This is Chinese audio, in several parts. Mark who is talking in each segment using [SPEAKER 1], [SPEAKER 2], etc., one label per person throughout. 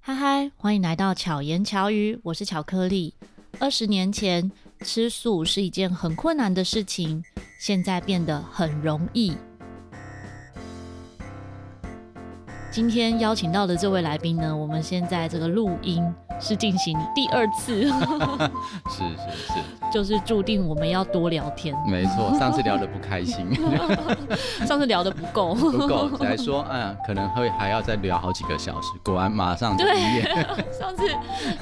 [SPEAKER 1] 嗨，欢迎来到巧言巧语，我是巧克力。二十年前，吃素是一件很困难的事情，现在变得很容易。今天邀请到的这位来宾呢，我们现在这个录音是进行第二次，
[SPEAKER 2] 是是是，
[SPEAKER 1] 就是注定我们要多聊天。
[SPEAKER 2] 没错，上次聊的不开心，
[SPEAKER 1] 上次聊的不够，
[SPEAKER 2] 嗯不够才说，嗯，可能会还要再聊好几个小时。果然马上
[SPEAKER 1] 对
[SPEAKER 2] 毕业，
[SPEAKER 1] 上次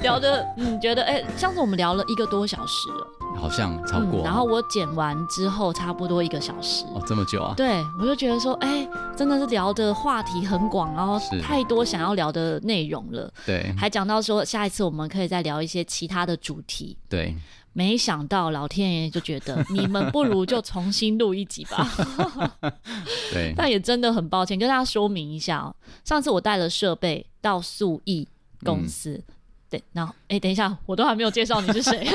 [SPEAKER 1] 聊的，嗯，觉得哎、上次我们聊了一个多小时了，
[SPEAKER 2] 好像超
[SPEAKER 1] 嗯
[SPEAKER 2] 过。
[SPEAKER 1] 然后我剪完之后差不多一个小时，
[SPEAKER 2] 啊哦，这么久啊？
[SPEAKER 1] 对我就觉得说，哎、真的是聊的话题很广，然后
[SPEAKER 2] 是嗯
[SPEAKER 1] 太多想要聊的内容了，
[SPEAKER 2] 对
[SPEAKER 1] 还讲到说下一次我们可以再聊一些其他的主题。
[SPEAKER 2] 对，
[SPEAKER 1] 没想到老天爷就觉得你们不如就重新录一集吧，
[SPEAKER 2] 对，
[SPEAKER 1] 但也真的很抱歉，跟大家说明一下哦。上次我带了设备到素艺
[SPEAKER 2] 嗯
[SPEAKER 1] 公司，对，然后哎，等一下，我都还没有介绍你是 谁。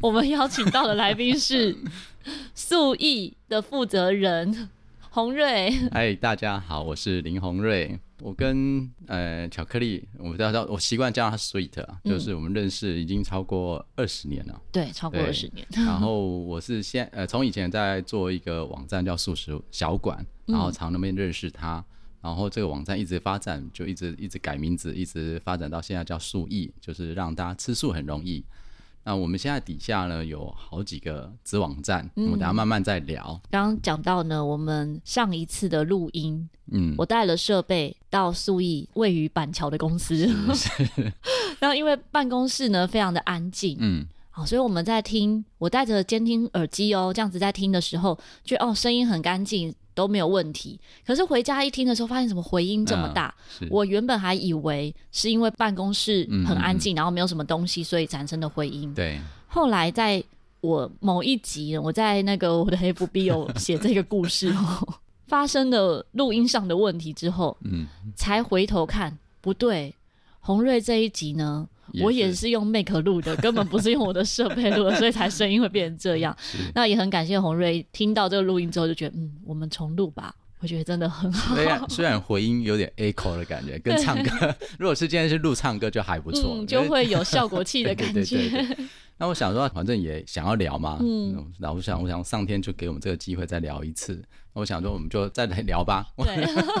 [SPEAKER 1] 我们邀请到的来宾是素艺的负责人洪瑞，
[SPEAKER 2] 哎，大家好，我是林宏瑞。我跟呃巧克力，我叫叫我习惯叫他 Sweet 啊，
[SPEAKER 1] 嗯
[SPEAKER 2] 就是我们认识已经超过二十年了。
[SPEAKER 1] 对，超过
[SPEAKER 2] 对
[SPEAKER 1] 二十年，
[SPEAKER 2] 然后我是先呃，从以前在做一个网站叫素食小馆，
[SPEAKER 1] 嗯
[SPEAKER 2] 然后常那边认识他，然后这个网站一直发展，就一直一直改名字，一直发展到现在叫素易，就是让大家吃素很容易。那我们现在底下呢有好几个子网站，
[SPEAKER 1] 嗯
[SPEAKER 2] 我们等下慢慢再聊。
[SPEAKER 1] 刚刚讲到呢，我们上一次的录音，
[SPEAKER 2] 嗯，
[SPEAKER 1] 我带了设备到素艺位于板桥的公司， 然后因为办公室呢非常的安静，
[SPEAKER 2] 嗯，
[SPEAKER 1] 好，所以我们在听，我戴着监听耳机哦，这样子在听的时候，觉得哦声音很干净，都没有问题。可是回家一听的时候，发现怎么回音这么大？
[SPEAKER 2] 嗯是嗯
[SPEAKER 1] 我原本还以为是因为办公室很安静，然后没有什么东西，所以产生的回音。
[SPEAKER 2] 对，
[SPEAKER 1] 后来在我某一集，我在那个我的 FB 有写这个故事哦，发生了录音上的问题之后，
[SPEAKER 2] 嗯，
[SPEAKER 1] 才回头看，不对，洪瑞这一集呢，我也是用 Make 录的， 根本不是用我的设备录的，所以才声音会变成这 样。那也很感谢洪瑞听到这个录音之后就觉得，嗯，我们重录吧，我觉得真的很好。
[SPEAKER 2] 虽然虽然回音有点 echo 的感觉，跟 唱歌，如果是今天是录唱歌就还不错，
[SPEAKER 1] 嗯，就会有效果器的感觉。
[SPEAKER 2] 对对 对 对对那我想说，反正也想要聊嘛，嗯，然后我想，我想上天就给我们这个机会再聊一次。那我想说，我们就再来聊吧。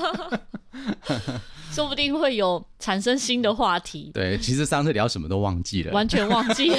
[SPEAKER 1] 对 说不定会有产生新的话题，
[SPEAKER 2] 对，其实上次聊什么都忘记了，
[SPEAKER 1] 完全忘记了，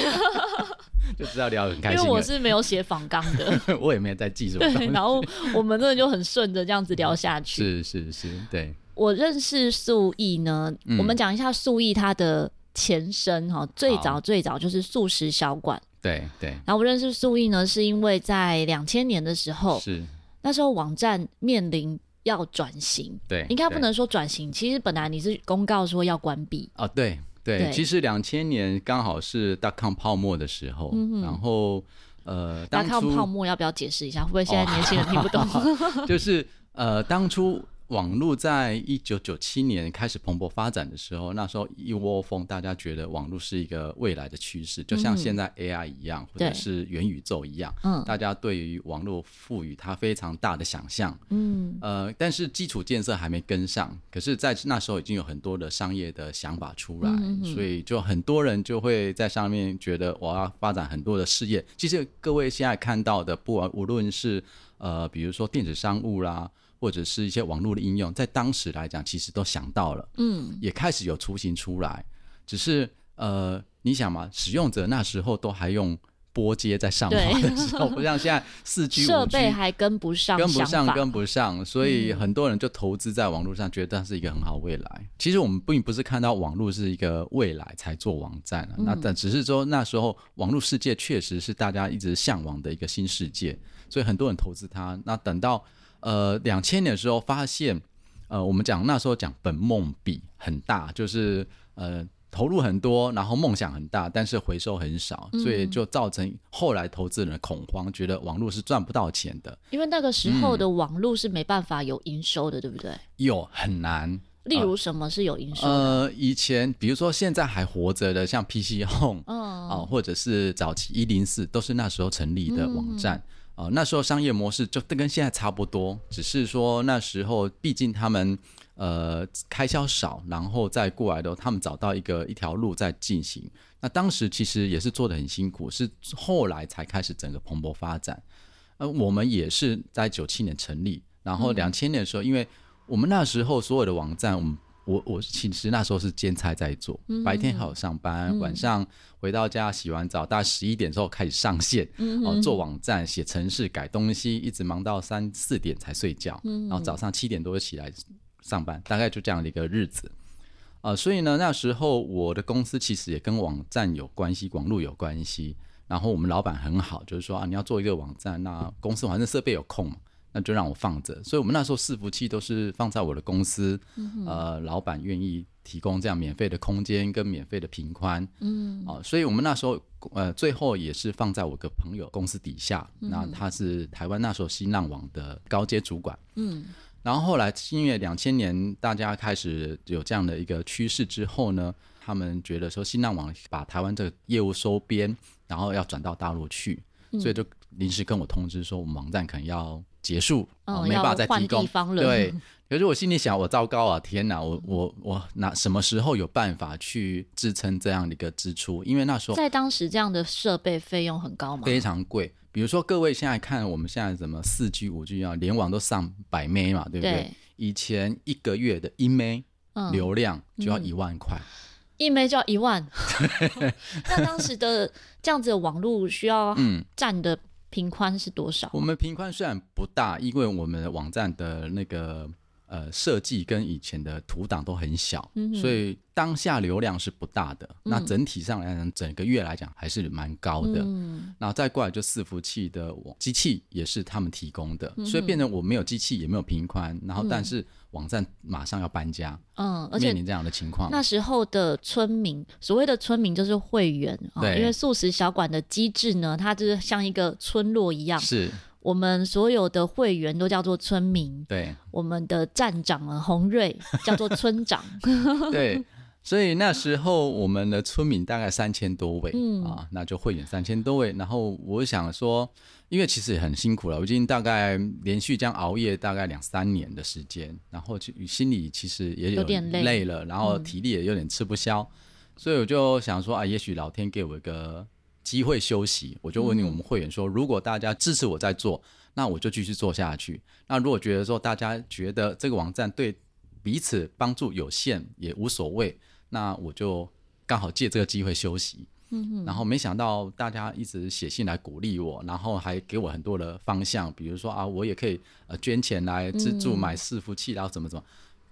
[SPEAKER 2] 就知道聊得很
[SPEAKER 1] 因
[SPEAKER 2] 开
[SPEAKER 1] 为
[SPEAKER 2] 心
[SPEAKER 1] 我
[SPEAKER 2] 了。
[SPEAKER 1] 是没有写访纲 的。
[SPEAKER 2] 我也没有在记什么
[SPEAKER 1] 对，
[SPEAKER 2] 东西。
[SPEAKER 1] 然后我们真的就很顺着这样子聊下去。
[SPEAKER 2] 是是是，对，
[SPEAKER 1] 我认识素艺呢，
[SPEAKER 2] 嗯
[SPEAKER 1] 我们讲一下素艺它的前身哈，最早最早就是素食小馆。
[SPEAKER 2] 对对，
[SPEAKER 1] 然后我认识素艺呢，是因为在两千年的时候，
[SPEAKER 2] 是，
[SPEAKER 1] 那时候网站面临要转型，
[SPEAKER 2] 对，
[SPEAKER 1] 应该不
[SPEAKER 2] 对。
[SPEAKER 1] 能说转型，其实本来你是公告说要关闭，
[SPEAKER 2] 哦，对
[SPEAKER 1] 对
[SPEAKER 2] 对，其实两千年刚好是大康泡沫的时候，
[SPEAKER 1] 嗯
[SPEAKER 2] 然后呃，
[SPEAKER 1] 那
[SPEAKER 2] 当
[SPEAKER 1] 看泡
[SPEAKER 2] 初哦
[SPEAKER 1] 沫要不要解释一下？会不会现在年轻人听不懂？
[SPEAKER 2] 就是呃，当初网络在一九九七年开始蓬勃发展的时候，那时候一窝蜂，大家觉得网络是一个未来的趋势，就像现在 AI 一样，或
[SPEAKER 1] 嗯对
[SPEAKER 2] 者是元宇宙一样，
[SPEAKER 1] 嗯
[SPEAKER 2] 大家对于网络赋予它非常大的想象。
[SPEAKER 1] 嗯，
[SPEAKER 2] 呃，但是基础建设还没跟上，可是，在那时候已经有很多的商业的想法出来，
[SPEAKER 1] 嗯
[SPEAKER 2] 所以就很多人就会在上面觉得我要发展很多的事业。其实各位现在看到的，不管无论是呃，比如说电子商务啦，或者是一些网络的应用，在当时来讲，其实都想到了，嗯，也开始有雏形出来，只是呃，你想嘛，使用者那时候都还用。拨接在上网
[SPEAKER 1] 对
[SPEAKER 2] 的时候，不像现在四 G、
[SPEAKER 1] 设
[SPEAKER 2] 五
[SPEAKER 1] 备
[SPEAKER 2] G
[SPEAKER 1] 还跟不上
[SPEAKER 2] 跟不
[SPEAKER 1] 想
[SPEAKER 2] 上，
[SPEAKER 1] 法，嗯
[SPEAKER 2] 跟不上，所以很多人就投资在网络上，觉得它是一个很好未来。其实我们并不是看到网络是一个未来才做网站啊，
[SPEAKER 1] 嗯
[SPEAKER 2] 那但只是说那时候网络世界确实是大家一直向往的一个新世界，所以很多人投资它。那等到呃两千年的时候，发现呃我们讲那时候讲本梦比很大，就是呃。投入很多，然后梦想很大，但是回收很少，所
[SPEAKER 1] 嗯
[SPEAKER 2] 以就造成后来投资人的恐慌，觉得网络是赚不到钱的。
[SPEAKER 1] 因为那个时候
[SPEAKER 2] 嗯
[SPEAKER 1] 的网络是没办法有营收的，对不对？
[SPEAKER 2] 有很难。
[SPEAKER 1] 例如什么是有营收？
[SPEAKER 2] 呃，以前比如说现在还活着的，像 PC Home 啊、
[SPEAKER 1] 嗯，
[SPEAKER 2] 或者是早期一零四，都是那时候成立的网站。哦啊、那时候商业模式就跟现在差不多，只是说那时候毕竟他们呃开销少，然后再过来的，他们找到一个一条路在进行。那当时其实也是做的很辛苦，是后来才开始整个蓬勃发展。呃，我们也是在九七年成立，然后两千年的时候，因为我们那时候所有的网站，我们我我其实那时候是兼差在做，白天还有上班，晚上回到家洗完澡，大概十一点之后开始上线，哦，做网站、写程式、改东西，一直忙到三四点才睡觉，然后早上七点多就起来上班，大概就这样的一个日子。呃，所以呢，那时候我的公司其实也跟网站有关系，网络有关系。然后我们老板很好，就是说啊，你要做一个网站，那公司反正设备有空嘛，那就让我放着。所以我们那时候伺服器都是放在我的公司，
[SPEAKER 1] 嗯
[SPEAKER 2] 呃，老板愿意提供这样免费的空间跟免费的频宽，嗯，哦、所以我们那时候呃，最后也是放在我个朋友公司底下，
[SPEAKER 1] 嗯
[SPEAKER 2] 那他是台湾那时候新浪网的高阶主管，
[SPEAKER 1] 嗯，
[SPEAKER 2] 然后后来因为两千年大家开始有这样的一个趋势之后呢，他们觉得说新浪网把台湾这个业务收编，然后要转到大陆去，
[SPEAKER 1] 嗯
[SPEAKER 2] 所以就临时跟我通知说我们网站可能要结束，
[SPEAKER 1] 嗯
[SPEAKER 2] 哦没办法再
[SPEAKER 1] 要换
[SPEAKER 2] 提供
[SPEAKER 1] 地方了
[SPEAKER 2] 对，可是我心里想，我糟糕啊，天哪，我我我哪什么时候有办法去支撑这样的一个支出？因为那时候
[SPEAKER 1] 在当时这样的设备费用很高吗？
[SPEAKER 2] 非常贵。比如说，各位现在看我们现在什么四 G、五 G 啊，联网都上百 M 嘛，对不对？
[SPEAKER 1] 对
[SPEAKER 2] 以前一个月的一 M
[SPEAKER 1] 嗯，
[SPEAKER 2] 流量就要一万块，
[SPEAKER 1] 一枚就要一 万。那当时的这样子的网络需要
[SPEAKER 2] 嗯
[SPEAKER 1] 占的频宽是多少？
[SPEAKER 2] 我们频宽虽然不大，因为我们的网站的那个呃设计跟以前的图档都很小，
[SPEAKER 1] 嗯哼
[SPEAKER 2] 所以当下流量是不大的。那
[SPEAKER 1] 嗯
[SPEAKER 2] 整体上来讲，整个月来讲还是蛮高的。
[SPEAKER 1] 嗯
[SPEAKER 2] 然后再过来就伺服器的网机器也是他们提供的，
[SPEAKER 1] 嗯哼
[SPEAKER 2] 所以变成我没有机器也没有频宽，然后但是网站马上要搬家，
[SPEAKER 1] 嗯，而且
[SPEAKER 2] 面临这样的情况。
[SPEAKER 1] 那时候的村民，所谓的村民就是会员啊、
[SPEAKER 2] 对
[SPEAKER 1] 因为素食小馆的机制呢，它就是像一个村落一样，
[SPEAKER 2] 是
[SPEAKER 1] 我们所有的会员都叫做村民，
[SPEAKER 2] 对
[SPEAKER 1] 我们的站长啊洪瑞叫做村 长，
[SPEAKER 2] 对，所以那时候我们的村民大概三千多位、
[SPEAKER 1] 嗯
[SPEAKER 2] 啊，那就会员三千多位。然后我想说，因为其实也很辛苦了，我已经大概连续这样熬夜大概两三年的时间，然后就心里其实也
[SPEAKER 1] 有点累嗯
[SPEAKER 2] 累了，然后体力也有点吃不消，所以我就想说啊，也许老天给我一个机会休息，我就问你我们会员说，如果大家支持我在做，那我就继续做下去。那如果觉得说大家觉得这个网站对彼此帮助有限，也无所谓，那我就刚好借这个机会休息。嗯，然后没想到大家一直写信来鼓励我，然后还给我很多的方向，比如说啊，我也可以呃捐钱来资助买伺服器，然后怎么怎么。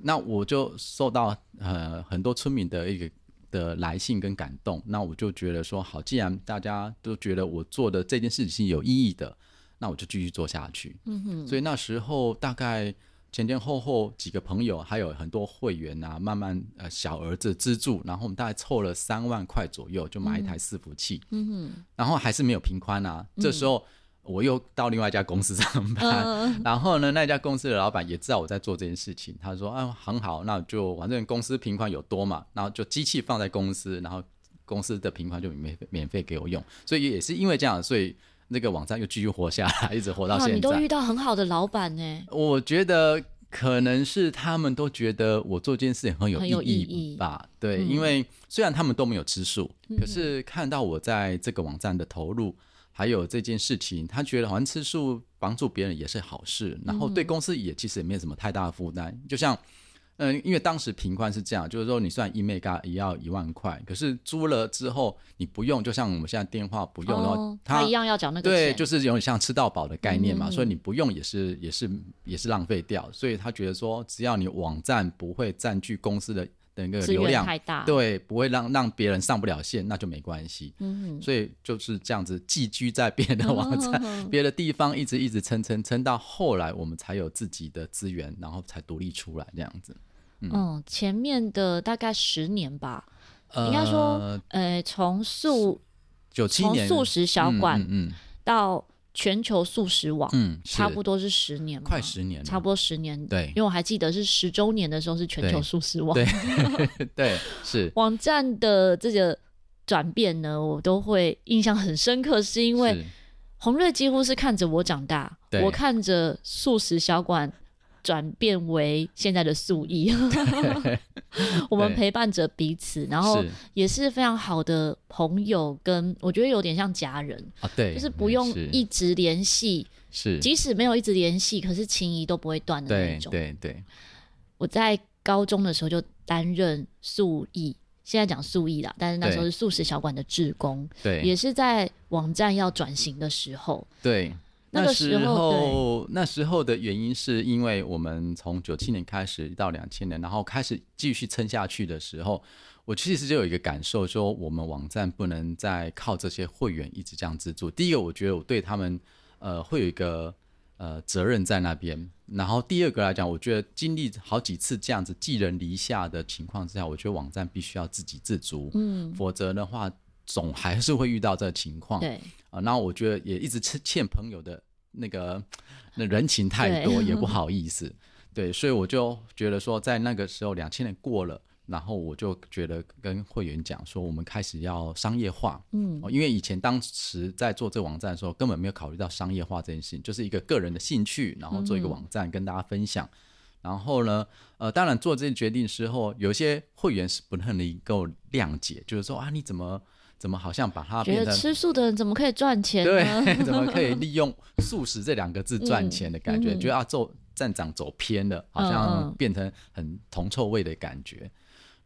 [SPEAKER 2] 那我就受到呃很多村民的一个的来信跟感动，那我就觉得说好，既然大家都觉得我做的这件事情是有意义的，那我就继续做下去。嗯哼，所以那时候大概前前后后几个朋友还有很多会员啊，慢慢呃小儿子资助，然后我们大概凑了三万块左右就买一台伺服器，
[SPEAKER 1] 嗯哼，嗯
[SPEAKER 2] 然后还是没有平宽啊。这时候我又到另外一家公司上班，
[SPEAKER 1] 嗯
[SPEAKER 2] 然后呢，那家公司的老板也知道我在做这件事情，他说啊很好，那就反正公司平宽有多嘛，然后就机器放在公司，然后公司的平宽就免费免费给我用，所以也是因为这样，所以那个网站又继续活下来，一直活到
[SPEAKER 1] 哇，
[SPEAKER 2] 现
[SPEAKER 1] 啊哦
[SPEAKER 2] 在。
[SPEAKER 1] 你都遇到很好的老板呢、
[SPEAKER 2] 我觉得可能是他们都觉得我做这件事情很有
[SPEAKER 1] 很有意
[SPEAKER 2] 义
[SPEAKER 1] 义嗯
[SPEAKER 2] 吧。对，因为虽然他们都没有吃素，可是看到我在这个网站的投入，还有这件事情，他觉得好像吃素帮助别人也是好事，
[SPEAKER 1] 嗯
[SPEAKER 2] 然后对公司也其实也没有什么太大的负担。就像，嗯、因为当时平宽是这样，就是说你算一 mega 也要一万块，可是租了之后你不用，就像我们现在电话不用，然后
[SPEAKER 1] 哦，他一样要缴那个
[SPEAKER 2] 对，
[SPEAKER 1] 钱，
[SPEAKER 2] 就是有点像吃到饱的概念嘛，
[SPEAKER 1] 嗯
[SPEAKER 2] 所以你不用也是也是也是浪费掉，所以他觉得说，只要你网站不会占据公司的的那个
[SPEAKER 1] 资
[SPEAKER 2] 流
[SPEAKER 1] 源
[SPEAKER 2] 量，
[SPEAKER 1] 太大，，
[SPEAKER 2] 对，不会让让别人上不了线，那就没关系。
[SPEAKER 1] 嗯
[SPEAKER 2] 所以就是这样子寄居在别人的
[SPEAKER 1] 哼，
[SPEAKER 2] 网站、
[SPEAKER 1] 站，
[SPEAKER 2] 别的地方，一直一直撑撑撑到后来，我们才有自己的资源，然后才独立出来这样子。
[SPEAKER 1] 嗯，前面的大概十年吧，
[SPEAKER 2] 呃
[SPEAKER 1] 应该说，呃，从素
[SPEAKER 2] 九七
[SPEAKER 1] 从
[SPEAKER 2] 年
[SPEAKER 1] 素食小馆
[SPEAKER 2] 嗯嗯
[SPEAKER 1] 到全球素食网，
[SPEAKER 2] 嗯，嗯
[SPEAKER 1] 差不
[SPEAKER 2] 多
[SPEAKER 1] 多是十年嘛，
[SPEAKER 2] 快十年了，
[SPEAKER 1] 差不多十年。
[SPEAKER 2] 对
[SPEAKER 1] 因为我还记得是十周年的时候是全球素食网
[SPEAKER 2] 对对是
[SPEAKER 1] 网站的这个转变呢，我都会印象很深刻，是因为
[SPEAKER 2] 是
[SPEAKER 1] 洪瑞几乎是看着我长大，
[SPEAKER 2] 对
[SPEAKER 1] 我看着素食小馆转变为现在的素艺， 我们陪伴着彼此，然后
[SPEAKER 2] 是
[SPEAKER 1] 也是非常好的朋友，跟我觉得有点像家人，
[SPEAKER 2] 啊，对，
[SPEAKER 1] 就是不用
[SPEAKER 2] 是
[SPEAKER 1] 一直联系，
[SPEAKER 2] 是，
[SPEAKER 1] 即使没有一直联系，可是情谊都不会断的那
[SPEAKER 2] 对
[SPEAKER 1] 种。
[SPEAKER 2] 对对，
[SPEAKER 1] 我在高中的时候就担任素艺，现在讲素艺啦，但是那时候
[SPEAKER 2] 对
[SPEAKER 1] 是素食小馆的志工，也
[SPEAKER 2] 对
[SPEAKER 1] 是在网站要转型的时候，
[SPEAKER 2] 对。
[SPEAKER 1] 那个时
[SPEAKER 2] 时
[SPEAKER 1] 候
[SPEAKER 2] 候，那时候的原因是因为我们从九七年开始到两千年，然后开始继续撑下去的时候，我其实就有一个感受，说我们网站不能再靠这些会员一直这样资助。第一个，我觉得我对他们呃会有一个呃责任在那边。然后第二个来讲，我觉得经历好几次这样子寄人篱下的情况之下，我觉得网站必须要自给自足，嗯，否则的话总还是会遇到这个情况。
[SPEAKER 1] 对，
[SPEAKER 2] 啊，那我觉得也一直欠欠朋友的那个那人情
[SPEAKER 1] 对
[SPEAKER 2] 太 多，也不好意思。对，所以我就觉得说，在那个时候，两千年过了，然后我就觉得跟会员讲说，我们开始要商业化。嗯、因为以前当时在做这个网站的时候，根本没有考虑到商业化这件事情，就是一个个人的兴趣，然后做
[SPEAKER 1] 嗯
[SPEAKER 2] 一个网站跟大家分享。然后呢，呃，当然做这些决定之后，有些会员是不能够谅解，就是说啊，你怎么怎么好像把它
[SPEAKER 1] 觉
[SPEAKER 2] 变
[SPEAKER 1] 得
[SPEAKER 2] 成
[SPEAKER 1] 吃素的人怎么可以赚钱呢？
[SPEAKER 2] 对， 怎么可以利用“素食”这两个字赚钱的感觉？
[SPEAKER 1] 嗯嗯
[SPEAKER 2] 觉得啊，走站长走偏了，好
[SPEAKER 1] 嗯
[SPEAKER 2] 像
[SPEAKER 1] 嗯
[SPEAKER 2] 变成很铜臭味的感觉。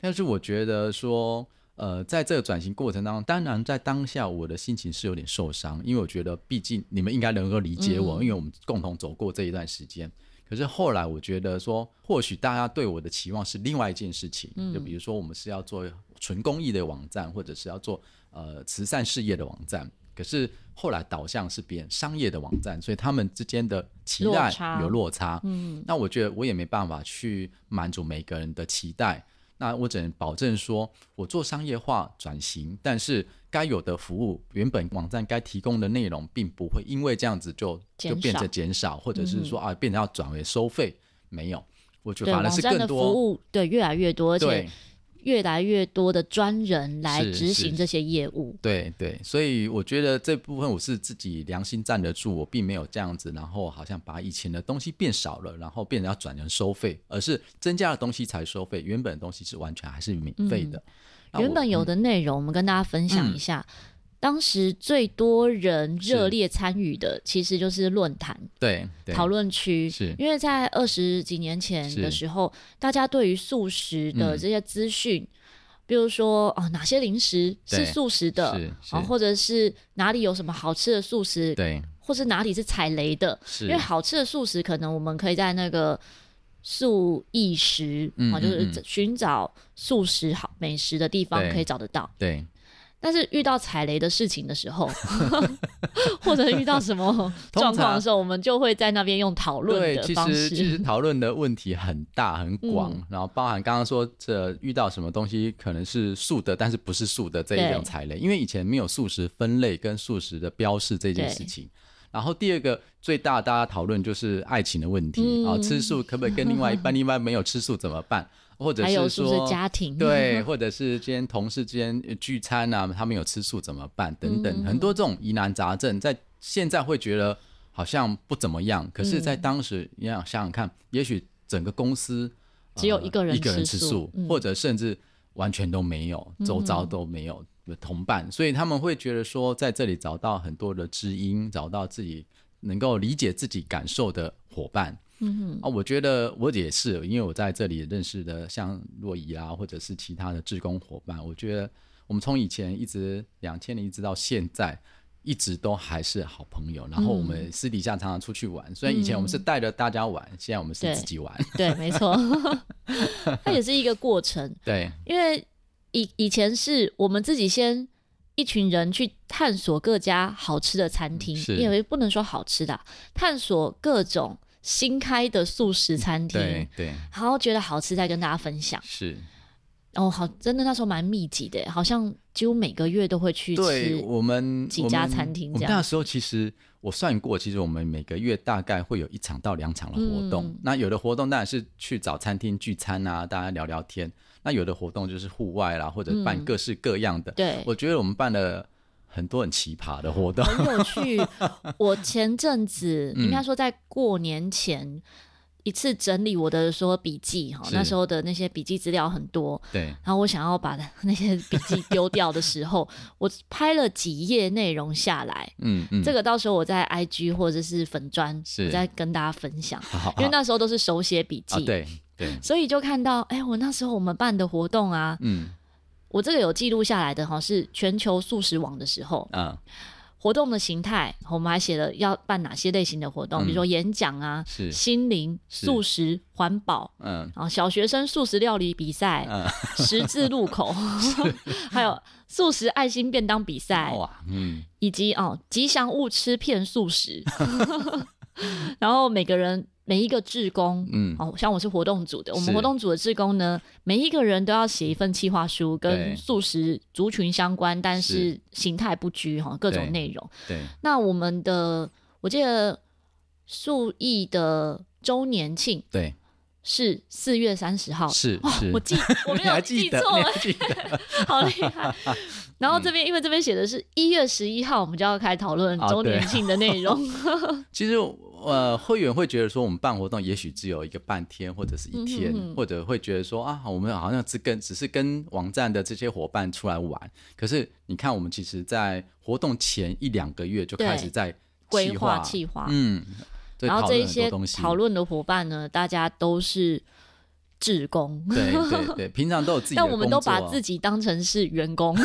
[SPEAKER 2] 但是我觉得说，呃，在这个转型过程当中，当然在当下我的心情是有点受伤，因为我觉得毕竟你们应该能够理解
[SPEAKER 1] 嗯
[SPEAKER 2] 我，因为我们共同走过这一段时间。可是后来我觉得说，或许大家对我的期望是另外一件事情，就
[SPEAKER 1] 嗯
[SPEAKER 2] 比如说我们是要做纯公益的网站，或者是要做呃慈善事业的网站。可是后来导向是别人商业的网站，所以他们之间的期
[SPEAKER 1] 落
[SPEAKER 2] 待
[SPEAKER 1] 差
[SPEAKER 2] 有落差。嗯，那我觉得我也没办法去满足每个人的期待。那我只能保证说，我做商业化转型，但是该有的服务，原本网站该提供的内容，并不会因为这样子就就
[SPEAKER 1] 减
[SPEAKER 2] 变
[SPEAKER 1] 少
[SPEAKER 2] 成减少，或者是说、啊，变成要转为收费，没有，我觉
[SPEAKER 1] 对，
[SPEAKER 2] 得反而
[SPEAKER 1] 网
[SPEAKER 2] 是
[SPEAKER 1] 站
[SPEAKER 2] 更
[SPEAKER 1] 的服
[SPEAKER 2] 多。
[SPEAKER 1] 务对越来越多，而且
[SPEAKER 2] 对
[SPEAKER 1] 越来越多的专人来
[SPEAKER 2] 是
[SPEAKER 1] 执行
[SPEAKER 2] 是
[SPEAKER 1] 这些业务。
[SPEAKER 2] 对对，所以我觉得这部分我是自己良心站得住，我并没有这样子，然后好像把以前的东西变少了，然后变成要转成收费，而是增加的东西才收费，原本的东西是完全还是免费的。那
[SPEAKER 1] 嗯原
[SPEAKER 2] 我嗯
[SPEAKER 1] 本有的内容，我们跟大家分享一下。当时最多人热
[SPEAKER 2] 是
[SPEAKER 1] 烈参与的，其实就是论坛
[SPEAKER 2] 对对
[SPEAKER 1] 讨论区，
[SPEAKER 2] 是
[SPEAKER 1] 因为在二十几年前的
[SPEAKER 2] 是
[SPEAKER 1] 时候，大家对于素食的
[SPEAKER 2] 嗯
[SPEAKER 1] 这些资讯，比如说哦哪些零食是
[SPEAKER 2] 对
[SPEAKER 1] 素食的，
[SPEAKER 2] 是
[SPEAKER 1] 然后
[SPEAKER 2] 是
[SPEAKER 1] 或者是哪里有什么好吃的素食，
[SPEAKER 2] 对
[SPEAKER 1] 或是哪里是踩雷的，
[SPEAKER 2] 是
[SPEAKER 1] 因为好吃的素食可能我们可以在那个素意食
[SPEAKER 2] 嗯
[SPEAKER 1] 啊，
[SPEAKER 2] 嗯
[SPEAKER 1] 就是
[SPEAKER 2] 嗯
[SPEAKER 1] 寻找素食好美食的地方
[SPEAKER 2] 对
[SPEAKER 1] 可以找得到。
[SPEAKER 2] 对
[SPEAKER 1] 但是遇到踩雷的事情的时 候， 或者遇到什么状况的时候，我们就会在那边用讨论
[SPEAKER 2] 对，
[SPEAKER 1] 的
[SPEAKER 2] 其
[SPEAKER 1] 方
[SPEAKER 2] 实其
[SPEAKER 1] 式。
[SPEAKER 2] 实讨论的问题很大很广，
[SPEAKER 1] 嗯
[SPEAKER 2] 然后包含刚刚说这遇到什么东西可能是素的，但是不是素的这一
[SPEAKER 1] 对
[SPEAKER 2] 种踩雷，因为以前没有素食分类跟素食的标示这件事
[SPEAKER 1] 对
[SPEAKER 2] 情。然后第二个最大大家讨论就是爱情的问题
[SPEAKER 1] 嗯
[SPEAKER 2] 啊、吃素可不可以跟另外一 半，另外没有吃素怎么办？或者
[SPEAKER 1] 还有
[SPEAKER 2] 是
[SPEAKER 1] 素食
[SPEAKER 2] 说
[SPEAKER 1] 家庭，
[SPEAKER 2] 对，或者是今天同事之间呃聚餐啊，他们有吃素怎么办？等等，很多这种疑难杂症，在现在会觉得好像不怎么样，可是，在当时你想想看，也许整个公司呃
[SPEAKER 1] 只有一个人
[SPEAKER 2] 一个人
[SPEAKER 1] 吃
[SPEAKER 2] 吃
[SPEAKER 1] 素
[SPEAKER 2] 素，
[SPEAKER 1] 嗯
[SPEAKER 2] 或者甚至完全都没有，周遭都没有同伴，所以他们会觉得说，在这里找到很多的知音，找到自己能够理解自己感受的伙伴。
[SPEAKER 1] 嗯
[SPEAKER 2] 啊，我觉得我也是，因为我在这里认识的像若仪啊，或者是其他的志工伙伴，我觉得我们从以前一直两千年一直到现在，一直都还是好朋友。然后我们私底下常常出去玩，虽然以前我们是带着大家玩，现在我们是
[SPEAKER 1] 对
[SPEAKER 2] 自己玩。
[SPEAKER 1] 对，没错， 它也是一个过程。
[SPEAKER 2] 对
[SPEAKER 1] 因为以以前是我们自己先一群人去探索各家好吃的餐厅，
[SPEAKER 2] 嗯是
[SPEAKER 1] 因为不能说好吃的啊，探索各种新开的素食餐厅，
[SPEAKER 2] 嗯对对，
[SPEAKER 1] 然后觉得好吃再跟大家分享。
[SPEAKER 2] 是。
[SPEAKER 1] 哦，好，真的那时候蛮密集的耶，好像几乎每个月都会去
[SPEAKER 2] 对
[SPEAKER 1] 吃。
[SPEAKER 2] 我们
[SPEAKER 1] 几
[SPEAKER 2] 我
[SPEAKER 1] 家
[SPEAKER 2] 们
[SPEAKER 1] 餐厅
[SPEAKER 2] 我
[SPEAKER 1] 这
[SPEAKER 2] 们
[SPEAKER 1] 样
[SPEAKER 2] 那时候其实我算过，其实我们每个月大概会有一场到两场的活动。
[SPEAKER 1] 嗯
[SPEAKER 2] 那有的活动当然是去找餐厅聚餐啊，大家聊聊天；那有的活动就是户外啦，或者办
[SPEAKER 1] 嗯
[SPEAKER 2] 各式各样的。
[SPEAKER 1] 对，
[SPEAKER 2] 我觉得我们办了很多很奇葩的活 动。嗯
[SPEAKER 1] 很有趣。我前阵子、应该说在过年前，一次整理我的所有笔记哈，
[SPEAKER 2] 是
[SPEAKER 1] 那时候的那些笔记资料很多，
[SPEAKER 2] 对，
[SPEAKER 1] 然后我想要把那些笔记丢掉的时 候，我拍了几页内容下来，
[SPEAKER 2] 嗯嗯，
[SPEAKER 1] 这
[SPEAKER 2] 个
[SPEAKER 1] 个到时候我在 IG 或者是粉砖，
[SPEAKER 2] 是
[SPEAKER 1] 我再跟大家分享，
[SPEAKER 2] 好，
[SPEAKER 1] 因为
[SPEAKER 2] 好
[SPEAKER 1] 那时候都是手写笔记，
[SPEAKER 2] 啊，对对，
[SPEAKER 1] 所以就看到，哎、我那时候我们办的活动啊，
[SPEAKER 2] 嗯
[SPEAKER 1] 我这个有记录下来的哈，是全球素食网的时候，
[SPEAKER 2] 啊，
[SPEAKER 1] 活动的形态，我们还写了要办哪些类型的活动，
[SPEAKER 2] 嗯
[SPEAKER 1] 比如说演讲啊、
[SPEAKER 2] 是
[SPEAKER 1] 心灵、
[SPEAKER 2] 是
[SPEAKER 1] 素食、环保。
[SPEAKER 2] 嗯
[SPEAKER 1] 然后啊小学生素食料理比赛、
[SPEAKER 2] 嗯，
[SPEAKER 1] 十字路口， 还有素食爱心便当比赛，
[SPEAKER 2] 哇，嗯
[SPEAKER 1] 以及哦吉祥物吃片素食， 然后每个人每一个志工。
[SPEAKER 2] 嗯，
[SPEAKER 1] 哦，像我是活动组的，我
[SPEAKER 2] 是
[SPEAKER 1] 们活动组的志工呢，每一个人都要写一份企划书，
[SPEAKER 2] 对
[SPEAKER 1] 跟素食族群相关，但
[SPEAKER 2] 是
[SPEAKER 1] 是形态不拘哈，各
[SPEAKER 2] 对
[SPEAKER 1] 种内容。
[SPEAKER 2] 对，
[SPEAKER 1] 那我们的，我记得素艺的周年庆
[SPEAKER 2] 对，
[SPEAKER 1] 是四月三十号，
[SPEAKER 2] 是
[SPEAKER 1] 哇
[SPEAKER 2] 是，
[SPEAKER 1] 哦我 记我
[SPEAKER 2] 你
[SPEAKER 1] 没有
[SPEAKER 2] 还
[SPEAKER 1] 记
[SPEAKER 2] 记得，
[SPEAKER 1] 错
[SPEAKER 2] 你，还记得
[SPEAKER 1] 好厉害。然后这边、因为这边写的是一月十一号，我们就要开讨论
[SPEAKER 2] 啊
[SPEAKER 1] 周
[SPEAKER 2] 对
[SPEAKER 1] 年庆的内容。
[SPEAKER 2] 其实呃，会员会觉得说，我们办活动也许只有一个半天或者是一天，
[SPEAKER 1] 嗯哼哼
[SPEAKER 2] 或者会觉得说啊，我们好像只跟只是跟网站的这些伙伴出来玩。可是你看，我们其实，在活动前一两个月就开始
[SPEAKER 1] 对
[SPEAKER 2] 在
[SPEAKER 1] 规划
[SPEAKER 2] 计
[SPEAKER 1] 计划
[SPEAKER 2] 嗯，对
[SPEAKER 1] 然后
[SPEAKER 2] 讨
[SPEAKER 1] 这
[SPEAKER 2] 论
[SPEAKER 1] 一
[SPEAKER 2] 很
[SPEAKER 1] 些
[SPEAKER 2] 多东西
[SPEAKER 1] 讨论的伙伴呢，大家都是志工，
[SPEAKER 2] 对对对，平常都有自己 的
[SPEAKER 1] 但我们都把
[SPEAKER 2] 工作啊
[SPEAKER 1] 自己当成是员 工，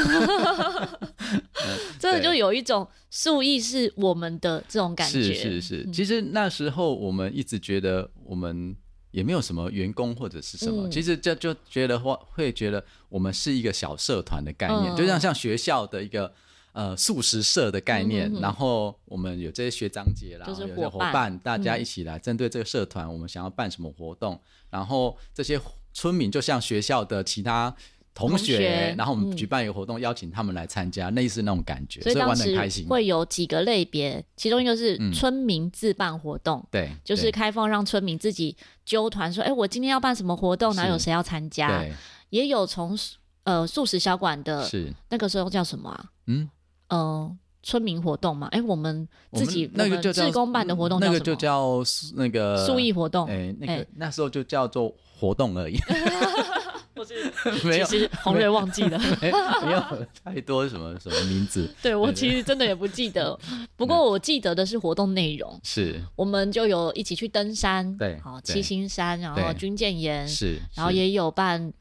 [SPEAKER 1] 真的
[SPEAKER 2] 对
[SPEAKER 1] 就有一种素意是我们的这种感觉。嗯
[SPEAKER 2] 是是是，其实那时候我们一直觉得我们也没有什么员工或者是什么，
[SPEAKER 1] 嗯
[SPEAKER 2] 其实这就觉得话会觉得我们是一个小社团的概念，
[SPEAKER 1] 嗯
[SPEAKER 2] 就像像学校的一个。呃，素食社的概念，
[SPEAKER 1] 嗯哼哼
[SPEAKER 2] 然后我们有这些学长姐啦，
[SPEAKER 1] 就是
[SPEAKER 2] 有些
[SPEAKER 1] 伙
[SPEAKER 2] 伙
[SPEAKER 1] 伴
[SPEAKER 2] 伴，大家
[SPEAKER 1] 嗯
[SPEAKER 2] 一起来针对这个社团，我们想要办什么活动，然后这些村民就像学校的其他同
[SPEAKER 1] 同
[SPEAKER 2] 学，
[SPEAKER 1] 学
[SPEAKER 2] 然后我们
[SPEAKER 1] 嗯
[SPEAKER 2] 举办一个活动，邀请他们来参加，类似那种感觉，
[SPEAKER 1] 所以
[SPEAKER 2] 玩
[SPEAKER 1] 当
[SPEAKER 2] 的很
[SPEAKER 1] 时
[SPEAKER 2] 开心。
[SPEAKER 1] 会有几个类别，其中一个是
[SPEAKER 2] 嗯
[SPEAKER 1] 村民自办活动，
[SPEAKER 2] 对，
[SPEAKER 1] 就是
[SPEAKER 2] 对
[SPEAKER 1] 开放让村民自己揪团说：“哎、我今天要办什么活动，哪
[SPEAKER 2] 是
[SPEAKER 1] 有谁要参加
[SPEAKER 2] 对？”
[SPEAKER 1] 也有从呃素食小馆的
[SPEAKER 2] 是
[SPEAKER 1] 那个时候叫什么啊？
[SPEAKER 2] 嗯。
[SPEAKER 1] 呃，村民活动嘛。哎、我们
[SPEAKER 2] 我
[SPEAKER 1] 自
[SPEAKER 2] 们
[SPEAKER 1] 己
[SPEAKER 2] 那个就叫嗯
[SPEAKER 1] 志工办的活动
[SPEAKER 2] 那
[SPEAKER 1] 叫
[SPEAKER 2] 个
[SPEAKER 1] 什
[SPEAKER 2] 就
[SPEAKER 1] 么？
[SPEAKER 2] 叫素那个
[SPEAKER 1] 素艺活动。
[SPEAKER 2] 哎，那
[SPEAKER 1] 哎
[SPEAKER 2] 个那时候就叫做活 动而已，
[SPEAKER 1] 我是
[SPEAKER 2] 没有
[SPEAKER 1] 其实洪瑞忘记 了，
[SPEAKER 2] 哎没有太多什么什么名字，
[SPEAKER 1] 对我
[SPEAKER 2] 对嗯
[SPEAKER 1] 其实真的也不记 得，不过我记得的是活动内容。
[SPEAKER 2] 是
[SPEAKER 1] 我们就有一起去登山，
[SPEAKER 2] 对
[SPEAKER 1] 好
[SPEAKER 2] 对
[SPEAKER 1] 七星山，然后
[SPEAKER 2] 对
[SPEAKER 1] 军舰岩，
[SPEAKER 2] 是，
[SPEAKER 1] 嗯然后
[SPEAKER 2] 是
[SPEAKER 1] 也有办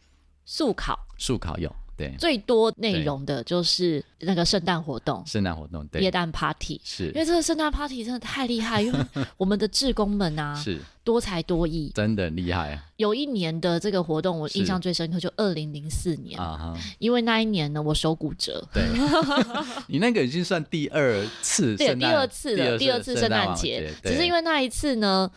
[SPEAKER 1] 速考，
[SPEAKER 2] 素烤有对
[SPEAKER 1] 最多内容的就是那个圣诞活动、
[SPEAKER 2] 圣诞活动
[SPEAKER 1] 耶
[SPEAKER 2] 对
[SPEAKER 1] 诞 party。
[SPEAKER 2] 是
[SPEAKER 1] 因为这个圣诞 party 真的太厉害， 因为我们的志工们啊
[SPEAKER 2] 是
[SPEAKER 1] 多才多艺。
[SPEAKER 2] 真的厉害啊
[SPEAKER 1] 有一年的这个活动，我
[SPEAKER 2] 是啊
[SPEAKER 1] 印象最深刻，就二零零四年，
[SPEAKER 2] 哈，
[SPEAKER 1] 因为那一年呢我手骨折，
[SPEAKER 2] 对， 你那个已经算第二次
[SPEAKER 1] 对，
[SPEAKER 2] 圣
[SPEAKER 1] 第
[SPEAKER 2] 诞
[SPEAKER 1] 二次的第二次圣诞
[SPEAKER 2] 晚
[SPEAKER 1] 节，
[SPEAKER 2] 对
[SPEAKER 1] 只是因为那一次呢，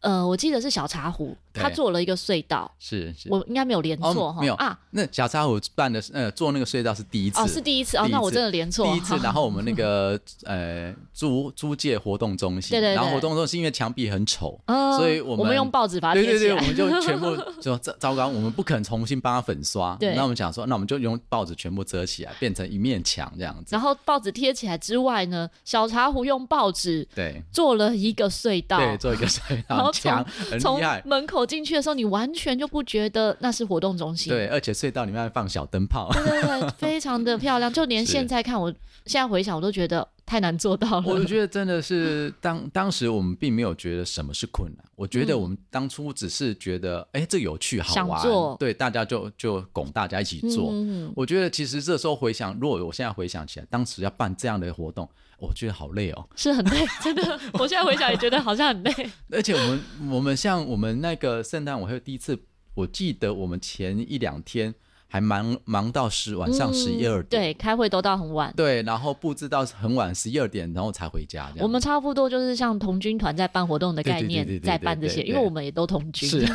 [SPEAKER 1] 呃，我记得是小茶壶
[SPEAKER 2] 对
[SPEAKER 1] 他做了一个隧道，
[SPEAKER 2] 是是
[SPEAKER 1] 我应该没有连错
[SPEAKER 2] 哦
[SPEAKER 1] 哈、
[SPEAKER 2] 没有
[SPEAKER 1] 啊，
[SPEAKER 2] 那小茶虎办的呃做那个隧道是第一次
[SPEAKER 1] 哦是第一次哦
[SPEAKER 2] 第一，
[SPEAKER 1] 那我
[SPEAKER 2] 次
[SPEAKER 1] 真的连错，
[SPEAKER 2] 第一次，
[SPEAKER 1] 哈
[SPEAKER 2] 然后我们 那个呃租租借活动中心，
[SPEAKER 1] 对对对
[SPEAKER 2] 然后活动中心因为墙壁很丑，
[SPEAKER 1] 嗯
[SPEAKER 2] 所以我
[SPEAKER 1] 我
[SPEAKER 2] 们
[SPEAKER 1] 用报纸把它
[SPEAKER 2] 对
[SPEAKER 1] 贴起
[SPEAKER 2] 对
[SPEAKER 1] 来，
[SPEAKER 2] 对，我们就全部就糟糟糕，我们不肯重新帮它粉刷，
[SPEAKER 1] 对
[SPEAKER 2] 那我们想说，那我们就用报纸全部遮起来，变成一面墙这样子，
[SPEAKER 1] 然后报纸贴起来之外呢，小茶壶用报纸
[SPEAKER 2] 对
[SPEAKER 1] 做了一个隧道。
[SPEAKER 2] 对，做一个水
[SPEAKER 1] 然后
[SPEAKER 2] 道
[SPEAKER 1] 从
[SPEAKER 2] 墙，很
[SPEAKER 1] 从
[SPEAKER 2] 厉害。
[SPEAKER 1] 门口进去的时候，你完全就不觉得那是活动中心。
[SPEAKER 2] 对，而且隧道里面还放小 灯泡，
[SPEAKER 1] 对对对非常的漂亮。就连
[SPEAKER 2] 是
[SPEAKER 1] 现在看我，现在回想我都觉得太难做到
[SPEAKER 2] 我
[SPEAKER 1] 了。
[SPEAKER 2] 觉得真的是当当时我们并没有觉得什么是困难，我觉得
[SPEAKER 1] 嗯
[SPEAKER 2] 我们当初只是觉得，哎、这有趣好
[SPEAKER 1] 想
[SPEAKER 2] 玩，
[SPEAKER 1] 做
[SPEAKER 2] 对，大家就就拱大家一起做。
[SPEAKER 1] 嗯嗯嗯
[SPEAKER 2] 我觉得其实这时候回想，如果我现在回想起来，当时要办这样的活动，我觉得好累哦。
[SPEAKER 1] 是很累， 真的。我现在回想也觉得好像很累。
[SPEAKER 2] 而且我们我们像我们那个圣诞晚会第一次，我记得我们前一两天还忙忙到十晚上十一
[SPEAKER 1] 嗯
[SPEAKER 2] 二点，
[SPEAKER 1] 对，开会都到很晚。
[SPEAKER 2] 对然后布置到很晚十一二点，然后才回家这样。
[SPEAKER 1] 我们差不多就是像童军团在办活动的概
[SPEAKER 2] 啊对对对对
[SPEAKER 1] 念，
[SPEAKER 2] 对
[SPEAKER 1] 在办这些，
[SPEAKER 2] 对对对
[SPEAKER 1] 因为我们也都童军。
[SPEAKER 2] 是是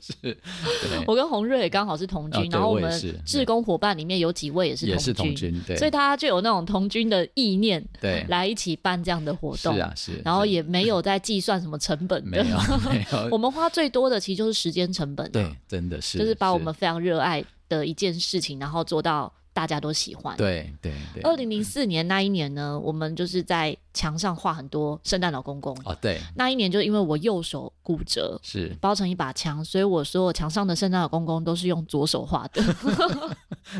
[SPEAKER 2] 是，对
[SPEAKER 1] 我跟洪瑞也刚好是同
[SPEAKER 2] 啊
[SPEAKER 1] 军，
[SPEAKER 2] 对
[SPEAKER 1] 然后
[SPEAKER 2] 我也是
[SPEAKER 1] 们志工伙伴里面有几位也 是
[SPEAKER 2] 也是
[SPEAKER 1] 同
[SPEAKER 2] 同军，对，
[SPEAKER 1] 所以大家就有那种同军的意念，
[SPEAKER 2] 对
[SPEAKER 1] 来一起办这样的活
[SPEAKER 2] 是
[SPEAKER 1] 动，
[SPEAKER 2] 啊是，
[SPEAKER 1] 然后
[SPEAKER 2] 是
[SPEAKER 1] 也没有在计算什么成本
[SPEAKER 2] 没
[SPEAKER 1] 的。
[SPEAKER 2] 有没有，
[SPEAKER 1] 我们花最多的其实就是时间成本、
[SPEAKER 2] 对，，真的是
[SPEAKER 1] 就是把我们非常热爱的一件事情，然后做到大家都喜欢。
[SPEAKER 2] 对对对，
[SPEAKER 1] 二零零四年那一年呢，我们就是在墙上画很多圣诞老公公。
[SPEAKER 2] 哦对
[SPEAKER 1] 那一年就是因为我右手骨折，
[SPEAKER 2] 是，
[SPEAKER 1] 包成一把枪，所以我所有墙上的圣诞老公公都是用左手画 的。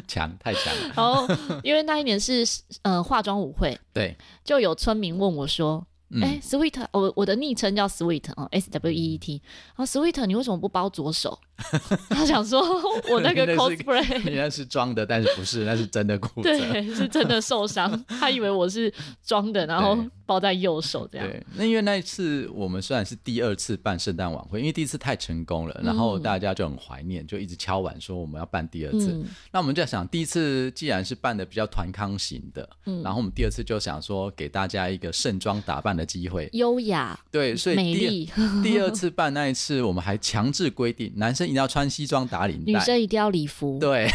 [SPEAKER 2] 强太强了，
[SPEAKER 1] 然后因为那一年是呃化妆舞会，
[SPEAKER 2] 对，
[SPEAKER 1] 就有村民问我说：“
[SPEAKER 2] 嗯，
[SPEAKER 1] 哎、s w e e t 我我的昵称叫 Sweet 啊、s W E E T，然后 Sweet 你为什么不包左手？” 他想 说我那个
[SPEAKER 2] 那是
[SPEAKER 1] cosplay
[SPEAKER 2] 人家是装的，但是不是，那是真的骨折。
[SPEAKER 1] 对是真的受 伤，他以为我是装的，然后
[SPEAKER 2] 对
[SPEAKER 1] 包在右手这样。
[SPEAKER 2] 对，那因为那一次我们虽然是第二次办圣诞晚会，因为第一次太成功了，然
[SPEAKER 1] 嗯
[SPEAKER 2] 后大家就很怀念，就一直敲碗说我们要办第二次。
[SPEAKER 1] 嗯
[SPEAKER 2] 那我们就在想，第一次既然是办的比较团康型的，
[SPEAKER 1] 嗯
[SPEAKER 2] 然后我们第二次就想说给大家一个盛装打扮的机会。
[SPEAKER 1] 优雅、
[SPEAKER 2] 对，所以
[SPEAKER 1] 美
[SPEAKER 2] 第
[SPEAKER 1] 丽，
[SPEAKER 2] 二第二次办那一次，我们还强制规定男生一定要穿西装打领带，
[SPEAKER 1] 女生一定要礼服，
[SPEAKER 2] 对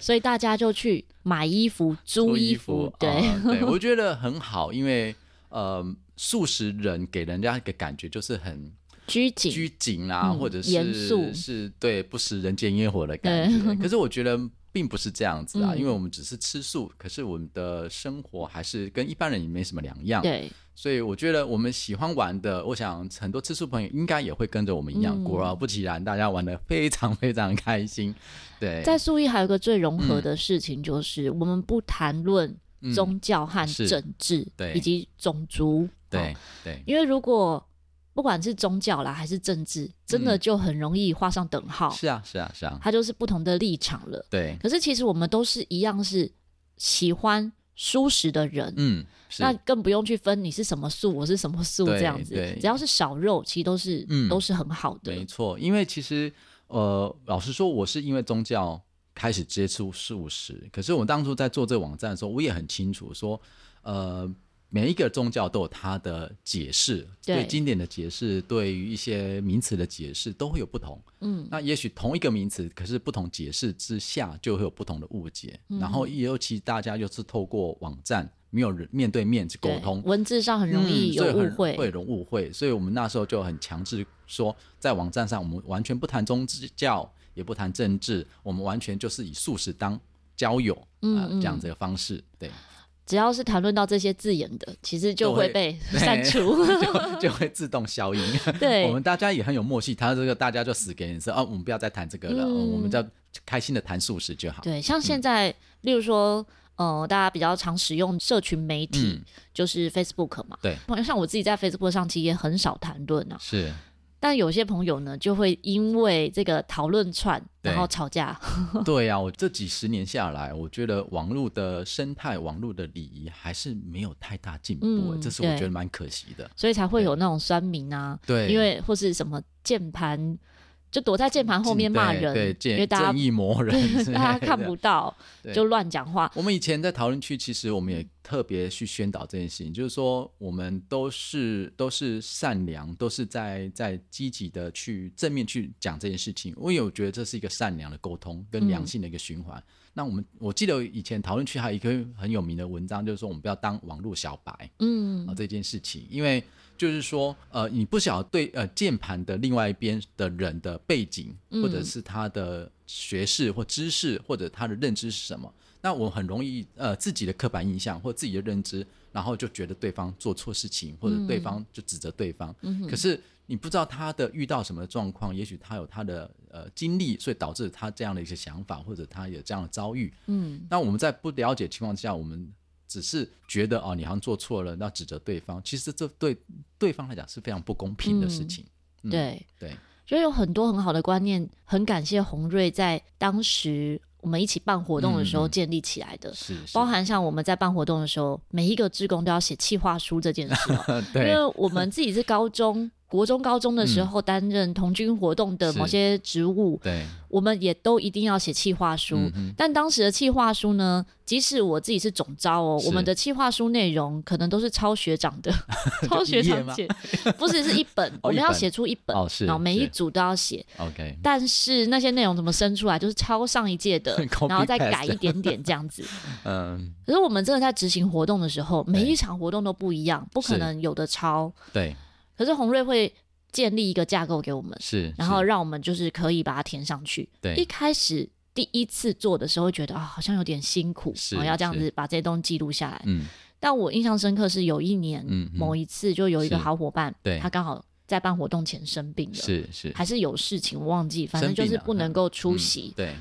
[SPEAKER 1] 所以大家就去买衣服、租衣服，对。
[SPEAKER 2] 啊 对，我觉得很好，因为呃，素食人给人家一个感觉就是很
[SPEAKER 1] 拘谨，
[SPEAKER 2] 拘谨啦、
[SPEAKER 1] 嗯
[SPEAKER 2] 或者
[SPEAKER 1] 严
[SPEAKER 2] 是
[SPEAKER 1] 肃
[SPEAKER 2] 是对不食人间烟火的感觉。 可是我觉得并不是这样子啊，
[SPEAKER 1] 嗯
[SPEAKER 2] 因为我们只是吃素，可是我们的生活还是跟一般人也没什么两样。
[SPEAKER 1] 对，
[SPEAKER 2] 所以我觉得我们喜欢玩的，我想很多吃素朋友应该也会跟着我们一样。
[SPEAKER 1] 嗯
[SPEAKER 2] 果然不其然，大家玩的非常非常开心。对，
[SPEAKER 1] 在素衣还有一个最融合的事情，就是、我们不谈论
[SPEAKER 2] 嗯
[SPEAKER 1] 宗教和
[SPEAKER 2] 是
[SPEAKER 1] 政治，
[SPEAKER 2] 对
[SPEAKER 1] 以及种族。
[SPEAKER 2] 对
[SPEAKER 1] 哦
[SPEAKER 2] 对
[SPEAKER 1] 因为如果不管是宗教啦还是政治，真的
[SPEAKER 2] 嗯
[SPEAKER 1] 就很容易画上等号，
[SPEAKER 2] 是啊是啊是啊，
[SPEAKER 1] 它就是不同的立场了。
[SPEAKER 2] 对，
[SPEAKER 1] 可是其实我们都是一样是喜欢舒适的人。
[SPEAKER 2] 嗯，是
[SPEAKER 1] 那更不用去分你是什么素，我是什么素
[SPEAKER 2] 对
[SPEAKER 1] 这样子
[SPEAKER 2] 对，
[SPEAKER 1] 只要是少肉，其实都是、
[SPEAKER 2] 嗯
[SPEAKER 1] 都是很好的。
[SPEAKER 2] 没错，因为其实呃，老实说，我是因为宗教开始接触素食，可是我当初在做这个网站的时候，我也很清楚说，呃。每一个宗教都有它的解释，
[SPEAKER 1] 对
[SPEAKER 2] 对经典的解释，对于一些名词的解释都会有不同。
[SPEAKER 1] 嗯，
[SPEAKER 2] 那也许同一个名词，可是不同解释之下就会有不同的误解。
[SPEAKER 1] 嗯
[SPEAKER 2] 然后，尤其大家又是透过网站，没有人面对面去沟
[SPEAKER 1] 对
[SPEAKER 2] 通，
[SPEAKER 1] 文字上很容易
[SPEAKER 2] 嗯
[SPEAKER 1] 有
[SPEAKER 2] 所以
[SPEAKER 1] 误
[SPEAKER 2] 很
[SPEAKER 1] 会，
[SPEAKER 2] 会有误会，所以我们那时候就很强制说，在网站上我们完全不谈宗教，也不谈政治，我们完全就是以素食当交友啊、
[SPEAKER 1] 嗯
[SPEAKER 2] 呃这样
[SPEAKER 1] 嗯
[SPEAKER 2] 子的方式，对，
[SPEAKER 1] 只要是谈论到这些字眼的，其实就
[SPEAKER 2] 就
[SPEAKER 1] 会
[SPEAKER 2] 会
[SPEAKER 1] 被删除。
[SPEAKER 2] 就就会自动消音。
[SPEAKER 1] 对
[SPEAKER 2] 我们大家也很有默契，谈到这个大家就死给你说，啊，我们不要再谈这个了，哦
[SPEAKER 1] 嗯
[SPEAKER 2] 我们就开心的谈素食就好。嗯
[SPEAKER 1] 对，像现在，例如说，呃，大家比较常使用社群媒体，
[SPEAKER 2] 嗯，
[SPEAKER 1] 就是 Facebook 嘛。
[SPEAKER 2] 对，
[SPEAKER 1] 像我自己在 Facebook 上其实也很少谈论啊，
[SPEAKER 2] 是，
[SPEAKER 1] 但有些朋友呢，就会因为这个讨论串，
[SPEAKER 2] 对
[SPEAKER 1] 然后吵架。
[SPEAKER 2] 对啊呀、我这几十年下来，我觉得网络的生态、网络的礼仪还是没有太大进步，
[SPEAKER 1] 嗯
[SPEAKER 2] 这是我
[SPEAKER 1] 对
[SPEAKER 2] 觉得蛮可惜的。
[SPEAKER 1] 所以才会
[SPEAKER 2] 对
[SPEAKER 1] 有那种酸民啊，
[SPEAKER 2] 对，
[SPEAKER 1] 因为或是什么键盘，就躲在键盘后面骂人，
[SPEAKER 2] 嗯对，对
[SPEAKER 1] 因为
[SPEAKER 2] 见
[SPEAKER 1] 大
[SPEAKER 2] 正
[SPEAKER 1] 家
[SPEAKER 2] 义魔人之类的，
[SPEAKER 1] 大家看不到，
[SPEAKER 2] 对
[SPEAKER 1] 就乱讲话。
[SPEAKER 2] 我们以前在讨论区，其实我们
[SPEAKER 1] 嗯
[SPEAKER 2] 也特别去宣导这件事情，就是说我们都是都是善良，都是在在积极的去正面去讲这件事情。我有觉得这是一个善良的沟通跟
[SPEAKER 1] 嗯
[SPEAKER 2] 良性的一个循环。那我们我记得以前讨论区还有一个很有名的文章，就是说我们不要当网络小白。
[SPEAKER 1] 嗯
[SPEAKER 2] 啊，这件事情，因为就是说，呃，你不晓得对呃键盘的另外一边的人的背景，或者
[SPEAKER 1] 嗯
[SPEAKER 2] 是他的学识或知识，或者他的认知是什么，那我很容易呃自己的刻板印象或自己的认知，然后就觉得对方做错事情，或者对
[SPEAKER 1] 嗯
[SPEAKER 2] 方就指责对方。可是你不知道他的遇到什么状况，也许他有他的呃经历，所以导致他这样的一些想法，或者他有这样的遭遇。
[SPEAKER 1] 嗯，
[SPEAKER 2] 那我们在不了解情况之下，我们只是觉得哦，你好像做错了，那指责对方，其实这对对方来讲是非常不公平的事情。嗯
[SPEAKER 1] 对。
[SPEAKER 2] 对
[SPEAKER 1] 就有很多很好的观念，很感谢洪瑞在当时我们一起办活动的时候
[SPEAKER 2] 嗯
[SPEAKER 1] 建立起来的，
[SPEAKER 2] 是是
[SPEAKER 1] 包含像我们在办活动的时候，每一个职工都要写企划书这件事、哦，因为
[SPEAKER 2] 对嗯
[SPEAKER 1] 我们自己是高中、国中、高中的时候担任童军活动的
[SPEAKER 2] 是
[SPEAKER 1] 某些职务，
[SPEAKER 2] 对，
[SPEAKER 1] 我们也都一定要写企划书。
[SPEAKER 2] 嗯哼
[SPEAKER 1] 但当时的企划书呢，即使我自己是总招哦，
[SPEAKER 2] 是
[SPEAKER 1] 我们的企划书内容可能都是抄学长 的，抄学
[SPEAKER 2] 一页
[SPEAKER 1] 长
[SPEAKER 2] 吗
[SPEAKER 1] 写，不是是一 本，我们
[SPEAKER 2] 一
[SPEAKER 1] 要
[SPEAKER 2] 本
[SPEAKER 1] 写出一本，
[SPEAKER 2] 哦是
[SPEAKER 1] 然后每一
[SPEAKER 2] 是
[SPEAKER 1] 组都要写。
[SPEAKER 2] OK，
[SPEAKER 1] 但是那些内容怎么生出来，就是抄上一届 的
[SPEAKER 2] Copy，
[SPEAKER 1] 然后再
[SPEAKER 2] paste
[SPEAKER 1] 改一点点这样子。
[SPEAKER 2] 嗯，
[SPEAKER 1] 可是我们真的在执行活动的时候，每一场活动都不一样，不可
[SPEAKER 2] 是
[SPEAKER 1] 能有的抄。
[SPEAKER 2] 对，
[SPEAKER 1] 可是洪瑞会建立一个架构给我们，
[SPEAKER 2] 是，
[SPEAKER 1] 然后
[SPEAKER 2] 是
[SPEAKER 1] 让我们就是可以把它填上去。
[SPEAKER 2] 对
[SPEAKER 1] 一开始第一次做的时候觉得啊，好像有点辛苦，
[SPEAKER 2] 是
[SPEAKER 1] 哦要这样
[SPEAKER 2] 是
[SPEAKER 1] 子把这些东西记录下来。
[SPEAKER 2] 嗯，
[SPEAKER 1] 但我印象深刻是有一年、
[SPEAKER 2] 嗯嗯
[SPEAKER 1] 某一次，就有一个
[SPEAKER 2] 是
[SPEAKER 1] 好伙伴，
[SPEAKER 2] 对
[SPEAKER 1] 他刚好在办活动前生病了，
[SPEAKER 2] 是是，
[SPEAKER 1] 还是有事情我忘记，反正
[SPEAKER 2] 生
[SPEAKER 1] 就
[SPEAKER 2] 病
[SPEAKER 1] 是
[SPEAKER 2] 了
[SPEAKER 1] 不能
[SPEAKER 2] 嗯
[SPEAKER 1] 够出
[SPEAKER 2] 嗯
[SPEAKER 1] 席。
[SPEAKER 2] 对，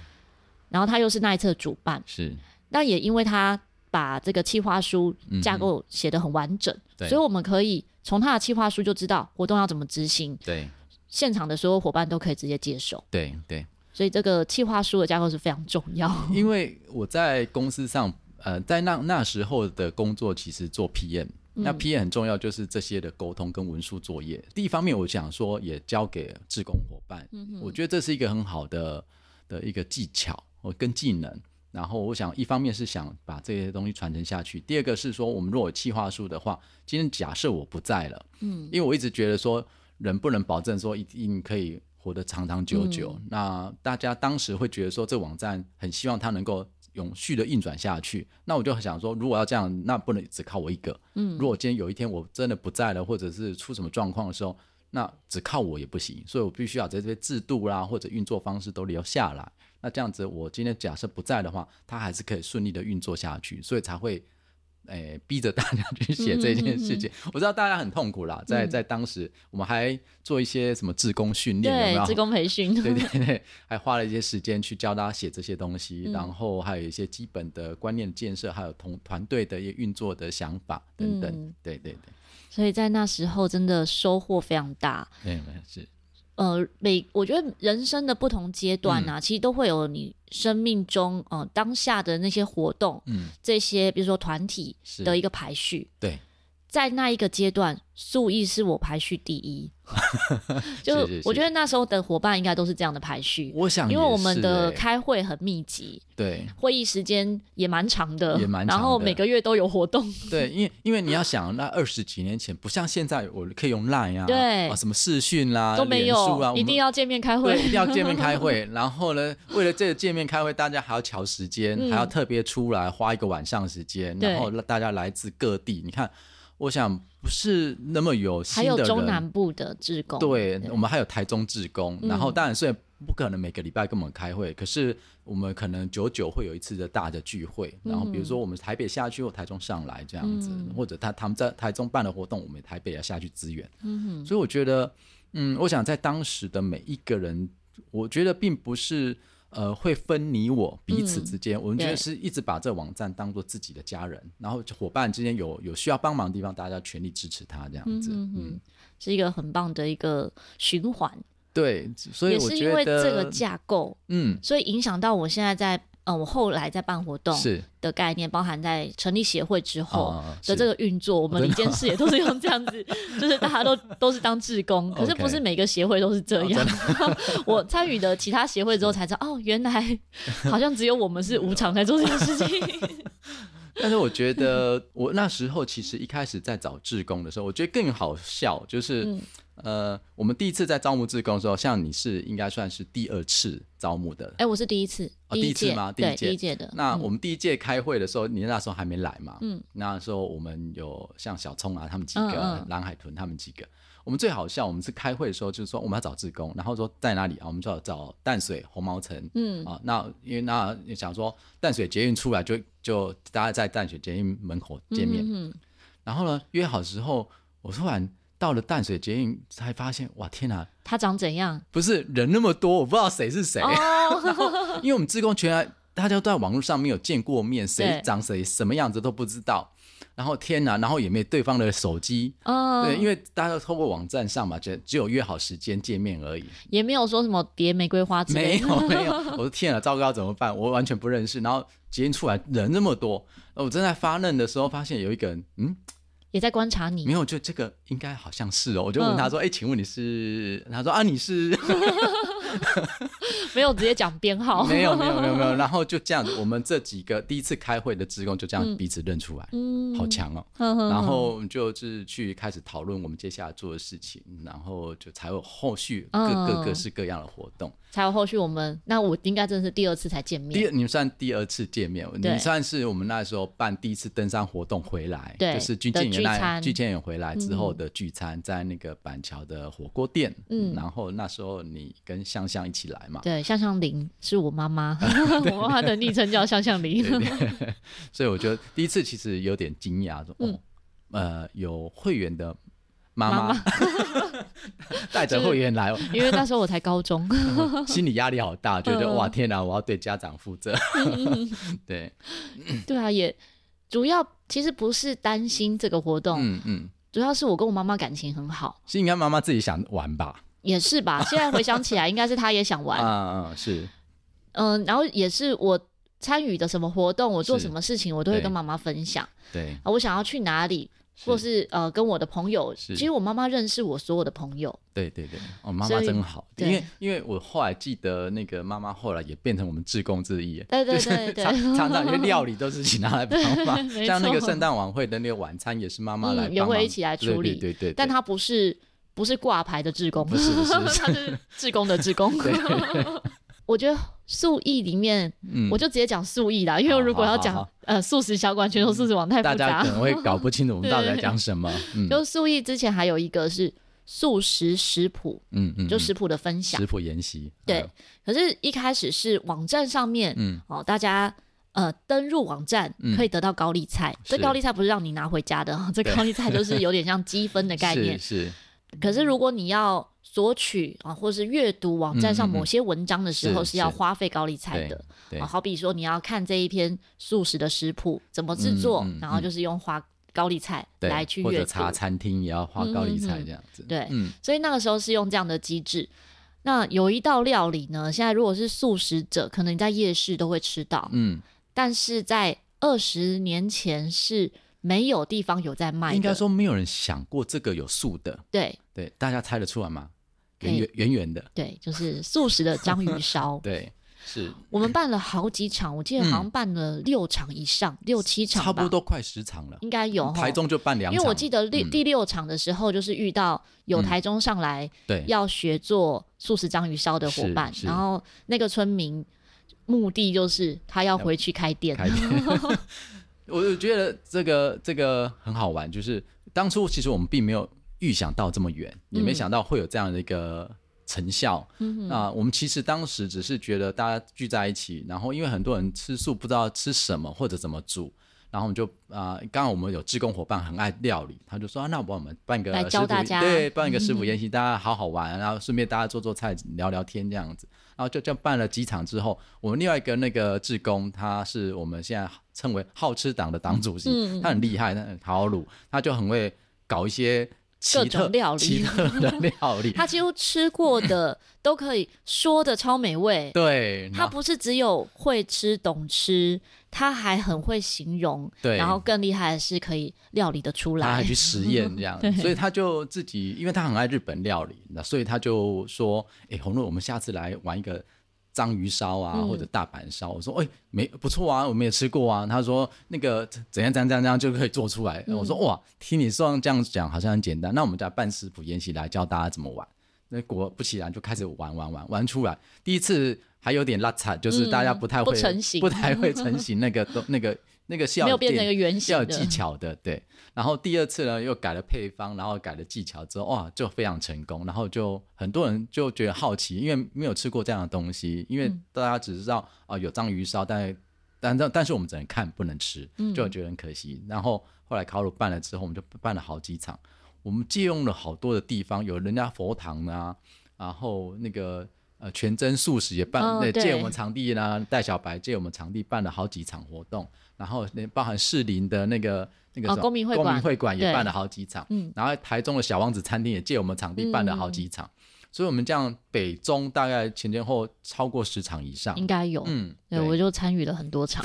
[SPEAKER 1] 然后他又是那一次的主办，
[SPEAKER 2] 是
[SPEAKER 1] 但也因为他把这个企划书架
[SPEAKER 2] 嗯哼
[SPEAKER 1] 构写得很完整，
[SPEAKER 2] 对
[SPEAKER 1] 所以我们可以从他的企划书就知道活动要怎么执行，
[SPEAKER 2] 对
[SPEAKER 1] 现场的所有伙伴都可以直接接手。
[SPEAKER 2] 对对，
[SPEAKER 1] 所以这个企划书的架构是非常重 要。
[SPEAKER 2] 因为我在公司上，呃，在那那时候的工作其实做 PM，、那
[SPEAKER 1] 嗯
[SPEAKER 2] PM 很重要，就是这些的沟通跟文书作业。第一方面，我想说也交给志工伙伴，我觉得这是一个很好的的一个技巧哦跟技能。然后我想，一方面是想把这些东西传承下去，第二个是说，我们如果有企划书的话，今天假设我不在了，嗯，因为我一直觉得说，人不能保证说一定可以活得长长久久。那大家当时会觉得说，这网站很希望它能够永续的运转下去。那我就很想说，如果要这样，那不能只靠我一个。嗯，如果今天有一天我真的不在了，或者是出什么状况的时候，那只靠我也不行，所以我必须要在这些制度啦或者运作方式都留下来。那这样子，我今天假设不在的话，它还是可以顺利的运作下去，所以才会。诶、逼着大家去写这件事情，嗯 我知道大家很痛苦啦，在在当时我们还做一些什么志工训练，有
[SPEAKER 1] 对，
[SPEAKER 2] 没有？
[SPEAKER 1] 职工培训，
[SPEAKER 2] 对对对，还花了一些时间去教大家写这些东西，然后还有一些基本的观念建设，还有同团队的一些运作的想法等等。
[SPEAKER 1] 嗯
[SPEAKER 2] 对对对，
[SPEAKER 1] 所以在那时候真的收获非常大。
[SPEAKER 2] 没有没有是，
[SPEAKER 1] 呃，每我觉得人生的不同阶段
[SPEAKER 2] 嗯
[SPEAKER 1] 啊，其实都会有你生命中呃当下的那些活动，
[SPEAKER 2] 嗯，
[SPEAKER 1] 这些比如说团体
[SPEAKER 2] 是
[SPEAKER 1] 的一个排序，
[SPEAKER 2] 对，
[SPEAKER 1] 在那一个阶段，素艺是我排序第 一。就是
[SPEAKER 2] 是是
[SPEAKER 1] 我觉得那时候的伙伴应该都是这样的排序，
[SPEAKER 2] 我想
[SPEAKER 1] 因为
[SPEAKER 2] 也
[SPEAKER 1] 我们
[SPEAKER 2] 是
[SPEAKER 1] 的
[SPEAKER 2] 欸
[SPEAKER 1] 开会很密集，
[SPEAKER 2] 对
[SPEAKER 1] 会议时间也蛮长的，
[SPEAKER 2] 也蛮长的
[SPEAKER 1] 然后每个月都有活动，
[SPEAKER 2] 对，因为因为你要想，那二十几年前不像现在，我可以用 Line 啊，
[SPEAKER 1] 对
[SPEAKER 2] 啊什么视讯啦、
[SPEAKER 1] 都没
[SPEAKER 2] 脸书啊，
[SPEAKER 1] 有，
[SPEAKER 2] 我
[SPEAKER 1] 一
[SPEAKER 2] 们
[SPEAKER 1] 定要见面开
[SPEAKER 2] 对，
[SPEAKER 1] 会。
[SPEAKER 2] 一定要见面开 会。然后呢，为了这个见面开会，大家还要调时间，还要特别出来花一个晚上时间，
[SPEAKER 1] 嗯对
[SPEAKER 2] 然后大家来自各地。你看，我想不是那么有
[SPEAKER 1] 还
[SPEAKER 2] 新
[SPEAKER 1] 有
[SPEAKER 2] 的
[SPEAKER 1] 中
[SPEAKER 2] 人，
[SPEAKER 1] 南部的志工，嗯
[SPEAKER 2] 对我们还有台中志工，然后当然虽然不可能每个礼拜跟我们开会，可是我们可能久久会有一次的大的聚会，
[SPEAKER 1] 嗯
[SPEAKER 2] 然后比如说我们台北下去或台中上来这样子，或者他他们在台中办的活动，我们台北也下去支援。嗯，所以我觉得，嗯，我想在当时的每一个人，我觉得并不是。呃，会分你我彼此之间，我们觉
[SPEAKER 1] 嗯对
[SPEAKER 2] 得是一直把这网站当做自己的家人，然后伙伴之间有有需要帮忙的地方，大家全力支持他这样子。
[SPEAKER 1] 嗯嗯，是一个很棒的一个循环，
[SPEAKER 2] 对，所以
[SPEAKER 1] 也
[SPEAKER 2] 我
[SPEAKER 1] 是
[SPEAKER 2] 觉
[SPEAKER 1] 因
[SPEAKER 2] 得，
[SPEAKER 1] 为这个架构，
[SPEAKER 2] 嗯，
[SPEAKER 1] 所以影响到我现在在呃，我后来在办活动
[SPEAKER 2] 是
[SPEAKER 1] 的概念，包含在成立协会之后，哦
[SPEAKER 2] 啊
[SPEAKER 1] 的
[SPEAKER 2] 是哦
[SPEAKER 1] 这个运作，我们
[SPEAKER 2] 真
[SPEAKER 1] 民
[SPEAKER 2] 的
[SPEAKER 1] 间事也都是用这样 子，就是大家都都是当志工，可是
[SPEAKER 2] OK 哦
[SPEAKER 1] 不是每个协会都是这样。 我参与的其他协会之后才知道，哦，原来好像只有我们是无偿在做这件事 情。
[SPEAKER 2] 但是 我觉得我那时候其实一开始在找志工的时候，我觉得更好笑，就是、
[SPEAKER 1] 嗯
[SPEAKER 2] 呃，我们第一次在招募志工的时候，像你是应该算是第二次招募的。
[SPEAKER 1] 哎，我是第一次，
[SPEAKER 2] 哦
[SPEAKER 1] 一
[SPEAKER 2] 第一次
[SPEAKER 1] 届
[SPEAKER 2] 吗，第一
[SPEAKER 1] 对，
[SPEAKER 2] 届
[SPEAKER 1] 第一届的。
[SPEAKER 2] 那我们第一届开会的时候，你那时候还没来嘛？嗯，那时候我们有像小聪啊，他们几个，
[SPEAKER 1] 嗯嗯
[SPEAKER 2] 蓝海豚他们几个。我们最好笑，我们是开会的时候就是说我们要找志工，然后说在哪里啊？我们就要找淡水红毛城，
[SPEAKER 1] 嗯
[SPEAKER 2] 啊，那因为那你想说淡水捷运出来就就大家在淡水捷运门口见面，
[SPEAKER 1] 嗯，
[SPEAKER 2] 然后呢约好时候，我突然到了淡水捷运才发现，哇天哪、
[SPEAKER 1] 他长怎 样？
[SPEAKER 2] 不是人那么多，我不知道谁是谁，
[SPEAKER 1] 哦，
[SPEAKER 2] 因为我们志工全来大家都在网络上没有见过面，谁
[SPEAKER 1] 对
[SPEAKER 2] 长谁什么样子都不知道，然后天哪，然后也没对方的手机。对，因
[SPEAKER 1] 嗯，
[SPEAKER 2] 为大家都透过网站上嘛，只只有约好时间见面而已。
[SPEAKER 1] 也没有说什么别玫瑰花之
[SPEAKER 2] 没
[SPEAKER 1] 类的。
[SPEAKER 2] 有没有，我的天啊，糟糕，怎么办？我完全不认识。然后捷运出来人那么多，呃我正在发愣的时候，发现有一个人，嗯，
[SPEAKER 1] 也在观察你
[SPEAKER 2] 没。有，就这个应该好像是哦。我就问
[SPEAKER 1] 嗯
[SPEAKER 2] 他说，哎、请问你是？他说啊，你 是？。
[SPEAKER 1] 没有直接讲编号
[SPEAKER 2] 没有没有没有没 有。然后就这样子，我们这几个第一次开会的职工就这样彼此认出来，
[SPEAKER 1] 嗯，
[SPEAKER 2] 好强哦。
[SPEAKER 1] 呵呵呵
[SPEAKER 2] 然后我们就是去开始讨论我们接下来做的事情，然后就才有后续各
[SPEAKER 1] 嗯
[SPEAKER 2] 各各式各样的活动。
[SPEAKER 1] 才有后续我们，那我应该真的是第二次才见
[SPEAKER 2] 第
[SPEAKER 1] 面。
[SPEAKER 2] 二，你们算第二次见面，
[SPEAKER 1] 对
[SPEAKER 2] 你算是我们那时候办第一次登山活动回来，
[SPEAKER 1] 对
[SPEAKER 2] 就是军舰
[SPEAKER 1] 的
[SPEAKER 2] 员
[SPEAKER 1] 聚
[SPEAKER 2] 那
[SPEAKER 1] 餐
[SPEAKER 2] 军舰员回来之后的聚餐，在那个板桥的火锅店，
[SPEAKER 1] 嗯
[SPEAKER 2] 然后那时候你跟向香香一起来嘛。
[SPEAKER 1] 对，香香林是我妈 妈，我妈妈的昵称叫香香林。
[SPEAKER 2] 对对 所以我觉得第一次其实有点惊讶，说、
[SPEAKER 1] 嗯
[SPEAKER 2] 哦，呃，有会员的妈
[SPEAKER 1] 妈
[SPEAKER 2] 妈 带着会 员来哦，
[SPEAKER 1] 因为那时候我才高中，
[SPEAKER 2] 嗯心理压力好大，觉得
[SPEAKER 1] 嗯
[SPEAKER 2] 哇天哪，我要对家长负责。 对，
[SPEAKER 1] 对啊，也主要其实不是担心这个活动，
[SPEAKER 2] 嗯嗯，
[SPEAKER 1] 主要是我跟我妈妈感情很好，
[SPEAKER 2] 是应该妈妈自己想玩吧？
[SPEAKER 1] 也是吧。现在回想起来，应该是她也想玩，
[SPEAKER 2] 啊嗯，是
[SPEAKER 1] 嗯，然后也是我参与的什么活动，我做
[SPEAKER 2] 是
[SPEAKER 1] 什么事情，我都会
[SPEAKER 2] 对
[SPEAKER 1] 跟妈妈分享。
[SPEAKER 2] 对，
[SPEAKER 1] 啊，我想要去哪里，或是呃跟我的朋友，
[SPEAKER 2] 是
[SPEAKER 1] 其实我妈妈认识我所有的朋友，
[SPEAKER 2] 对对对，哦，妈
[SPEAKER 1] 所
[SPEAKER 2] 妈
[SPEAKER 1] 以
[SPEAKER 2] 真好，因
[SPEAKER 1] 对
[SPEAKER 2] 为因为我后来记得那个妈妈后来也变成我们志工之一耶，
[SPEAKER 1] 对对
[SPEAKER 2] 就是
[SPEAKER 1] 对对
[SPEAKER 2] 常常常因为料理都是请她来帮忙，
[SPEAKER 1] 没
[SPEAKER 2] 像那个
[SPEAKER 1] 错
[SPEAKER 2] 圣诞晚会的那个晚餐也是妈妈来
[SPEAKER 1] 嗯，也
[SPEAKER 2] 帮忙
[SPEAKER 1] 会一起来
[SPEAKER 2] 对
[SPEAKER 1] 处
[SPEAKER 2] 对
[SPEAKER 1] 理。
[SPEAKER 2] 对对，
[SPEAKER 1] 但
[SPEAKER 2] 对
[SPEAKER 1] 她不是不是挂牌的志工，
[SPEAKER 2] 不是不 是
[SPEAKER 1] 她是志工的志 工。 我觉得素艺里面，
[SPEAKER 2] 嗯
[SPEAKER 1] 我就直接讲素艺啦，因为
[SPEAKER 2] 好
[SPEAKER 1] 如果
[SPEAKER 2] 好
[SPEAKER 1] 要
[SPEAKER 2] 好
[SPEAKER 1] 讲
[SPEAKER 2] 好嗯
[SPEAKER 1] 呃素食小馆、全球素食网太
[SPEAKER 2] 大
[SPEAKER 1] 复
[SPEAKER 2] 家
[SPEAKER 1] 杂
[SPEAKER 2] 可，能会搞不 清楚我们到底在讲什么，嗯
[SPEAKER 1] 就素艺之前还有一个是素食食谱，
[SPEAKER 2] 嗯嗯，
[SPEAKER 1] 就
[SPEAKER 2] 嗯
[SPEAKER 1] 食谱的分享
[SPEAKER 2] 食。谱研习，
[SPEAKER 1] 对
[SPEAKER 2] 嗯，
[SPEAKER 1] 可是一开始是网站上面，
[SPEAKER 2] 嗯
[SPEAKER 1] 哦，大家呃登入网站
[SPEAKER 2] 嗯
[SPEAKER 1] 可以得到高丽菜，这
[SPEAKER 2] 是
[SPEAKER 1] 高丽菜不是让你拿回家的，哦这
[SPEAKER 2] 对
[SPEAKER 1] 高丽菜就是有点像积分的概念。
[SPEAKER 2] 嗯 是是
[SPEAKER 1] 可是如果你要索取啊、或是阅读网站上
[SPEAKER 2] 嗯嗯嗯
[SPEAKER 1] 某些文章的时候，
[SPEAKER 2] 是
[SPEAKER 1] 是要
[SPEAKER 2] 是
[SPEAKER 1] 花费高丽菜
[SPEAKER 2] 对
[SPEAKER 1] 的。
[SPEAKER 2] 对
[SPEAKER 1] 啊好比说你要看这一篇素食的食谱怎么制作，
[SPEAKER 2] 嗯嗯嗯
[SPEAKER 1] 然后就是用花高丽菜
[SPEAKER 2] 对，
[SPEAKER 1] 来去
[SPEAKER 2] 或
[SPEAKER 1] 阅
[SPEAKER 2] 者
[SPEAKER 1] 读。
[SPEAKER 2] 茶餐厅也要花高丽
[SPEAKER 1] 嗯
[SPEAKER 2] 菜
[SPEAKER 1] 嗯嗯
[SPEAKER 2] 这样子，
[SPEAKER 1] 对
[SPEAKER 2] 嗯
[SPEAKER 1] 所以那个时候是用这样的机制。那有一道料理呢，现在如果是素食者，可能你在夜市都会吃到，
[SPEAKER 2] 嗯，
[SPEAKER 1] 但是在二十年前是没有地方有在卖的。
[SPEAKER 2] 应该说没有人想过这个有素的，
[SPEAKER 1] 对
[SPEAKER 2] 对，大家猜得出来吗？
[SPEAKER 1] 可以
[SPEAKER 2] 圆圆圆圆的，。
[SPEAKER 1] 对，就是素食的章鱼烧
[SPEAKER 2] 对，是
[SPEAKER 1] 我们办了好几场，我记得好像办了六场以上，六七场
[SPEAKER 2] 嗯差
[SPEAKER 1] 吧
[SPEAKER 2] 不多快十场了。
[SPEAKER 1] 应该有齁
[SPEAKER 2] 台中就办两
[SPEAKER 1] 因
[SPEAKER 2] 场，
[SPEAKER 1] 为我记得第
[SPEAKER 2] 嗯
[SPEAKER 1] 第六场的时候，就是遇到有台中上来
[SPEAKER 2] 对
[SPEAKER 1] 要学做素食章鱼烧的伙伴
[SPEAKER 2] 是，是
[SPEAKER 1] 然后那个村民目的就是他要回去开店，
[SPEAKER 2] 开店， 我就觉得这个这个很好玩，就是当初其实我们并没有预想到这么远，也没想到会有这样的一个成效。嗯、那我们其实当时只是觉得大家聚在一起，然后因为很多人吃素不知道吃什么或者怎么煮。然后我们就啊，呃刚、好我们有志工伙伴很爱料理，他就说、啊、那我帮我们办个
[SPEAKER 1] 来
[SPEAKER 2] 食
[SPEAKER 1] 教
[SPEAKER 2] 谱
[SPEAKER 1] 大
[SPEAKER 2] 宴
[SPEAKER 1] 家
[SPEAKER 2] 对，办一个食谱研习，大家好好玩，然后顺便大家做做菜、聊聊天这样子。然后就这样办了几场之后，我们另外一个那个志工，他是我们现在称为好吃党的党主席，
[SPEAKER 1] 嗯
[SPEAKER 2] 他很厉害，他很好卤，他就很会搞一些奇
[SPEAKER 1] 各
[SPEAKER 2] 特
[SPEAKER 1] 种料理。
[SPEAKER 2] 奇特的料理
[SPEAKER 1] 他几乎吃过 的都可以说的超美味。
[SPEAKER 2] 对，然
[SPEAKER 1] 他
[SPEAKER 2] 后
[SPEAKER 1] 不是只有会吃懂吃，他还很会形容，
[SPEAKER 2] 对，
[SPEAKER 1] 然后更厉害的是可以料理的出
[SPEAKER 2] 他还
[SPEAKER 1] 来。
[SPEAKER 2] 去实验这样，所以他就自己，因为他很爱日本料理，那所以他就说：“哎、红露，我们下次来玩一个章鱼烧啊，
[SPEAKER 1] 嗯
[SPEAKER 2] 或者大阪烧。”我说：“哎、没不错啊，我们也吃过啊。”他说：“那个怎样怎样怎样怎样就可以做出来。我说：“哇，听你这样这样讲好像很简单，那我们再办食谱研习来教大家怎么玩。”那果不其然就开始玩玩玩玩出来，第一次还有点拉惨，就是大家不太会、
[SPEAKER 1] 不成型
[SPEAKER 2] 不太会成型那个都那个那个笑
[SPEAKER 1] 没有变
[SPEAKER 2] 点
[SPEAKER 1] 成一个圆
[SPEAKER 2] 是
[SPEAKER 1] 形
[SPEAKER 2] 要有
[SPEAKER 1] 的
[SPEAKER 2] 技巧的，对。然后第二次呢，又改了配方，然后改了技巧之后，哇，就非常成功。然后就很多人就觉得好奇，因为没有吃过这样的东西，因为大家只知道啊、有章鱼烧，但但但但是我们只能看不能吃，
[SPEAKER 1] 嗯
[SPEAKER 2] 就觉得很可惜。然后后来烤乳办了之后，我们就办了好几场，我们借用了好多的地方，有人家佛堂啊，然后那个。呃，全真素食也办，
[SPEAKER 1] 哦
[SPEAKER 2] 呃
[SPEAKER 1] 对
[SPEAKER 2] 借我们场地啦，带小白借我们场地办了好几场活动，然后那包含士林的那个那个
[SPEAKER 1] 哦
[SPEAKER 2] 什么
[SPEAKER 1] 公民会馆
[SPEAKER 2] 公民会馆也
[SPEAKER 1] 对
[SPEAKER 2] 办了好几场，
[SPEAKER 1] 嗯
[SPEAKER 2] 然后台中的小王子餐厅也借我们场地办了好几场，
[SPEAKER 1] 嗯
[SPEAKER 2] 所以我们这样北中大概前前后超过十场以上
[SPEAKER 1] 应，该有，
[SPEAKER 2] 嗯，
[SPEAKER 1] 对我就参与了很多 场。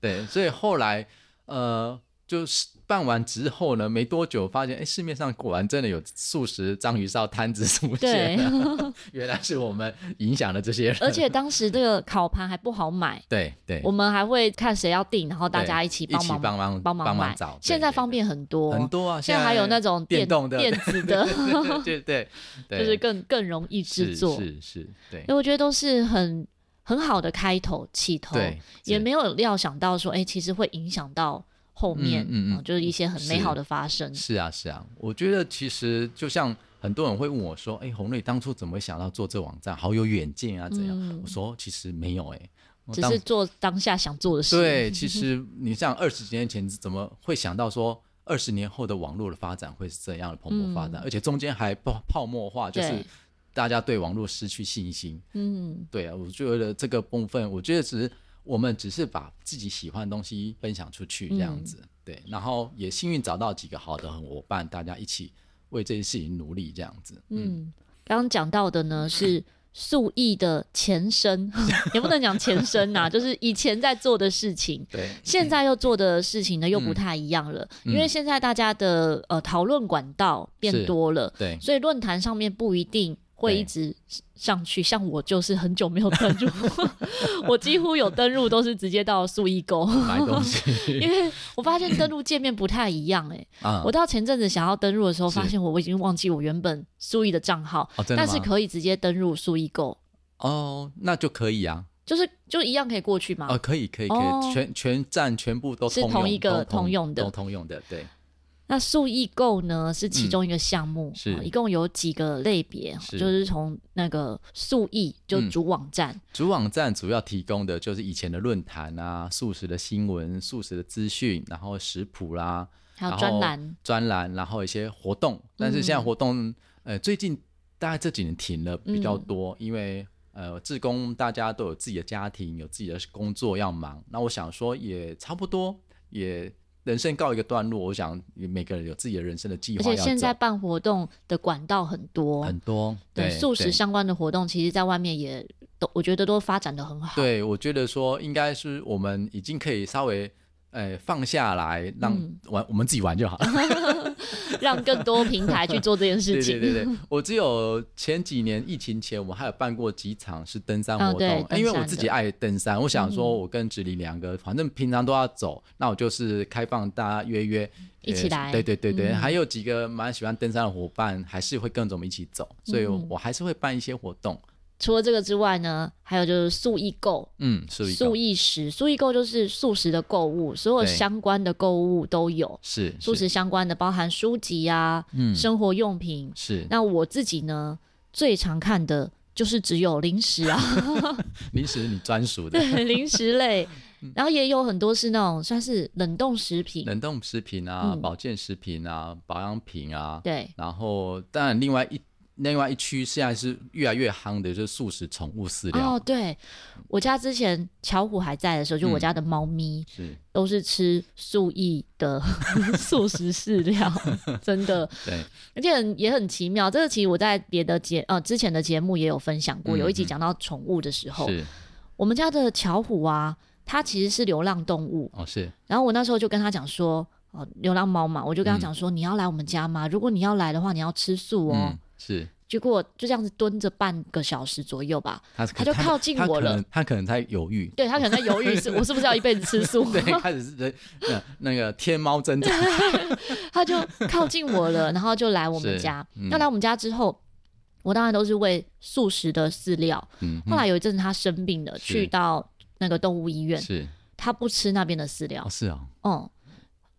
[SPEAKER 2] 对，所以后来呃，就是办完之后呢，没多久发现，哎，市面上果然真的有素食章鱼烧摊子出现了， 原来是我们影响了这些人，
[SPEAKER 1] 而且当时这个烤盘还不好买，
[SPEAKER 2] 对对，
[SPEAKER 1] 我们还会看谁要订，然后大家
[SPEAKER 2] 对
[SPEAKER 1] 一起
[SPEAKER 2] 一
[SPEAKER 1] 帮
[SPEAKER 2] 起
[SPEAKER 1] 忙
[SPEAKER 2] 帮忙
[SPEAKER 1] 帮忙买
[SPEAKER 2] 找，
[SPEAKER 1] 现在方
[SPEAKER 2] 便。对
[SPEAKER 1] 便很多，
[SPEAKER 2] 很多啊，
[SPEAKER 1] 现在还有那种
[SPEAKER 2] 电动的
[SPEAKER 1] 电子 的，
[SPEAKER 2] 对对对，对
[SPEAKER 1] 就是更更容易制
[SPEAKER 2] 是
[SPEAKER 1] 作。
[SPEAKER 2] 是是，对
[SPEAKER 1] 所以我觉得都是很很好的开头起头，
[SPEAKER 2] 对，
[SPEAKER 1] 也
[SPEAKER 2] 是
[SPEAKER 1] 没有料想到说，哎、其实会影响到后面，
[SPEAKER 2] 嗯嗯嗯
[SPEAKER 1] 哦就是一些很美
[SPEAKER 2] 是
[SPEAKER 1] 好的发生。
[SPEAKER 2] 是啊是啊，我觉得其实就像很多人会问我说：“哎、洪瑞当初怎么会想到做这网站？好有远见啊，怎样？”
[SPEAKER 1] 嗯
[SPEAKER 2] 我说：“其实没有、哎，我
[SPEAKER 1] 只
[SPEAKER 2] 当
[SPEAKER 1] 是做当下想做的事。
[SPEAKER 2] 对，其实你像二十几年前怎么会想到说二十年后的网络的发展会是这样的蓬勃发展，而且中间还泡泡沫化，就是
[SPEAKER 1] 嗯对
[SPEAKER 2] 大家对网络失去信心。
[SPEAKER 1] 嗯，
[SPEAKER 2] 对啊，我觉得这个部分，我觉得只是我们只是把自己喜欢的东西分享出去这
[SPEAKER 1] 嗯
[SPEAKER 2] 样子，对，然后也幸运找到几个好的伙伴，大家一起为这些事情努力这样子。嗯，
[SPEAKER 1] 嗯，刚刚讲到的 呢是素艺的前身， 也不能讲前身 呐、就是以前在做的事情。
[SPEAKER 2] 对，
[SPEAKER 1] 现在要做的事情呢又不太一样了，
[SPEAKER 2] 嗯
[SPEAKER 1] 因为现在大家的呃讨论管道变多了，
[SPEAKER 2] 对，
[SPEAKER 1] 所以论坛上面不一定会一直上去。像我就是很久没有登 入，我几乎有登入都是直接到速易购，
[SPEAKER 2] 买 东西
[SPEAKER 1] 因为我发现登入界面不太一样哎、
[SPEAKER 2] 啊，
[SPEAKER 1] 我到前阵子想要登入的时候，
[SPEAKER 2] 是
[SPEAKER 1] 发现我我已经忘记我原本速易的账号，
[SPEAKER 2] 哦，真的
[SPEAKER 1] 但是
[SPEAKER 2] 吗？
[SPEAKER 1] 可以直接登入速易购，
[SPEAKER 2] 哦，那就可以啊，
[SPEAKER 1] 就是就一样可以过去嘛。
[SPEAKER 2] 哦，可以，可以，可
[SPEAKER 1] 哦
[SPEAKER 2] 以，全全站全部都
[SPEAKER 1] 是
[SPEAKER 2] 通
[SPEAKER 1] 同
[SPEAKER 2] 用
[SPEAKER 1] 一个
[SPEAKER 2] 都
[SPEAKER 1] 通用的
[SPEAKER 2] 都通用的，对，
[SPEAKER 1] 那速易购呢是其中一个项目，
[SPEAKER 2] 嗯是
[SPEAKER 1] 哦一共有几个类别，哦
[SPEAKER 2] 是
[SPEAKER 1] 就是从那个速易就
[SPEAKER 2] 嗯
[SPEAKER 1] 主网站，
[SPEAKER 2] 主网站主要提供的就是以前的论坛啊、素食的新闻、素食的资讯，然后食谱啦、
[SPEAKER 1] 还有
[SPEAKER 2] 然
[SPEAKER 1] 专
[SPEAKER 2] 后
[SPEAKER 1] 栏，
[SPEAKER 2] 专栏，然后一些活动。
[SPEAKER 1] 嗯
[SPEAKER 2] 但是现在活动，呃，最近大概这几年停了比较多，
[SPEAKER 1] 嗯
[SPEAKER 2] 因为呃，志工大家都有自己的家庭，有自己的工作要忙。那我想说，也差不多，也人生告一个段落。我想每个人有自己的人生的计
[SPEAKER 1] 而
[SPEAKER 2] 划
[SPEAKER 1] 且
[SPEAKER 2] 要
[SPEAKER 1] 现在
[SPEAKER 2] 走，
[SPEAKER 1] 办活动的管道很多，
[SPEAKER 2] 很多
[SPEAKER 1] 对素食
[SPEAKER 2] 对
[SPEAKER 1] 相关的活动，其实在外面也都我觉得都发展的很好。，
[SPEAKER 2] 对，我觉得说应该是我们已经可以稍微。呃，放下来，让
[SPEAKER 1] 嗯
[SPEAKER 2] 玩、我们自己玩就好了。
[SPEAKER 1] 让更多平台去做这件
[SPEAKER 2] 对
[SPEAKER 1] 事
[SPEAKER 2] 对
[SPEAKER 1] 情。
[SPEAKER 2] 对对， 我只有前几年疫情前，我们还有办过几场是登山活
[SPEAKER 1] 啊对
[SPEAKER 2] 动，
[SPEAKER 1] 登
[SPEAKER 2] 因为
[SPEAKER 1] 山
[SPEAKER 2] 我
[SPEAKER 1] 的
[SPEAKER 2] 自己爱登山，我想说我跟直林两个，反正平常都要走，那我就是开放大家约约，呃
[SPEAKER 1] 一起来
[SPEAKER 2] 对对对对，
[SPEAKER 1] 嗯
[SPEAKER 2] 还有几个蛮喜欢登山的伙伴，还是会跟着我们一起走，所以我
[SPEAKER 1] 嗯
[SPEAKER 2] 我还是会办一些活动。
[SPEAKER 1] 除了这个之外呢，还有就是素易购、
[SPEAKER 2] 嗯，是一个
[SPEAKER 1] 素易食、素易购就是素食的购物，所有
[SPEAKER 2] 对
[SPEAKER 1] 相关的购物都有。
[SPEAKER 2] 是
[SPEAKER 1] 素食
[SPEAKER 2] 是
[SPEAKER 1] 相关的包含书籍啊、
[SPEAKER 2] 嗯
[SPEAKER 1] 生活用品。
[SPEAKER 2] 是
[SPEAKER 1] 那我自己呢，最常看的就是只有零食 啊，
[SPEAKER 2] 临时你专属的
[SPEAKER 1] 对，零食类，然后也有很多是那种算是冷冻食品，
[SPEAKER 2] 嗯冷冻食品啊、
[SPEAKER 1] 嗯
[SPEAKER 2] 保健食品啊、保养品啊，
[SPEAKER 1] 对，
[SPEAKER 2] 然后，当然另外一另外一区现在是越来越夯的，就是素食宠物饲料。嗯
[SPEAKER 1] 哦，对，我家之前巧虎还在的时候，就我家的猫咪、
[SPEAKER 2] 是，
[SPEAKER 1] 都是吃素意的 素食饲料，真的，
[SPEAKER 2] 对，
[SPEAKER 1] 而且很也很奇妙。这个其实我在别的节呃之前的节目也有分享过，
[SPEAKER 2] 嗯
[SPEAKER 1] 有一集
[SPEAKER 2] 嗯
[SPEAKER 1] 讲到宠物的时候，
[SPEAKER 2] 是，
[SPEAKER 1] 我们家的巧虎啊，它其实是流浪动物，
[SPEAKER 2] 哦，是，
[SPEAKER 1] 然后我那时候就跟他讲说。哦，流浪猫嘛，我就跟他讲说，你要来我们家吗？如果你要来的话，你要吃素哦。
[SPEAKER 2] 嗯，是，
[SPEAKER 1] 结果就这样子蹲着半个小时左右吧，
[SPEAKER 2] 他是
[SPEAKER 1] 他就靠近我了，
[SPEAKER 2] 他可能他可能在犹
[SPEAKER 1] ，
[SPEAKER 2] 豫
[SPEAKER 1] 对他可能在犹豫 是我是不是要一辈子吃素，
[SPEAKER 2] 对，开始是那那个天猫侦探，
[SPEAKER 1] 他就靠近我了，然后就来我们
[SPEAKER 2] 是
[SPEAKER 1] 家。
[SPEAKER 2] 嗯
[SPEAKER 1] 那来我们家之后，我当然都是喂素食的饲料。
[SPEAKER 2] 嗯，
[SPEAKER 1] 后来有一阵子他生病了，
[SPEAKER 2] 是
[SPEAKER 1] 去到那个动物医院，
[SPEAKER 2] 是，
[SPEAKER 1] 他不吃那边的饲料
[SPEAKER 2] 哦，，是哦，
[SPEAKER 1] 嗯。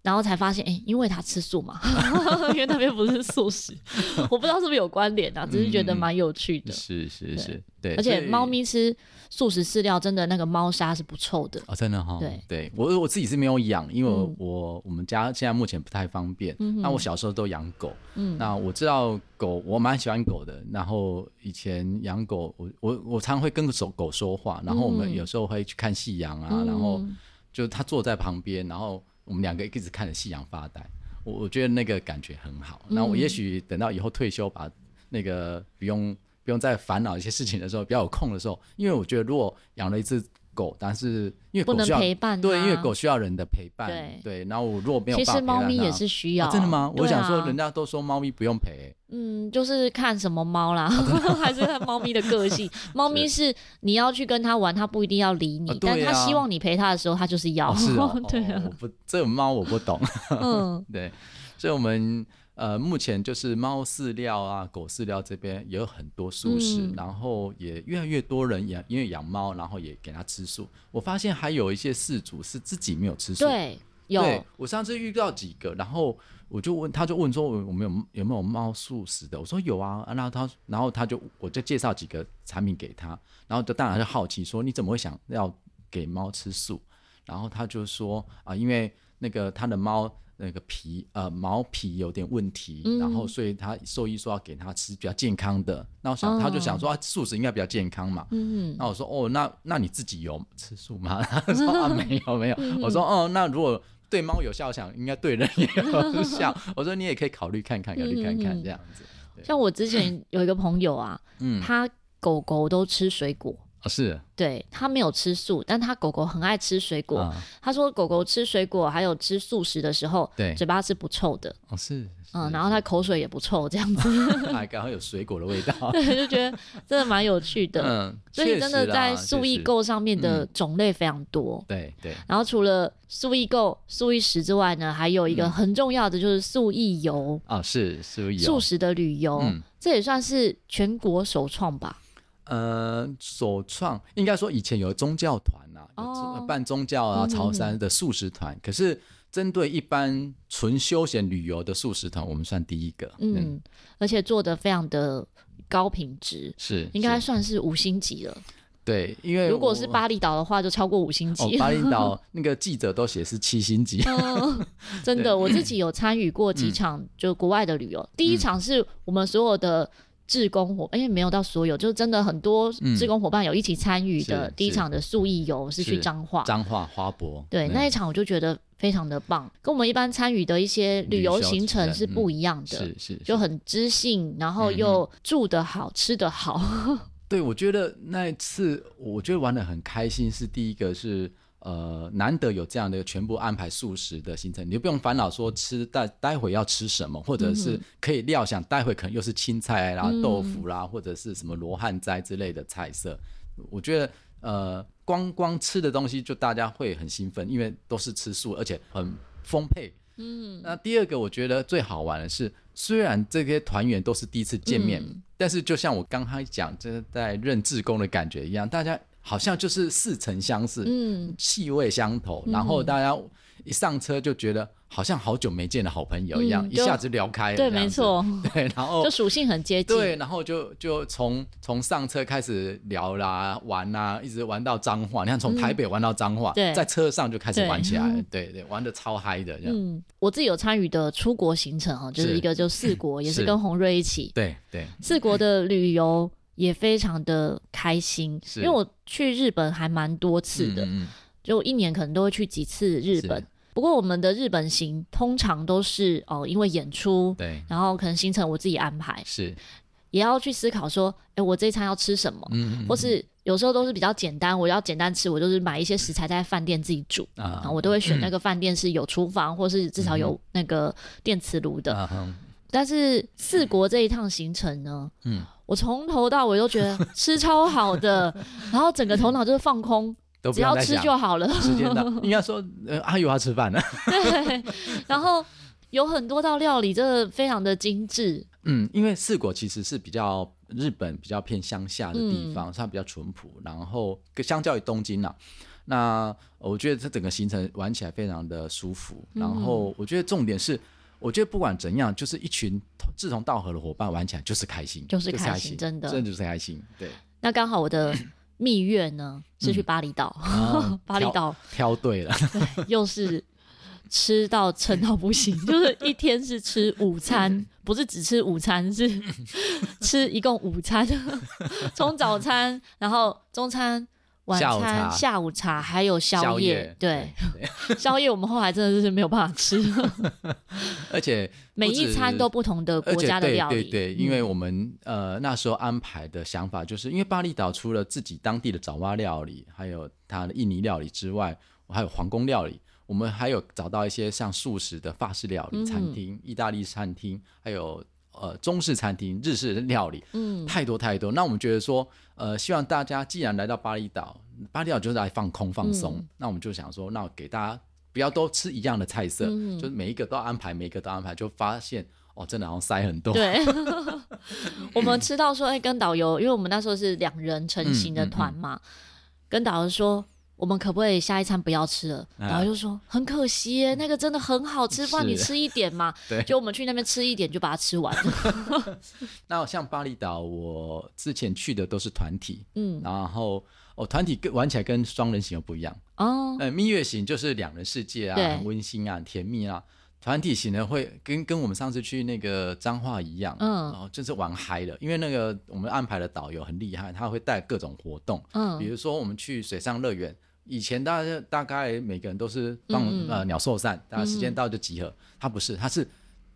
[SPEAKER 1] 然后才发现，哎、因为他吃素嘛， 因为那边不是素食， 我不知道是不是有关联啊，只是觉得蛮有趣的。
[SPEAKER 2] 嗯是是
[SPEAKER 1] 对
[SPEAKER 2] 是，对，
[SPEAKER 1] 而且
[SPEAKER 2] 所以
[SPEAKER 1] 猫。咪吃素食饲料，真的那个猫砂是不臭的。
[SPEAKER 2] 哦，真的哈、
[SPEAKER 1] 对
[SPEAKER 2] 我我自己是没有养，因为我、
[SPEAKER 1] 嗯
[SPEAKER 2] 我我们家现在目前不太方便。
[SPEAKER 1] 嗯
[SPEAKER 2] 那我小时候都养狗，
[SPEAKER 1] 嗯
[SPEAKER 2] 那我知道狗，我蛮喜欢狗的。然后以前养狗，我我我常会跟手狗说话，然后我们
[SPEAKER 1] 嗯
[SPEAKER 2] 有时候会去看夕阳啊，然后
[SPEAKER 1] 嗯
[SPEAKER 2] 就它坐在旁边，然后我们两个一直看着夕阳发呆。我我觉得那个感觉很
[SPEAKER 1] 嗯
[SPEAKER 2] 好。那我也许等到以后退休，把那个不用不用再烦恼一些事情的时候，比较有空的时候，因为我觉得如果养了一只狗，但是因为
[SPEAKER 1] 不
[SPEAKER 2] 狗
[SPEAKER 1] 能
[SPEAKER 2] 需要
[SPEAKER 1] 陪伴、啊，
[SPEAKER 2] 对，因为狗需要人的陪伴，
[SPEAKER 1] 对
[SPEAKER 2] 然后我如果没有
[SPEAKER 1] 其
[SPEAKER 2] 办法
[SPEAKER 1] 实
[SPEAKER 2] 陪
[SPEAKER 1] 猫
[SPEAKER 2] 伴
[SPEAKER 1] 咪也
[SPEAKER 2] 它
[SPEAKER 1] 是需要、
[SPEAKER 2] 啊真的吗？
[SPEAKER 1] 对
[SPEAKER 2] 我想说，
[SPEAKER 1] 啊
[SPEAKER 2] 人家都说猫咪不用陪、
[SPEAKER 1] 嗯，就是看什么猫啦，
[SPEAKER 2] 哦
[SPEAKER 1] 还是看猫咪的个 性。猫咪是你要去跟它玩，它不一定要理你，
[SPEAKER 2] 啊
[SPEAKER 1] 但
[SPEAKER 2] 对
[SPEAKER 1] 它
[SPEAKER 2] 啊
[SPEAKER 1] 希望你陪它的时候，它就是要。
[SPEAKER 2] 哦，是哦
[SPEAKER 1] ，对啊
[SPEAKER 2] 哦我不这种猫我不懂，
[SPEAKER 1] 嗯，
[SPEAKER 2] 对，所以我们呃目前就是猫饲料啊、狗饲料这边也有很多素食，
[SPEAKER 1] 嗯
[SPEAKER 2] 然后也越来越多人养， 因为养猫，然后也给它吃素。我发现还有一些饲主是自己没有吃素，
[SPEAKER 1] 对，有
[SPEAKER 2] 对我上次遇到几个，然后我就问，他就问说我我们有有没有猫素食的？我说有啊，啊然后他然后他就我就介绍几个产品给他，然后就当然就好奇说你怎么会想要给猫吃素？然后他就说啊、因为那个他的猫那个皮呃毛皮有点问题，然后所以他兽医说要给他吃比较健康的。那我想、他就想说啊素食应该比较健康嘛，
[SPEAKER 1] 嗯，
[SPEAKER 2] 那我说哦，那那你自己有吃素吗？ 他说啊，没有没有。
[SPEAKER 1] 嗯
[SPEAKER 2] 我说哦，那如果对猫有效，我想应该对人也有效。我说你也可以考虑看看，考虑看
[SPEAKER 1] 嗯
[SPEAKER 2] 看这样子。对
[SPEAKER 1] 像我之前有一个朋友啊，
[SPEAKER 2] 嗯，
[SPEAKER 1] 他狗狗都吃水果，
[SPEAKER 2] 哦是
[SPEAKER 1] 对他没有吃素，但他狗狗很爱吃水果。
[SPEAKER 2] 啊，
[SPEAKER 1] 他说狗狗吃水果还有吃素食的时候，
[SPEAKER 2] 对
[SPEAKER 1] 嘴巴是不臭的，
[SPEAKER 2] 哦是，
[SPEAKER 1] 嗯，然后它口水也不臭，这样子
[SPEAKER 2] 还刚好有水果的味道。
[SPEAKER 1] 就觉得真的蛮有趣的。
[SPEAKER 2] 嗯，
[SPEAKER 1] 所以
[SPEAKER 2] 确
[SPEAKER 1] 真
[SPEAKER 2] 实
[SPEAKER 1] 的
[SPEAKER 2] 啦
[SPEAKER 1] 在
[SPEAKER 2] 确
[SPEAKER 1] 素易
[SPEAKER 2] 实嗯
[SPEAKER 1] 购上面的种类非常多。
[SPEAKER 2] 对对
[SPEAKER 1] 然后除了素易购、素易食之外呢，还有一
[SPEAKER 2] 嗯
[SPEAKER 1] 个很重要的就是素易游、
[SPEAKER 2] 啊是是有
[SPEAKER 1] 素食的旅游，
[SPEAKER 2] 嗯
[SPEAKER 1] 这也算是全国首创吧。
[SPEAKER 2] 呃，首创应该说以前有宗教团啊，有宗
[SPEAKER 1] 哦
[SPEAKER 2] 办宗教啊，
[SPEAKER 1] 嗯
[SPEAKER 2] 潮汕的素食团。可是针对一般纯休闲旅游的素食团，我们算第一个。嗯，
[SPEAKER 1] 嗯，而且做的非常的高品质，
[SPEAKER 2] 是
[SPEAKER 1] 应该
[SPEAKER 2] 是
[SPEAKER 1] 算是五星级了。
[SPEAKER 2] 对，因为
[SPEAKER 1] 如果是
[SPEAKER 2] 我
[SPEAKER 1] 巴厘岛的话，就超过五星
[SPEAKER 2] 哦
[SPEAKER 1] 级。
[SPEAKER 2] 巴厘岛那个记者都写是七 星级，
[SPEAKER 1] 嗯，真
[SPEAKER 2] 对嗯
[SPEAKER 1] 的，我自己有参与过几场就国外的旅游。第一场是我们所有的志工伙，因为没有到所有，就真的很多
[SPEAKER 2] 嗯
[SPEAKER 1] 志工伙伴有一起参与的。
[SPEAKER 2] 是
[SPEAKER 1] 第一场的宿艺游是去
[SPEAKER 2] 是
[SPEAKER 1] 彰化，
[SPEAKER 2] 彰化花博。
[SPEAKER 1] 对那一场我就觉得非常的棒，跟我们一般参与的一些旅游
[SPEAKER 2] 旅游
[SPEAKER 1] 行程
[SPEAKER 2] 行程
[SPEAKER 1] 是不一样的，
[SPEAKER 2] 是是是
[SPEAKER 1] 就很知性，然后
[SPEAKER 2] 嗯嗯
[SPEAKER 1] 又住得好，吃得好。
[SPEAKER 2] 对，我觉得那一次我觉得玩的很开心，是第一个是呃难得有这样的全部安排素食的行程，你就不用烦恼说吃待待会要吃什么，或者是可以料想待会可能又是青菜啦、豆腐啦，或者是什么罗汉斋之类的菜色。我觉得呃光光吃的东西就大家会很兴奋，因为都是吃素，而且很丰沛。那第二个我觉得最好玩的是，虽然这些团员都是第一次见面，但是就像我刚开讲，这在认志工的感觉一样，大家好像就是似曾相识，
[SPEAKER 1] 嗯，
[SPEAKER 2] 气味相投，然后大家一上车就觉得好像好久没见的好朋友一样，
[SPEAKER 1] 嗯
[SPEAKER 2] 一
[SPEAKER 1] 就
[SPEAKER 2] 下子聊开了，
[SPEAKER 1] 对，没，错，
[SPEAKER 2] 对，然后
[SPEAKER 1] 就属性很接近。
[SPEAKER 2] 对，然后就就从从上车开始聊啦、玩啦，一直玩到彰化。你看，从台北玩到彰化，
[SPEAKER 1] 嗯对
[SPEAKER 2] 在车上就开始
[SPEAKER 1] 对
[SPEAKER 2] 玩起来了，对对，玩的超嗨的这样，
[SPEAKER 1] 嗯，我自己有参与的出国行程哈，就是
[SPEAKER 2] 是
[SPEAKER 1] 一个就四国，也是
[SPEAKER 2] 是
[SPEAKER 1] 跟洪瑞一起，
[SPEAKER 2] 对对，
[SPEAKER 1] 四国的旅游也非常的开心，
[SPEAKER 2] 是
[SPEAKER 1] 因为我去日本还蛮多次的，
[SPEAKER 2] 嗯嗯嗯
[SPEAKER 1] 就一年可能都会去几次日本
[SPEAKER 2] 是。
[SPEAKER 1] 不过我们的日本行通常都是哦、因为演出，
[SPEAKER 2] 对，
[SPEAKER 1] 然后可能行程我自己安排，
[SPEAKER 2] 是，
[SPEAKER 1] 也要去思考说，哎，我这一餐要吃什么，
[SPEAKER 2] 嗯
[SPEAKER 1] 或是有时候都是比较简单，我要简单吃，我就是买一些食材在饭店自己煮。
[SPEAKER 2] 啊嗯
[SPEAKER 1] 然后我都会选那个饭店是有厨房，或是至少有那个电磁炉的。
[SPEAKER 2] 啊哼
[SPEAKER 1] 但是四国这一趟行程呢，
[SPEAKER 2] 嗯
[SPEAKER 1] 我从头到尾都觉得吃超好 的，然后整个头脑就是放空，
[SPEAKER 2] 都不
[SPEAKER 1] 只要
[SPEAKER 2] 再
[SPEAKER 1] 吃
[SPEAKER 2] 想
[SPEAKER 1] 就好了。
[SPEAKER 2] 时间到，应该说，呃，阿友要吃饭了。
[SPEAKER 1] 对，然后有很多道料理，真的非常的精致。
[SPEAKER 2] 嗯，因为四国其实是比较日本比较偏乡下的
[SPEAKER 1] 嗯
[SPEAKER 2] 地方，它比较淳朴，然后跟相较于东京啦、那呃我觉得这整个行程玩起来非常的舒服。然
[SPEAKER 1] 嗯
[SPEAKER 2] 后我觉得重点是，我觉得不管怎样，就是一群志同道合的伙伴玩起来就是开心，
[SPEAKER 1] 就是开
[SPEAKER 2] 开
[SPEAKER 1] 心真的
[SPEAKER 2] 真的就是开心。 对，
[SPEAKER 1] 那刚好我 的蜜月呢是去巴厘岛，
[SPEAKER 2] 啊
[SPEAKER 1] 巴厘岛
[SPEAKER 2] 挑对了，
[SPEAKER 1] 又是吃到撑到不行， 就是一天是吃午 餐，不是只吃午餐，是 吃一共午餐， 从早餐，然后中餐。晚
[SPEAKER 2] 下午
[SPEAKER 1] 餐、
[SPEAKER 2] 茶
[SPEAKER 1] 下午茶，还有宵
[SPEAKER 2] 宵
[SPEAKER 1] 夜
[SPEAKER 2] 夜，
[SPEAKER 1] 对， 宵夜我们后来真的是没有办法吃，
[SPEAKER 2] 而且
[SPEAKER 1] 每一餐都不同的国家的料
[SPEAKER 2] 而
[SPEAKER 1] 理。
[SPEAKER 2] 且对对对，
[SPEAKER 1] 嗯
[SPEAKER 2] 因为我们呃那时候安排的想法，就是因为巴厘岛除了自己当地的爪哇料理，还有它的印尼料理之外，还有皇宫料理，我们还有找到一些像素食的法式料理
[SPEAKER 1] 嗯
[SPEAKER 2] 餐厅、意大利餐厅，还有呃中式餐厅、日式料理，
[SPEAKER 1] 嗯，
[SPEAKER 2] 太多太多。那我们觉得说，呃，希望大家既然来到巴厘岛，巴厘岛就是来放空放松，
[SPEAKER 1] 嗯
[SPEAKER 2] 那我们就想说，那我给大家不要都吃一样的菜色，
[SPEAKER 1] 嗯
[SPEAKER 2] 就是每一个都安排，每一个都安排，就发现哦，真的好像塞很多。
[SPEAKER 1] 对，我们吃
[SPEAKER 2] 嗯
[SPEAKER 1] 到说，哎、跟导游，因为我们那时候是两人成型的团嘛，跟导游说，我们可不可以下一餐不要吃了？
[SPEAKER 2] 啊
[SPEAKER 1] 然后就说很可惜耶，那个真的很好吃，不然你吃一点嘛。
[SPEAKER 2] 对
[SPEAKER 1] 就我们去那边吃一点就把它吃完。
[SPEAKER 2] 那像巴厘岛，我之前去的都是团体，
[SPEAKER 1] 嗯，
[SPEAKER 2] 然后哦，团体跟玩起来跟双人行又不一样。
[SPEAKER 1] 哦，
[SPEAKER 2] 呃，蜜月型就是两人世界啊，
[SPEAKER 1] 对
[SPEAKER 2] 很温馨啊，很甜蜜啊。团体型的会跟跟我们上次去那个彰化一样，
[SPEAKER 1] 嗯
[SPEAKER 2] 哦，就是玩嗨了。因为那个我们安排的导游很厉害，他会带各种活动， 比
[SPEAKER 1] 嗯，
[SPEAKER 2] 如说我们去水上乐园，以前大家大概每个人都是帮我
[SPEAKER 1] 嗯嗯嗯
[SPEAKER 2] 呃鸟兽散，大家时间到就集合。他不是，他是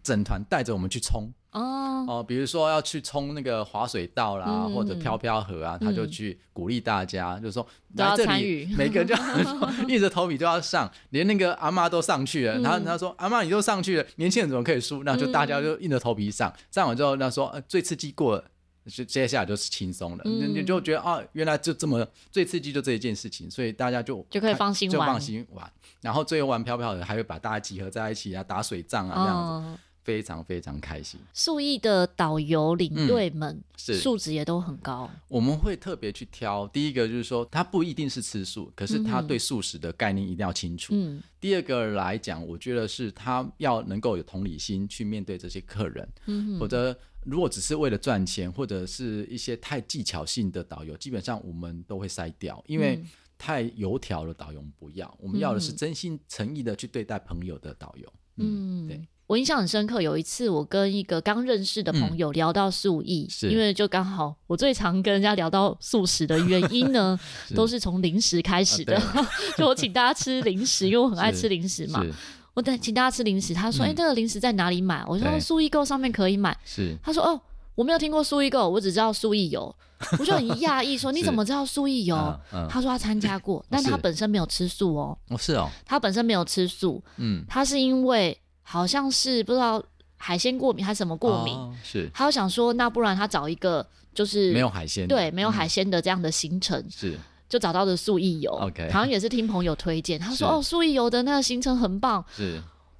[SPEAKER 2] 整团带着我们去冲
[SPEAKER 1] 哦，
[SPEAKER 2] 哦、比如说要去冲那个滑水道啦，
[SPEAKER 1] 嗯嗯
[SPEAKER 2] 或者
[SPEAKER 1] 嗯
[SPEAKER 2] 漂漂河啊，他就去鼓励大家，就是说
[SPEAKER 1] 都要
[SPEAKER 2] 来这
[SPEAKER 1] 参
[SPEAKER 2] 里
[SPEAKER 1] 与
[SPEAKER 2] 每个 人就 硬着头皮都要上，连那个阿妈都上去了。
[SPEAKER 1] 嗯
[SPEAKER 2] 然后他说：“阿妈你都上去了，年轻人怎么可以输？”那就大家就硬着头皮上，上完之后他说：“呃最刺激过了。”就接下来就是轻松了，你、
[SPEAKER 1] 嗯
[SPEAKER 2] 你就觉得啊，原来就这么最刺激就这一件事情，所以大家就
[SPEAKER 1] 就可以放心
[SPEAKER 2] 就
[SPEAKER 1] 玩
[SPEAKER 2] 放心玩。然后最后玩飘飘的，还会把大家集合在一起啊，打水仗啊，这样子、
[SPEAKER 1] 嗯，
[SPEAKER 2] 非常非常开心。
[SPEAKER 1] 素艺的导游领队们
[SPEAKER 2] 嗯是
[SPEAKER 1] 素质也都很高。
[SPEAKER 2] 我们会特别去挑，第一个就是说，他不一定是吃素，可是他
[SPEAKER 1] 嗯
[SPEAKER 2] 对素食的概念一定要清楚。
[SPEAKER 1] 嗯
[SPEAKER 2] 第二个来讲，我觉得是他要能够有同理心去面对这些客人，
[SPEAKER 1] 嗯
[SPEAKER 2] 否则如果只是为了赚钱或者是一些太技巧性的导游，基本上我们都会筛掉，因为
[SPEAKER 1] 嗯
[SPEAKER 2] 太油条的导游我们不要，我们要的是
[SPEAKER 1] 嗯
[SPEAKER 2] 真心诚意的去对待朋友的导游。
[SPEAKER 1] 嗯，
[SPEAKER 2] 对，
[SPEAKER 1] 我印象很深刻，有一次我跟一个刚认识的朋友聊到素艺，
[SPEAKER 2] 嗯是
[SPEAKER 1] 因为就刚好我最常跟人家聊到素食的原因 呢，都是从零食开始的，
[SPEAKER 2] 啊
[SPEAKER 1] 就我请大家吃零食，因为我很爱
[SPEAKER 2] 是
[SPEAKER 1] 吃零食嘛，
[SPEAKER 2] 是嗯
[SPEAKER 1] 我等请大家吃零食，他说：“哎、这个零食在哪里买？”我
[SPEAKER 2] 对
[SPEAKER 1] 说：“哦素易购上面可以买。
[SPEAKER 2] 是”，
[SPEAKER 1] 他说：“哦，我没有听过素易购，我只知道素易 油。”我就很讶异说：“你怎么知道素易油
[SPEAKER 2] 嗯？”嗯
[SPEAKER 1] 他说他参加过，
[SPEAKER 2] 啊
[SPEAKER 1] 但他本身没有吃素哦，
[SPEAKER 2] 哦是哦，
[SPEAKER 1] 他本身没有吃素，
[SPEAKER 2] 嗯，
[SPEAKER 1] 他是因为好像是不知道海鲜过敏还是什么过敏，
[SPEAKER 2] 哦是
[SPEAKER 1] 他就想说那不然他找一个就是
[SPEAKER 2] 没有海鲜，嗯
[SPEAKER 1] 对没有海鲜的这样的行程，
[SPEAKER 2] 是
[SPEAKER 1] 就找到了素易油。
[SPEAKER 2] OK
[SPEAKER 1] 好像也是听朋友推荐，他说：“
[SPEAKER 2] 是
[SPEAKER 1] 哦，素易油的那个行程很棒。”
[SPEAKER 2] 是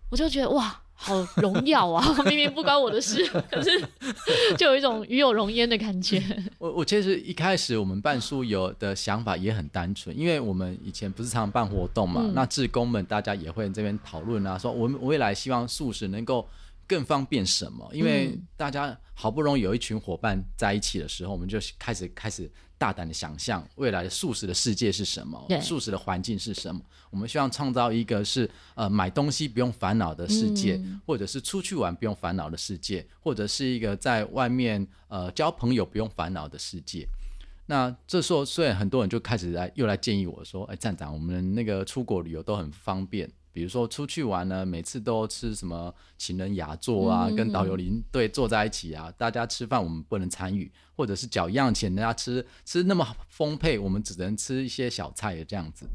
[SPEAKER 1] 我就觉得哇，好荣耀啊！明明不关我的事，可是就有一种与有荣焉的感觉。
[SPEAKER 2] 我我其实一开始我们办书友的想法也很单纯，因为我们以前不是常常办活动嘛，
[SPEAKER 1] 嗯
[SPEAKER 2] 那志工们大家也会这边讨论啊，说我们未来希望素食能够更方便什么？因为
[SPEAKER 1] 嗯
[SPEAKER 2] 大家好不容易有一群伙伴在一起的时候，我们就开始开始大胆的想象未来的素食的世界是什么
[SPEAKER 1] 对，
[SPEAKER 2] 素食的环境是什么？我们希望创造一个是呃买东西不用烦恼的世界，
[SPEAKER 1] 嗯
[SPEAKER 2] 或者是出去玩不用烦恼的世界，或者是一个在外面呃交朋友不用烦恼的世界。那这时候，虽然很多人就开始来又来建议我说：“哎，站长，我们那个出国旅游都很方便，比如说出去玩呢，每次都吃什么情人雅座啊，
[SPEAKER 1] 嗯
[SPEAKER 2] 跟导游领队坐在一起啊，大家吃饭我们不能参与，或者是缴一样钱，人家吃吃那么丰沛，我们只能吃一些小菜这样子。”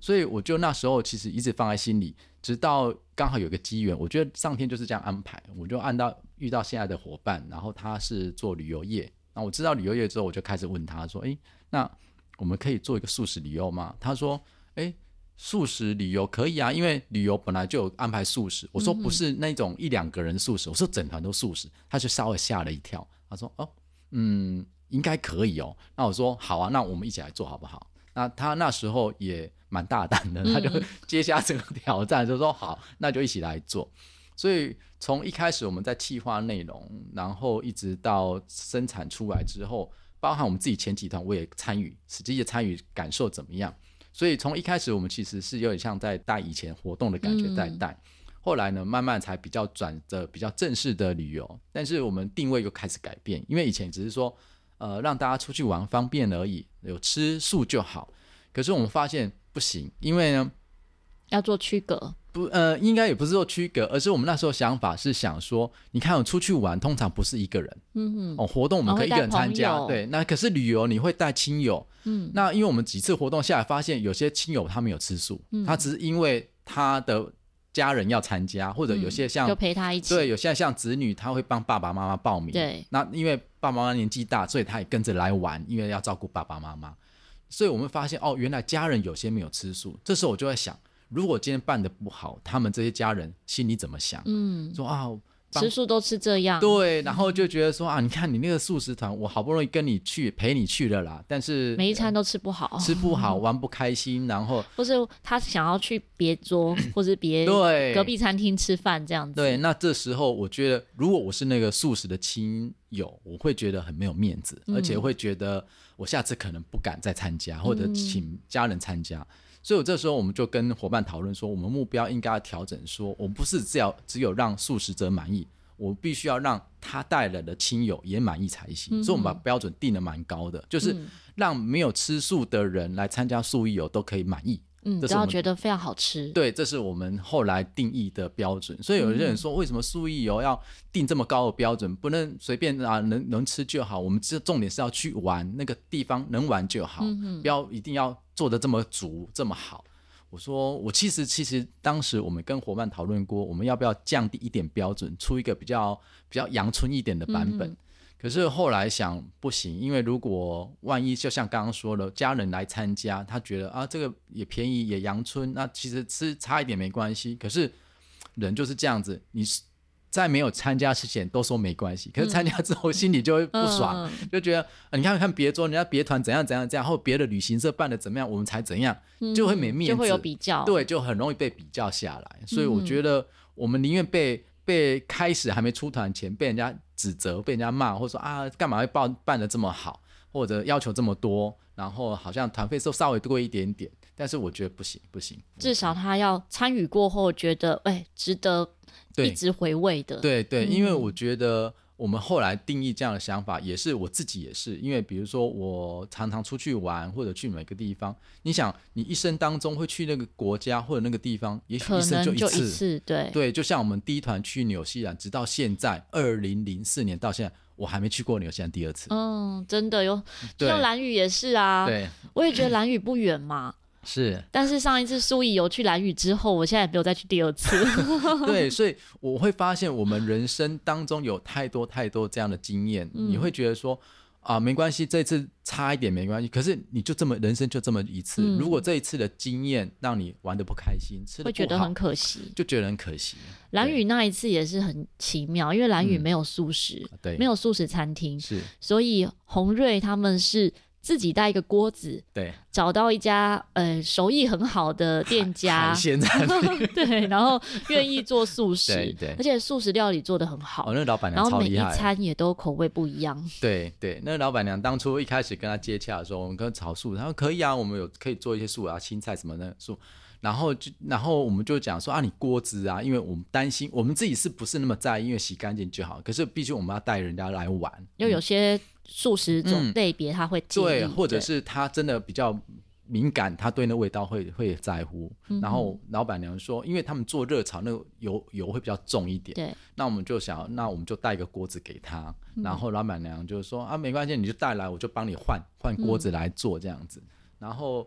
[SPEAKER 2] 所以我就那时候其实一直放在心里，直到刚好有个机缘，我觉得上天就是这样安排，我就按到遇到现在的伙伴，然后他是做旅游业，那我知道旅游业之后，我就开始问他说：“诶，那我们可以做一个素食旅游吗？”他说：“诶，素食旅游可以啊，因为旅游本来就有安排素食。”我说：“不是那种一两个人素食，我说整团都素食。”他就稍微吓了一跳，他说：“哦，嗯，应该可以哦。”那我说：“好啊，那我们一起来做好不好？”那他那时候也蛮大胆的，他就接下这个挑战，就说好，那就一起来做。所以从一开始我们在企划内容，然后一直到生产出来之后，包含我们自己前几团我也参与，实际的参与感受怎么样？所以从一开始我们其实是有点像在带以前活动的感觉在带，后来呢慢慢才比较转的比较正式的旅游，但是我们定位又开始改变，因为以前只是说呃让大家出去玩方便而已，有吃素就好。可是我们发现不行，因为呢
[SPEAKER 1] 要做区隔，
[SPEAKER 2] 不，呃，应该也不是说区隔，而是我们那时候想法是想说，你看我哦出去玩，通常不是一个人
[SPEAKER 1] 嗯
[SPEAKER 2] 哦，活动我们
[SPEAKER 1] 哦
[SPEAKER 2] 可以
[SPEAKER 1] 会
[SPEAKER 2] 一个人
[SPEAKER 1] 带朋
[SPEAKER 2] 参加，
[SPEAKER 1] 友
[SPEAKER 2] 对。那可是旅游你会带亲友，
[SPEAKER 1] 嗯
[SPEAKER 2] 那因为我们几次活动下来，发现有些亲友他没有吃素，
[SPEAKER 1] 嗯
[SPEAKER 2] 他只是因为他的家人要参加，或者有些像、
[SPEAKER 1] 嗯就陪他一起，
[SPEAKER 2] 对，有些像子女他会帮爸爸妈妈报名，
[SPEAKER 1] 对
[SPEAKER 2] 那因为爸爸妈妈年纪大，所以他也跟着来玩，因为要照顾爸爸妈妈。所以我们发现哦，原来家人有些没有吃素。这时候我就在想，如果今天办的不好，他们这些家人心里怎么想？
[SPEAKER 1] 嗯
[SPEAKER 2] 说啊，帮
[SPEAKER 1] 吃素都吃这样，
[SPEAKER 2] 对，然后就觉得说啊，你看你那个素食团，我好不容易跟你去陪你去了啦，但是
[SPEAKER 1] 每一餐都吃不好，
[SPEAKER 2] 吃不好，玩不开心，然后
[SPEAKER 1] 或是他想要去别桌或是别
[SPEAKER 2] 对
[SPEAKER 1] 隔壁餐厅吃饭这样子。
[SPEAKER 2] 对，那这时候我觉得，如果我是那个素食的亲友，我会觉得很没有面子，而
[SPEAKER 1] 嗯
[SPEAKER 2] 且会觉得我下次可能不敢再参加，或者请家人参加。所以，我这时候我们就跟伙伴讨论说，我们目标应该要调整说，我们不是只要只有让素食者满意，我必须要让他带来的亲友也满意才行。所以，我们
[SPEAKER 1] 嗯
[SPEAKER 2] 把标准定的蛮高的，就是让没有吃素的人来参加素义友都可以满意。
[SPEAKER 1] 嗯，只
[SPEAKER 2] 这是我
[SPEAKER 1] 要
[SPEAKER 2] 们
[SPEAKER 1] 觉得非常好吃，
[SPEAKER 2] 对，这是我们后来定义的标准。所以有些人说，为什么素意油要定这么高的标准，不能随便啊，能能吃就好。我们这重点是要去玩那个地方，能玩就好，不要一定要做的这么足这么好。我说，我其实其实当时我们跟伙伴讨论过，我们要不要降低一点标准，出一个比较比较阳春一点的版本。可是后来想不行，因为如果万一就像刚刚说的，家人来参加，他觉得啊这个也便宜也阳春，那其实吃差一点没关系。可是人就是这样子，你是在没有参加之前都说没关系，可是参加之后心里就会不
[SPEAKER 1] 嗯，
[SPEAKER 2] 爽，
[SPEAKER 1] 嗯，
[SPEAKER 2] 就觉得、啊你看看别桌人家别团怎样怎样怎样，或别的旅行社办的怎么样，我们才怎样，就会没面
[SPEAKER 1] 嗯
[SPEAKER 2] 子，
[SPEAKER 1] 就会有比较。，
[SPEAKER 2] 对，就很容易被比较下来。所以
[SPEAKER 1] 嗯
[SPEAKER 2] 我觉得我们宁愿被被开始还没出团前被人家指责、被人家骂，或者说啊干嘛会办办的这么好，或者要求这么多，然后好像团费收稍微多一点点，但是我觉得不行不行，
[SPEAKER 1] 至少他要参与过后觉得，哎、值得
[SPEAKER 2] 对
[SPEAKER 1] 一直嗯回味的。
[SPEAKER 2] 对对，因为我觉得我们后来定义这样的想法，也是我自己也是，因为比如说我常常出去玩，或者去每个地方，你想你一生当中会去那个国家或者那个地方，也许
[SPEAKER 1] 可
[SPEAKER 2] 一生
[SPEAKER 1] 能
[SPEAKER 2] 就
[SPEAKER 1] 一次，对，
[SPEAKER 2] 对，就像我们第一团去纽西兰，直到现在，二零零四年到现在，我还没去过纽西兰第二次。
[SPEAKER 1] 嗯，真的有，就
[SPEAKER 2] 对
[SPEAKER 1] 像蓝屿也是啊，
[SPEAKER 2] 对，
[SPEAKER 1] 我也觉得蓝屿不远 嘛。
[SPEAKER 2] 是，
[SPEAKER 1] 但是上一次苏怡游去蓝屿之后，我现在也没有再去第二 次。
[SPEAKER 2] 对，所以我会发现，我们人生当中有太多太多这样的经验，你
[SPEAKER 1] 嗯
[SPEAKER 2] 会觉得说。啊，没关系，这次差一点没关系。可是你就这么人生就这么一次，如果这一次的经验让你玩的不开心，吃的
[SPEAKER 1] 嗯会觉得很可惜。
[SPEAKER 2] 就觉得很可惜。
[SPEAKER 1] 蓝屿那一次也是很奇妙，因为蓝屿没有素食，
[SPEAKER 2] 嗯对，
[SPEAKER 1] 没
[SPEAKER 2] 有
[SPEAKER 1] 有素食餐厅，
[SPEAKER 2] 是，
[SPEAKER 1] 所以洪瑞他们是自己带一个锅子，
[SPEAKER 2] 对，
[SPEAKER 1] 找到一家呃手艺很好的店
[SPEAKER 2] 海
[SPEAKER 1] 家，
[SPEAKER 2] 鲜餐厅
[SPEAKER 1] 对，然后愿意做素食，
[SPEAKER 2] 对对
[SPEAKER 1] 而且素食料理做得很好。
[SPEAKER 2] 哦，那老板
[SPEAKER 1] 然
[SPEAKER 2] 娘
[SPEAKER 1] 后
[SPEAKER 2] 超
[SPEAKER 1] 每
[SPEAKER 2] 厉
[SPEAKER 1] 一
[SPEAKER 2] 害。
[SPEAKER 1] 餐也都口味不一样，
[SPEAKER 2] 对对，那老板娘当初一开始跟他接洽的时候，我们跟她炒素，她说可以啊，我们有可以做一些素啊、青菜什么的素，然后就然后我们就讲说啊，你锅子啊，因为我们担心我们自己是不是那么在意，因为洗干净就好，可是毕竟我们要带人家来玩，
[SPEAKER 1] 又有些素食种
[SPEAKER 2] 嗯
[SPEAKER 1] 类别他会介意，
[SPEAKER 2] 对，或者
[SPEAKER 1] 对
[SPEAKER 2] 是他真的比较敏感，他对那味道会会在乎。
[SPEAKER 1] 嗯
[SPEAKER 2] 然后老板娘说，因为他们做热炒，那个油油会比较重一点，
[SPEAKER 1] 对，
[SPEAKER 2] 那我们就想，那我们就带一个锅子给他，然后老板娘就说啊，没关系，你就带来，我就帮你换换锅子来做这样子。然后，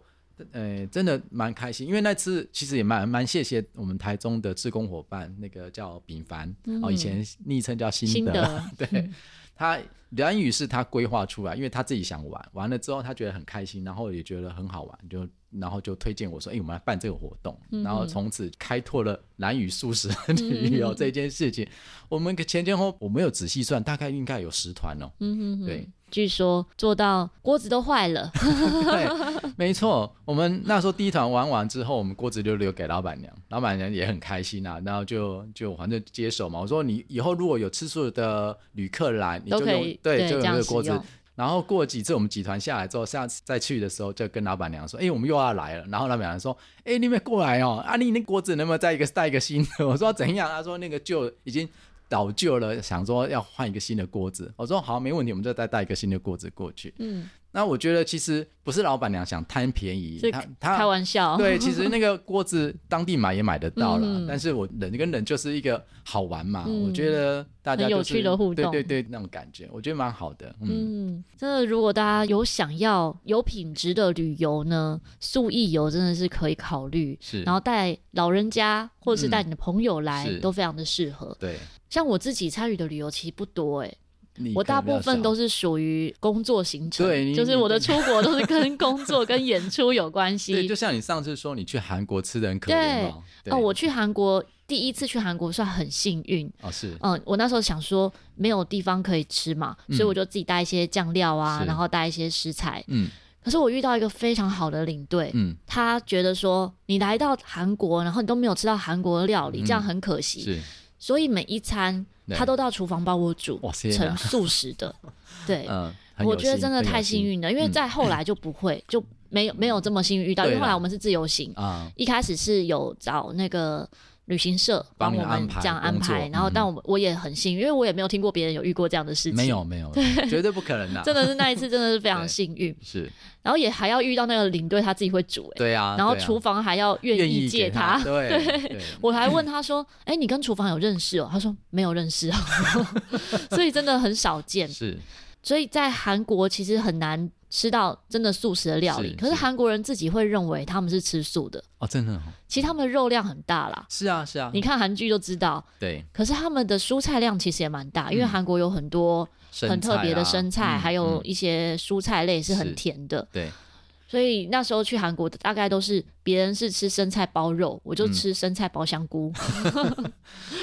[SPEAKER 2] 呃，真的蛮开心，因为那次其实也蛮蛮谢谢我们台中的志工伙伴，那个叫秉凡，哦，以前昵称叫新
[SPEAKER 1] 新 的
[SPEAKER 2] 对。他蓝宇是他规划出来，因为他自己想玩，完了之后他觉得很开心，然后也觉得很好玩，就然后就推荐我说：“哎、我们来办这个活动。然后从此开拓了蓝宇素食 旅游这件事情。我们前前后我没有仔细算，大概应该有十团哦。
[SPEAKER 1] 嗯哼
[SPEAKER 2] 对
[SPEAKER 1] 哼，据说做到锅子都坏 了，
[SPEAKER 2] 对，没错。我们那时候第一团玩完之后，我们锅子就留给老板娘，老板娘也很开心啊，然后就就反正接手嘛。我说你以后如果有吃素的旅客来，你
[SPEAKER 1] 都
[SPEAKER 2] 就
[SPEAKER 1] 可
[SPEAKER 2] 用
[SPEAKER 1] 以
[SPEAKER 2] 对，就
[SPEAKER 1] 这
[SPEAKER 2] 用这
[SPEAKER 1] 样
[SPEAKER 2] 个
[SPEAKER 1] 使
[SPEAKER 2] 锅子
[SPEAKER 1] 用。
[SPEAKER 2] 然后过几次我们集团下来之后，下次再去的时候，就跟老板娘说：“哎、我们又要来了。”然后老板娘说：“哎、你们过来哦，啊，你那锅子能不能再一个带一个新的？” 我说：“怎样？”他说：“那个旧已经老旧了，想说要换一个新的锅子。”我说：“好，没问题，我们就再带一个新的锅子过去。”
[SPEAKER 1] 嗯，
[SPEAKER 2] 那我觉得其实不是老板娘想贪便宜
[SPEAKER 1] 这，
[SPEAKER 2] 她
[SPEAKER 1] 开
[SPEAKER 2] 她
[SPEAKER 1] 玩笑，
[SPEAKER 2] 对，其实那个锅子当地买也买得到了，
[SPEAKER 1] 嗯
[SPEAKER 2] 但是我人跟人就是一个好玩嘛，
[SPEAKER 1] 嗯
[SPEAKER 2] 我觉得大家、
[SPEAKER 1] 很
[SPEAKER 2] 就是、
[SPEAKER 1] 有趣的互动
[SPEAKER 2] 对对对，那种感觉，我觉得蛮好的，嗯
[SPEAKER 1] 嗯，真的，如果大家有想要有品质的旅游呢，素意游真的是可以考虑。
[SPEAKER 2] 是，嗯
[SPEAKER 1] 然后带老人家或者是带你的朋友来，
[SPEAKER 2] 嗯是
[SPEAKER 1] 都非常的适合。
[SPEAKER 2] 对，
[SPEAKER 1] 像我自己参与的旅游其实不多诶、欸
[SPEAKER 2] 你
[SPEAKER 1] 我
[SPEAKER 2] 可
[SPEAKER 1] 大
[SPEAKER 2] 能比较
[SPEAKER 1] 部分
[SPEAKER 2] 少
[SPEAKER 1] 都是属于工作行程，
[SPEAKER 2] 对你
[SPEAKER 1] 就是我的出 国都是跟工作跟演出有关
[SPEAKER 2] 对，
[SPEAKER 1] 系
[SPEAKER 2] 就。像你上次说，你去韩国吃的很可
[SPEAKER 1] 对
[SPEAKER 2] 怜嘛。对
[SPEAKER 1] 哦，我去韩国第一次去韩国算很幸运，
[SPEAKER 2] 哦是
[SPEAKER 1] 嗯，我那时候想说没有地方可以吃嘛，
[SPEAKER 2] 嗯
[SPEAKER 1] 所以我就自己带一些酱料啊，
[SPEAKER 2] 是
[SPEAKER 1] 然后带一些食材。
[SPEAKER 2] 嗯
[SPEAKER 1] 可是我遇到一个非常好的领队，
[SPEAKER 2] 嗯
[SPEAKER 1] 他觉得说你来到韩国，然后你都没有吃到韩国的料理，
[SPEAKER 2] 嗯
[SPEAKER 1] 这样很可惜。
[SPEAKER 2] 是
[SPEAKER 1] 所以每一餐
[SPEAKER 2] 对
[SPEAKER 1] 他都到厨房帮我煮
[SPEAKER 2] 哇塞
[SPEAKER 1] 成素食 的，对。
[SPEAKER 2] 嗯，很
[SPEAKER 1] 我
[SPEAKER 2] 有
[SPEAKER 1] 觉得
[SPEAKER 2] 幸
[SPEAKER 1] 真的
[SPEAKER 2] 很有
[SPEAKER 1] 太
[SPEAKER 2] 幸
[SPEAKER 1] 幸运了，因为
[SPEAKER 2] 嗯
[SPEAKER 1] 在后来就不 会，就没有没有这么幸运遇到，因为
[SPEAKER 2] 对
[SPEAKER 1] 后来
[SPEAKER 2] 啦
[SPEAKER 1] 我们是自由行，
[SPEAKER 2] 啊，
[SPEAKER 1] 一开始是有找那个旅行社
[SPEAKER 2] 帮
[SPEAKER 1] 帮
[SPEAKER 2] 你
[SPEAKER 1] 我
[SPEAKER 2] 安
[SPEAKER 1] 们
[SPEAKER 2] 排
[SPEAKER 1] 这样安
[SPEAKER 2] 工作
[SPEAKER 1] 排，然后
[SPEAKER 2] 嗯
[SPEAKER 1] 但我们我也很幸运，因为我也没有听过别人有遇过这样的事情，
[SPEAKER 2] 没，有没有，绝对不可能的，
[SPEAKER 1] 真的是那一次真的是非常
[SPEAKER 2] 对
[SPEAKER 1] 幸运，
[SPEAKER 2] 是
[SPEAKER 1] 然后也还要遇到那个领队他自己会煮、欸，
[SPEAKER 2] 对啊。
[SPEAKER 1] 然后
[SPEAKER 2] 对啊
[SPEAKER 1] 厨房还要愿
[SPEAKER 2] 愿
[SPEAKER 1] 意
[SPEAKER 2] 意
[SPEAKER 1] 借
[SPEAKER 2] 给 他，对对，
[SPEAKER 1] 我还问他说：“哎、你跟厨房有认识哦？”他说：“没有认识哦。” 所以真的很少见。
[SPEAKER 2] 是
[SPEAKER 1] 所以在韩国其实很难吃到真的素食的料理，
[SPEAKER 2] 是
[SPEAKER 1] 可是
[SPEAKER 2] 是
[SPEAKER 1] 韩国人自己会认为他们是吃素的，
[SPEAKER 2] 哦，真的哦
[SPEAKER 1] 其实他们的肉量很大啦。
[SPEAKER 2] 是啊是啊
[SPEAKER 1] 你，看韩剧就知道，
[SPEAKER 2] 对，
[SPEAKER 1] 可是他们的蔬菜量其实也蛮大，因为
[SPEAKER 2] 嗯
[SPEAKER 1] 韩国有很多很特别的生
[SPEAKER 2] 生
[SPEAKER 1] 菜，
[SPEAKER 2] 啊
[SPEAKER 1] 还有
[SPEAKER 2] 嗯嗯
[SPEAKER 1] 一些蔬菜类是很
[SPEAKER 2] 是
[SPEAKER 1] 甜的。
[SPEAKER 2] 对
[SPEAKER 1] 所以那时候去韩国，大概都是别人是吃生菜包肉，我就
[SPEAKER 2] 嗯
[SPEAKER 1] 吃生菜包香菇。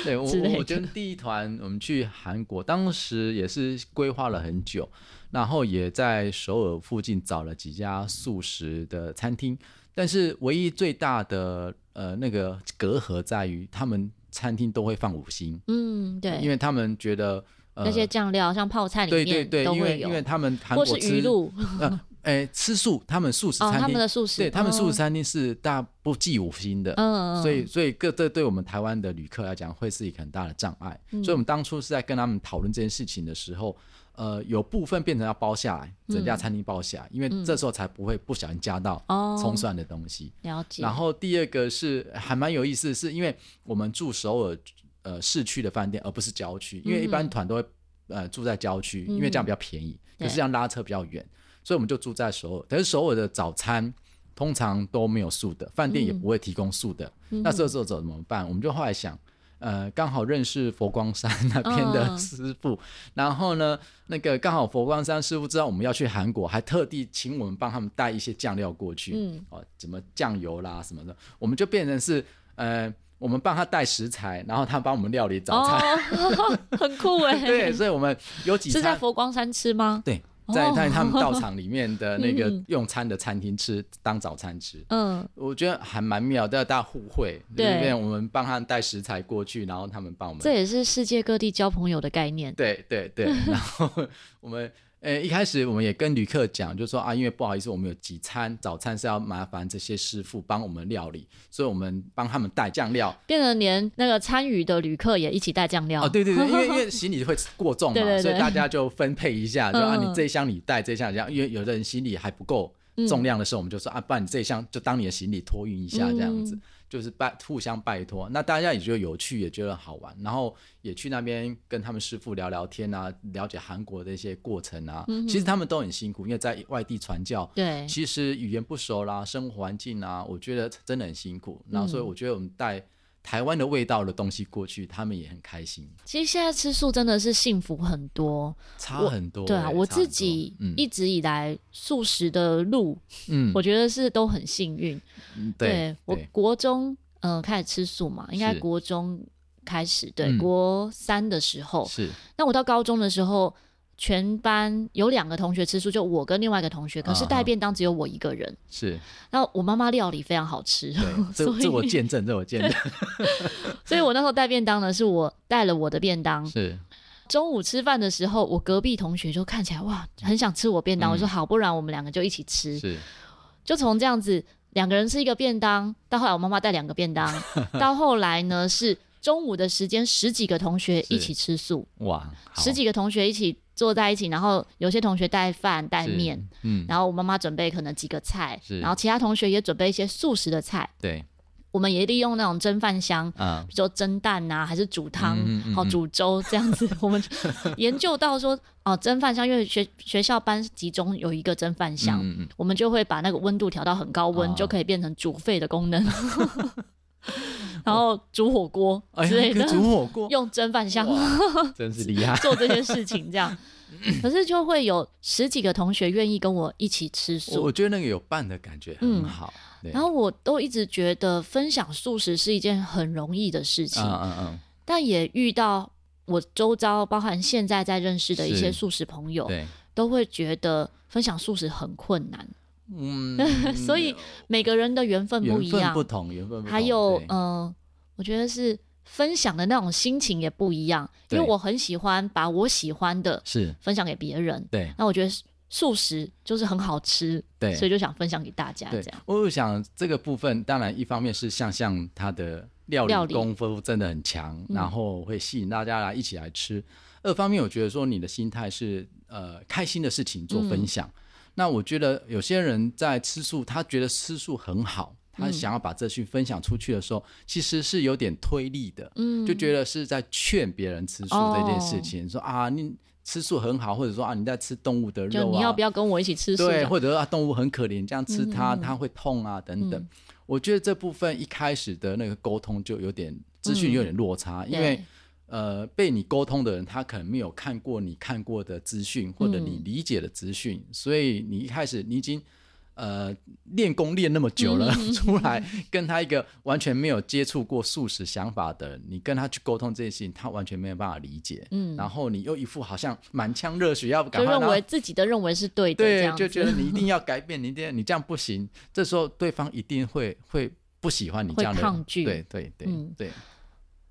[SPEAKER 2] 对，我
[SPEAKER 1] 之类
[SPEAKER 2] 我
[SPEAKER 1] 的
[SPEAKER 2] 我跟第一团我们去韩国，当时也是规划了很久，然后也在首尔附近找了几家素食的餐厅，但是唯一最大的呃那个隔阂在于他们餐厅都会放五星，
[SPEAKER 1] 嗯，对，
[SPEAKER 2] 因为他们觉得呃
[SPEAKER 1] 那些酱料像泡菜里
[SPEAKER 2] 对对
[SPEAKER 1] 面
[SPEAKER 2] 对，
[SPEAKER 1] 都
[SPEAKER 2] 因
[SPEAKER 1] 会
[SPEAKER 2] 为
[SPEAKER 1] 有，
[SPEAKER 2] 因为他们韩
[SPEAKER 1] 或是
[SPEAKER 2] 国吃
[SPEAKER 1] 鱼露
[SPEAKER 2] 呃哎吃素，他们素食
[SPEAKER 1] 哦，
[SPEAKER 2] 餐
[SPEAKER 1] 他
[SPEAKER 2] 厅
[SPEAKER 1] 们的素食，
[SPEAKER 2] 对他们素食
[SPEAKER 1] 哦，
[SPEAKER 2] 餐厅是大不计五星的，
[SPEAKER 1] 嗯，嗯
[SPEAKER 2] 所以，所以各这对我们台湾的旅客来讲，会是一个很大的障碍。
[SPEAKER 1] 嗯
[SPEAKER 2] 所以，我们当初是在跟他们讨论这件事情的时候，呃，有部分变成要包下来，整家餐厅包下来，因为这时候才不会不小心加到
[SPEAKER 1] 嗯哦
[SPEAKER 2] 葱蒜的东西。
[SPEAKER 1] 了解，
[SPEAKER 2] 然后第二个是还蛮有意思，是因为我们住首尔呃市区的饭店，而不是郊区，因为一般团都
[SPEAKER 1] 嗯
[SPEAKER 2] 会呃住在郊区，因为这样比较便宜，
[SPEAKER 1] 对
[SPEAKER 2] 可是这样拉车比较远，所以我们就住在首尔。但是首尔的早餐通常都没有素的，饭店也不会提供素的，
[SPEAKER 1] 嗯
[SPEAKER 2] 那这时候怎么办？我们就后来想。呃，刚好认识佛光山那边的
[SPEAKER 1] 嗯
[SPEAKER 2] 师傅，然后呢，那个刚好佛光山师傅知道我们要去韩国，还特地请我们帮他们带一些酱料过去，
[SPEAKER 1] 嗯，
[SPEAKER 2] 哦，怎么酱油啦什么的，我们就变成是呃，我们帮他带食材，然后他帮我们料理早餐，
[SPEAKER 1] 哦， 很酷哎，
[SPEAKER 2] 对，，所以我们有几
[SPEAKER 1] 是在
[SPEAKER 2] 餐
[SPEAKER 1] 佛光山吃吗？
[SPEAKER 2] 对，
[SPEAKER 1] 哦
[SPEAKER 2] 在在他们道场里面的那个
[SPEAKER 1] 嗯
[SPEAKER 2] 用餐的餐厅吃、当早餐吃，
[SPEAKER 1] 嗯，
[SPEAKER 2] 我觉得还蛮妙的，大家互惠，
[SPEAKER 1] 对
[SPEAKER 2] 就是变成我们帮他们带食材过去，然后他们帮我们
[SPEAKER 1] 这也是世界各地交朋友的概念，
[SPEAKER 2] 对对 对，然后我们呃一开始我们也跟旅客讲，就说啊，因为不好意思，我们有几餐早餐是要麻烦这些师傅帮我们料理，所以我们帮他们带酱料。
[SPEAKER 1] 变成连那个参与的旅客也一起带酱料
[SPEAKER 2] 哦，，对对对，因 为因为行李会过重嘛，
[SPEAKER 1] 对对
[SPEAKER 2] 所以
[SPEAKER 1] 对
[SPEAKER 2] 大家就分配一下，就啊
[SPEAKER 1] 嗯
[SPEAKER 2] 你这一箱你带，这一箱你这样，因为有的人行李还不够重量的时候，我们就说啊，不然你这一箱就当你的行李托运一下这样
[SPEAKER 1] 嗯
[SPEAKER 2] 子，就是拜互相拜托。那大家也觉得有趣，也觉得好玩，然后也去那边跟他们师傅聊聊天啊，了解韩国的一些过程啊。其实他们都很辛苦，因为在外地传教，
[SPEAKER 1] 嗯对，
[SPEAKER 2] 其实语言不熟啦，生活环境啊，我觉得真的很辛苦。然后
[SPEAKER 1] 嗯
[SPEAKER 2] 所以我觉得我们带台湾的味道的东西过去，他们也很开心，
[SPEAKER 1] 其实现在吃素真的是幸福很多，
[SPEAKER 2] 差很多欸。
[SPEAKER 1] 对啊，我
[SPEAKER 2] 差很
[SPEAKER 1] 自
[SPEAKER 2] 多
[SPEAKER 1] 己
[SPEAKER 2] 嗯
[SPEAKER 1] 一直以来素食的路，
[SPEAKER 2] 嗯，
[SPEAKER 1] 我觉得是都很幸运，
[SPEAKER 2] 嗯
[SPEAKER 1] 对
[SPEAKER 2] 对
[SPEAKER 1] 我
[SPEAKER 2] 对
[SPEAKER 1] 国中呃开始吃素嘛，应该
[SPEAKER 2] 是
[SPEAKER 1] 国中开始，对，
[SPEAKER 2] 嗯
[SPEAKER 1] 国三的时候。
[SPEAKER 2] 是
[SPEAKER 1] 那我到高中的时候，全班有两个同学吃素，就我跟另外一个同学，可是
[SPEAKER 2] 啊哈
[SPEAKER 1] 带便当只有我一个人。
[SPEAKER 2] 是，
[SPEAKER 1] 然后我妈妈料理非常好吃，
[SPEAKER 2] 对，这
[SPEAKER 1] 所以
[SPEAKER 2] 这我见证，这 我见证，
[SPEAKER 1] 所以我那时候带便当呢，是我带了我的便当。
[SPEAKER 2] 是
[SPEAKER 1] 中午吃饭的时候，我隔壁同学就看起来哇，很想吃我
[SPEAKER 2] 嗯
[SPEAKER 1] 便当，我说好，不然我们两个就一起吃。
[SPEAKER 2] 是
[SPEAKER 1] 就从这样子两个人吃一个便当，到后来我妈妈带两个便 当，到后来呢是中午的时间十几个同学一起吃素，
[SPEAKER 2] 哇，好
[SPEAKER 1] 十几个同学一起坐在一起，然后有些同学带饭带
[SPEAKER 2] 是
[SPEAKER 1] 面，
[SPEAKER 2] 嗯，
[SPEAKER 1] 然后我妈妈准备可能几个菜，
[SPEAKER 2] 是
[SPEAKER 1] 然后其他同学也准备一些素食的菜，
[SPEAKER 2] 对，
[SPEAKER 1] 我们也利用那种蒸饭箱。
[SPEAKER 2] 啊，
[SPEAKER 1] 比如说蒸蛋呐、还是煮汤，好、
[SPEAKER 2] 嗯嗯嗯嗯
[SPEAKER 1] 煮粥这样子，我们 研究到说，哦，蒸饭箱，因为学学校班集中有一个蒸饭箱，
[SPEAKER 2] 嗯嗯
[SPEAKER 1] 我
[SPEAKER 2] 啊
[SPEAKER 1] 们就会把那个温度调到很高温，
[SPEAKER 2] 哦
[SPEAKER 1] 就可以变成煮沸的功能。然后煮火锅
[SPEAKER 2] 哎
[SPEAKER 1] 之类
[SPEAKER 2] 呀，
[SPEAKER 1] 的，
[SPEAKER 2] 可以煮火锅，
[SPEAKER 1] 用蒸饭箱
[SPEAKER 2] 哇真是厉害。
[SPEAKER 1] 做这些事情， 这样。可是就会有十几个同学愿意跟我一起吃
[SPEAKER 2] 我
[SPEAKER 1] 素，
[SPEAKER 2] 我觉得那个有伴的感觉很
[SPEAKER 1] 嗯
[SPEAKER 2] 好。哦对啊
[SPEAKER 1] 然后我都一直觉得分享素食是一件很容易的事情，
[SPEAKER 2] 嗯嗯嗯，
[SPEAKER 1] 但也遇到我周遭，包含现在在认识的一些
[SPEAKER 2] 是
[SPEAKER 1] 素食朋友，
[SPEAKER 2] 对，
[SPEAKER 1] 都会觉得分享素食很困难。
[SPEAKER 2] 嗯
[SPEAKER 1] 所以每个人的缘分
[SPEAKER 2] 缘
[SPEAKER 1] 不一
[SPEAKER 2] 分
[SPEAKER 1] 样
[SPEAKER 2] 不，同，缘分不同。
[SPEAKER 1] 还有
[SPEAKER 2] 对
[SPEAKER 1] 嗯、呃我觉得是分享的那种心情也不一样，因为
[SPEAKER 2] 对
[SPEAKER 1] 我很喜欢把我喜欢的
[SPEAKER 2] 是，
[SPEAKER 1] 分享给别人。
[SPEAKER 2] 对
[SPEAKER 1] 那我觉得素食就是很好吃，
[SPEAKER 2] 对，
[SPEAKER 1] 所以就想分享给大家这
[SPEAKER 2] 对
[SPEAKER 1] 样。，
[SPEAKER 2] 我有想这个部分，当然一方面是像像它的料
[SPEAKER 1] 料
[SPEAKER 2] 理
[SPEAKER 1] 理
[SPEAKER 2] 功夫真的很强，
[SPEAKER 1] 嗯
[SPEAKER 2] 然后会吸引大家来一起来吃；二方面，我觉得说你的心态是呃开心的事情做
[SPEAKER 1] 嗯
[SPEAKER 2] 分享。那我觉得有些人在吃素，他觉得吃素很好，他
[SPEAKER 1] 嗯
[SPEAKER 2] 想要把这去分享出去的时候，其实是有点推力的。
[SPEAKER 1] 嗯，哦
[SPEAKER 2] 就觉得是在劝别人吃素这件事情，说啊，你吃素很好，或者说啊，你在吃动物的肉
[SPEAKER 1] 就
[SPEAKER 2] 啊，
[SPEAKER 1] 你要不要跟我一起吃素这
[SPEAKER 2] 对，
[SPEAKER 1] 样？
[SPEAKER 2] 或者说啊，动物很可怜，这样吃它、
[SPEAKER 1] 嗯
[SPEAKER 2] 它会痛啊，等等。
[SPEAKER 1] 嗯
[SPEAKER 2] 我觉得这部分一开始的那个沟通就有点资
[SPEAKER 1] 嗯
[SPEAKER 2] 讯有点落差，因为
[SPEAKER 1] 对
[SPEAKER 2] 呃，被你沟通的人他可能没有看过你看过的资讯或者
[SPEAKER 1] 嗯
[SPEAKER 2] 你理解的资讯，所以你一开始你已经。呃，练功练那么久了，
[SPEAKER 1] 嗯
[SPEAKER 2] 出来跟他一个完全没有接触过素食想法的人，你跟他去沟通这些事情，他完全没有办法理解。
[SPEAKER 1] 嗯
[SPEAKER 2] 然后你又一副好像满腔热血要赶
[SPEAKER 1] 就
[SPEAKER 2] 快
[SPEAKER 1] 认
[SPEAKER 2] 拿
[SPEAKER 1] 为自己的认为是对的，这
[SPEAKER 2] 对，
[SPEAKER 1] 样
[SPEAKER 2] 就
[SPEAKER 1] 子。
[SPEAKER 2] 觉得你一定要改变，你一定要你这样不行。这时候对方一定会会不喜欢你这
[SPEAKER 1] 会
[SPEAKER 2] 样的人
[SPEAKER 1] 抗拒
[SPEAKER 2] 对对对、
[SPEAKER 1] 嗯
[SPEAKER 2] 对，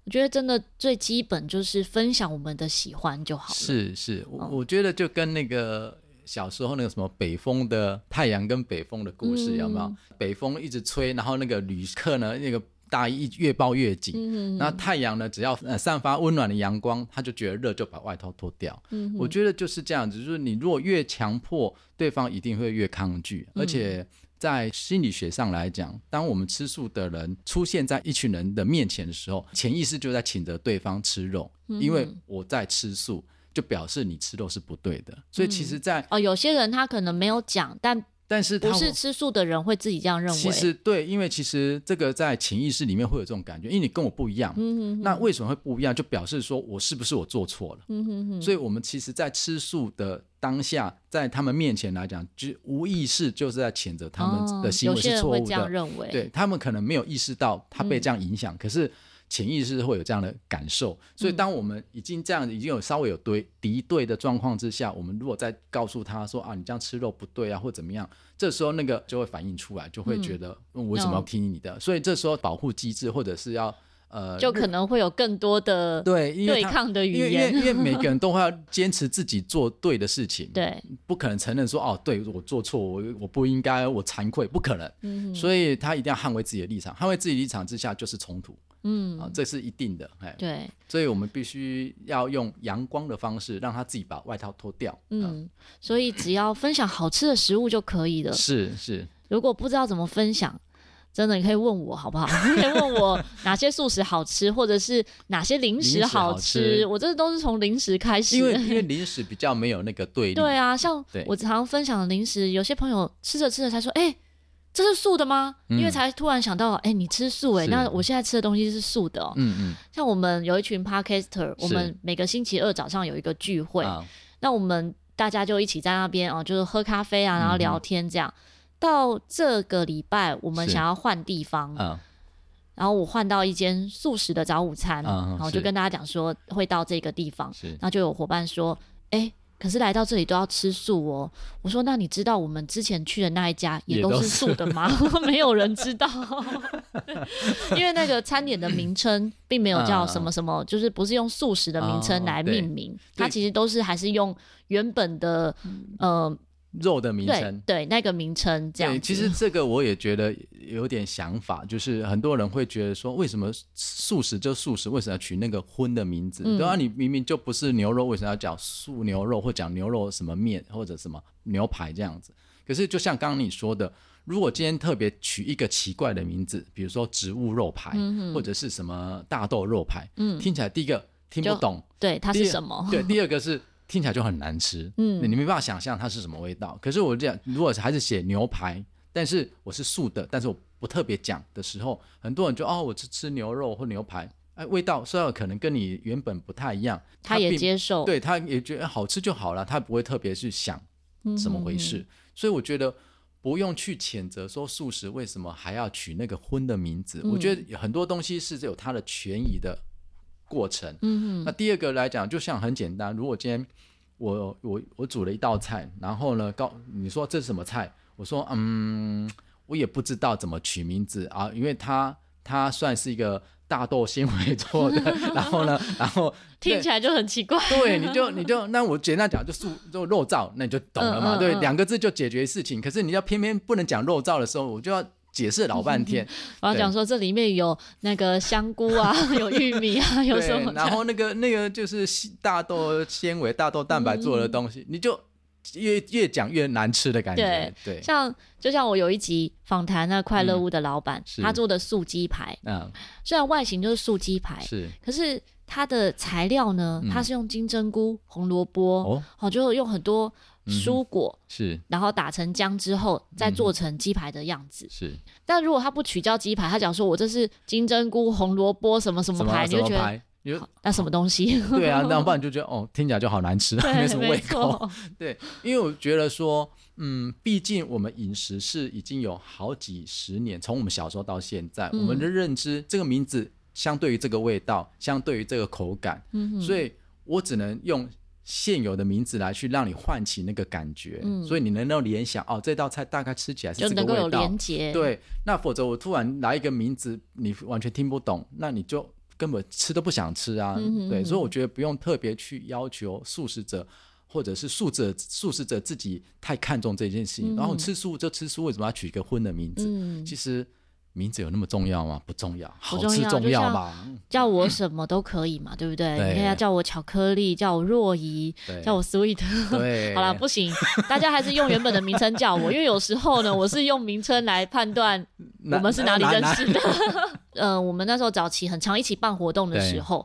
[SPEAKER 1] 我觉得真的最基本就是分享我们的喜欢就好了。
[SPEAKER 2] 是是，我、
[SPEAKER 1] 哦
[SPEAKER 2] 我觉得就跟那个小时候那个什么北风的太阳跟北风的故事、有没有
[SPEAKER 1] 嗯？
[SPEAKER 2] 北风一直吹，然后那个旅客呢，那个大衣越抱越紧。
[SPEAKER 1] 嗯，
[SPEAKER 2] 那太阳呢？只要呃散发温暖的阳光，他就觉得热，就把外套脱掉。
[SPEAKER 1] 嗯
[SPEAKER 2] 我觉得就是这样子，就是你如果越强迫对方，一定会越抗拒。
[SPEAKER 1] 嗯
[SPEAKER 2] 而且在心理学上来讲，当我们吃素的人出现在一群人的面前的时候，潜意识就在请着对方吃肉，
[SPEAKER 1] 嗯
[SPEAKER 2] 因为我在吃素，就表示你吃肉是不对
[SPEAKER 1] 嗯
[SPEAKER 2] 的。所以其实在，
[SPEAKER 1] 哦，有些人他可能没有讲，但
[SPEAKER 2] 但是他
[SPEAKER 1] 不是吃素的人会自己这样认为。
[SPEAKER 2] 其实对，因为其实这个在潜意识里面会有这种感觉，因为你跟我不一样。
[SPEAKER 1] 嗯，嗯
[SPEAKER 2] 那为什么会不一样？就表示说我是不是我做错了？
[SPEAKER 1] 嗯嗯嗯，
[SPEAKER 2] 所以，我们其实，在吃素的当下，在他们面前来讲，就无意识就是在谴责他们的
[SPEAKER 1] 哦
[SPEAKER 2] 行为
[SPEAKER 1] 有些
[SPEAKER 2] 是
[SPEAKER 1] 人
[SPEAKER 2] 错
[SPEAKER 1] 会
[SPEAKER 2] 误
[SPEAKER 1] 这样
[SPEAKER 2] 的。
[SPEAKER 1] 认为，
[SPEAKER 2] 对他们可能没有意识到他被这样影响，可是潜意识会有这样的感
[SPEAKER 1] 嗯
[SPEAKER 2] 受。所以，当我们已经这样，已经有稍微有对敌对的状况之下，我们如果再告诉他说啊，你这样吃肉不对啊，或怎么样，这时候那个就会反映出来，就会觉得、嗯、我为什么
[SPEAKER 1] 哦
[SPEAKER 2] 要听你的？所以这时候保护机制或者是要呃，
[SPEAKER 1] 就可能会有更多的
[SPEAKER 2] 对，因
[SPEAKER 1] 对
[SPEAKER 2] 为他
[SPEAKER 1] 抗的语
[SPEAKER 2] 因为因为
[SPEAKER 1] 言。
[SPEAKER 2] 因为每个人都会要坚持自己做对的事情，，
[SPEAKER 1] 对，
[SPEAKER 2] 不可能承认说哦，对我做错，我我不应该，我惭愧，不可能。
[SPEAKER 1] 嗯
[SPEAKER 2] 所以他一定要捍卫自己的立场，捍卫自己立场之下就是冲突
[SPEAKER 1] 嗯，
[SPEAKER 2] 啊，这是一定的。哎，
[SPEAKER 1] 对，
[SPEAKER 2] 所以我们必须要用阳光的方式，让他自己把外套脱掉。啊，
[SPEAKER 1] 嗯，所以只要分享好吃的食物就可以了。
[SPEAKER 2] 是是，
[SPEAKER 1] 如果不知道怎么分享，真的你可以问我好不好？ 你可以问我哪些素食好吃，或者是哪些零
[SPEAKER 2] 零
[SPEAKER 1] 食
[SPEAKER 2] 食好
[SPEAKER 1] 好
[SPEAKER 2] 吃
[SPEAKER 1] 吃。我这都是从零食开始
[SPEAKER 2] 因 为
[SPEAKER 1] 的。
[SPEAKER 2] 因为零食比较没有那个对立，
[SPEAKER 1] 对啊，像
[SPEAKER 2] 对
[SPEAKER 1] 我常分享的零食，有些朋友吃着吃着才说：“哎、这是素的吗？”因为
[SPEAKER 2] 嗯
[SPEAKER 1] 才突然想到，哎、你吃素哎、
[SPEAKER 2] 是
[SPEAKER 1] 那我现在吃的东西是素的哦、
[SPEAKER 2] 嗯嗯，
[SPEAKER 1] 像我们有一群 podcaster，我
[SPEAKER 2] 是
[SPEAKER 1] 们每个星期二早上有一个聚会，
[SPEAKER 2] 啊
[SPEAKER 1] 那我们大家就一起在那边哦、就是喝咖啡
[SPEAKER 2] 嗯
[SPEAKER 1] 啊，然后聊天这样。到这个礼拜，我们
[SPEAKER 2] 是
[SPEAKER 1] 想要换地方，
[SPEAKER 2] 啊
[SPEAKER 1] 然后我换到一间素食的早午餐，
[SPEAKER 2] 嗯嗯
[SPEAKER 1] 然后
[SPEAKER 2] 是
[SPEAKER 1] 就跟大家讲说会到这个地方，
[SPEAKER 2] 是
[SPEAKER 1] 然后就有伙伴说：“哎、可是来到这里都要吃素哦。”我说：“那你知道我们之前去的那一家也
[SPEAKER 2] 也
[SPEAKER 1] 都
[SPEAKER 2] 都
[SPEAKER 1] 是
[SPEAKER 2] 是
[SPEAKER 1] 素的吗？” 没有人知道， 因为那个餐点的名称并没有叫什么什么，就是不是用素食的名称
[SPEAKER 2] 嗯哦
[SPEAKER 1] 来
[SPEAKER 2] 对
[SPEAKER 1] 命名，
[SPEAKER 2] 对
[SPEAKER 1] 它其实都是还是用原本的呃
[SPEAKER 2] 肉的名
[SPEAKER 1] 对
[SPEAKER 2] 称。
[SPEAKER 1] 对那个名称这样
[SPEAKER 2] 对，
[SPEAKER 1] 子。
[SPEAKER 2] 其实这个我也觉得有点想法，就是很多人会觉得说，为什么素食就素食，为什么要取那个荤的名字？
[SPEAKER 1] 嗯
[SPEAKER 2] 对啊，你明明就不是牛肉，为什么要讲素牛肉或讲牛肉什么面或者什么牛排这样子？可是就像刚刚你说的，如果今天特别取一个奇怪的名字，比如说植物肉排、或者是什么大豆肉排，
[SPEAKER 1] 嗯
[SPEAKER 2] 听起来第一个听不
[SPEAKER 1] 就
[SPEAKER 2] 懂，
[SPEAKER 1] 对它
[SPEAKER 2] 第
[SPEAKER 1] 是
[SPEAKER 2] 二
[SPEAKER 1] 什么？
[SPEAKER 2] 对，第二个是听起来就很难吃，
[SPEAKER 1] 哦嗯
[SPEAKER 2] 嗯，你没办法想象它是什么味道。可是我这样，如果还是写牛排，但是我是素的，但是我不特别讲的时候，很多人就哦，我只吃牛肉或牛排，哎，味道虽然可能跟你原本不太一样，
[SPEAKER 1] 他也
[SPEAKER 2] 并
[SPEAKER 1] 接受，
[SPEAKER 2] 对，他也觉得哎好吃就好了，他不会特别去想
[SPEAKER 1] 嗯
[SPEAKER 2] 怎么回事。所以我觉得不用去谴责说素食为什么还要取那个荤的名字，我觉得很多东西是有它的权益的过程。
[SPEAKER 1] 嗯
[SPEAKER 2] 那第二个来讲，就像很简单，如果今天我我我煮了一道菜，然后呢，告你说这是什么菜？我说嗯，我也不知道怎么取名字啊，因为它它算是一个大豆纤维 做的，然后呢，然后
[SPEAKER 1] 听起来就很奇怪。
[SPEAKER 2] 对，你就你就那我简单讲就素就肉燥，那你就懂了嘛，
[SPEAKER 1] 嗯嗯
[SPEAKER 2] 对，
[SPEAKER 1] 嗯
[SPEAKER 2] 两个字就解决事情。可是你要偏偏不能讲肉燥的时候，我就要解释老半天，
[SPEAKER 1] 我要讲说这里面有那个香菇 啊，有玉米啊，有什
[SPEAKER 2] 对
[SPEAKER 1] 么，这
[SPEAKER 2] 然
[SPEAKER 1] 样？
[SPEAKER 2] 后那个那个就是细大豆纤维、大豆蛋白
[SPEAKER 1] 嗯
[SPEAKER 2] 做的东西，你就越越讲越难吃的感觉
[SPEAKER 1] 对，
[SPEAKER 2] 对，
[SPEAKER 1] 像就像我有一集访谈那快乐屋的老板，
[SPEAKER 2] 嗯是
[SPEAKER 1] 他做的素鸡排，
[SPEAKER 2] 嗯，
[SPEAKER 1] 虽然外形就是素鸡排，
[SPEAKER 2] 是
[SPEAKER 1] 可是它的材料呢，
[SPEAKER 2] 嗯
[SPEAKER 1] 它是用金针菇、红萝卜，
[SPEAKER 2] 哦，嗯
[SPEAKER 1] 哦，就用很多蔬果，
[SPEAKER 2] 是
[SPEAKER 1] 然后打成浆之
[SPEAKER 2] 嗯
[SPEAKER 1] 后，再做成鸡排的样子。
[SPEAKER 2] 是
[SPEAKER 1] 但如果他不取叫鸡排，他讲说我这是金针菇、红萝卜什么什么
[SPEAKER 2] 什么啊
[SPEAKER 1] 排，你
[SPEAKER 2] 什
[SPEAKER 1] 就
[SPEAKER 2] 么
[SPEAKER 1] 觉得
[SPEAKER 2] 牌？你就
[SPEAKER 1] 那什么东 西？
[SPEAKER 2] 对啊，那不然就觉得哦，听起来就好难吃，
[SPEAKER 1] 对，
[SPEAKER 2] 没什 么胃口。
[SPEAKER 1] 错。
[SPEAKER 2] 对，因为我觉得说，嗯，毕竟我们饮食是已经有好几十年，从我们小时候到现在，我
[SPEAKER 1] 嗯
[SPEAKER 2] 们的认知这个名字相对于这个味道，相对于这个口感，
[SPEAKER 1] 嗯哼，
[SPEAKER 2] 所以我只能用现有的名字来去让你唤起那个感觉，
[SPEAKER 1] 嗯
[SPEAKER 2] 所以你能够联想哦，这道菜大概吃起来是
[SPEAKER 1] 就
[SPEAKER 2] 这个
[SPEAKER 1] 能够有
[SPEAKER 2] 味道
[SPEAKER 1] 连，结。，
[SPEAKER 2] 对，那否则我突然来一个名字，你完全听不懂，那你就根本吃都不想吃啊。
[SPEAKER 1] 嗯哼
[SPEAKER 2] 对，
[SPEAKER 1] 嗯
[SPEAKER 2] 所以我觉得不用特别去要求素食者或者是素者素食者自己太看重这件事情，然后
[SPEAKER 1] 嗯
[SPEAKER 2] 吃素就吃素，为什么要取一个荤的名字？
[SPEAKER 1] 嗯，
[SPEAKER 2] 其实名字有那么重要吗？不重要，好
[SPEAKER 1] 不重
[SPEAKER 2] 吃
[SPEAKER 1] 要
[SPEAKER 2] 重
[SPEAKER 1] 就
[SPEAKER 2] 要
[SPEAKER 1] 像
[SPEAKER 2] 吧？嗯
[SPEAKER 1] 叫我什么都可以嘛，对不对？
[SPEAKER 2] 对
[SPEAKER 1] 你看要叫我巧克力，叫我若仪，
[SPEAKER 2] 对，
[SPEAKER 1] 叫我 sweet。
[SPEAKER 2] 对，
[SPEAKER 1] 好啦，不行，大家还是用原本的名称叫我，因为有时候呢，我是用名称来判断
[SPEAKER 2] 那
[SPEAKER 1] 我们是哪里
[SPEAKER 2] 那
[SPEAKER 1] 认
[SPEAKER 2] 那
[SPEAKER 1] 识的。呃，我们那时候早期很常一起办活动的时候，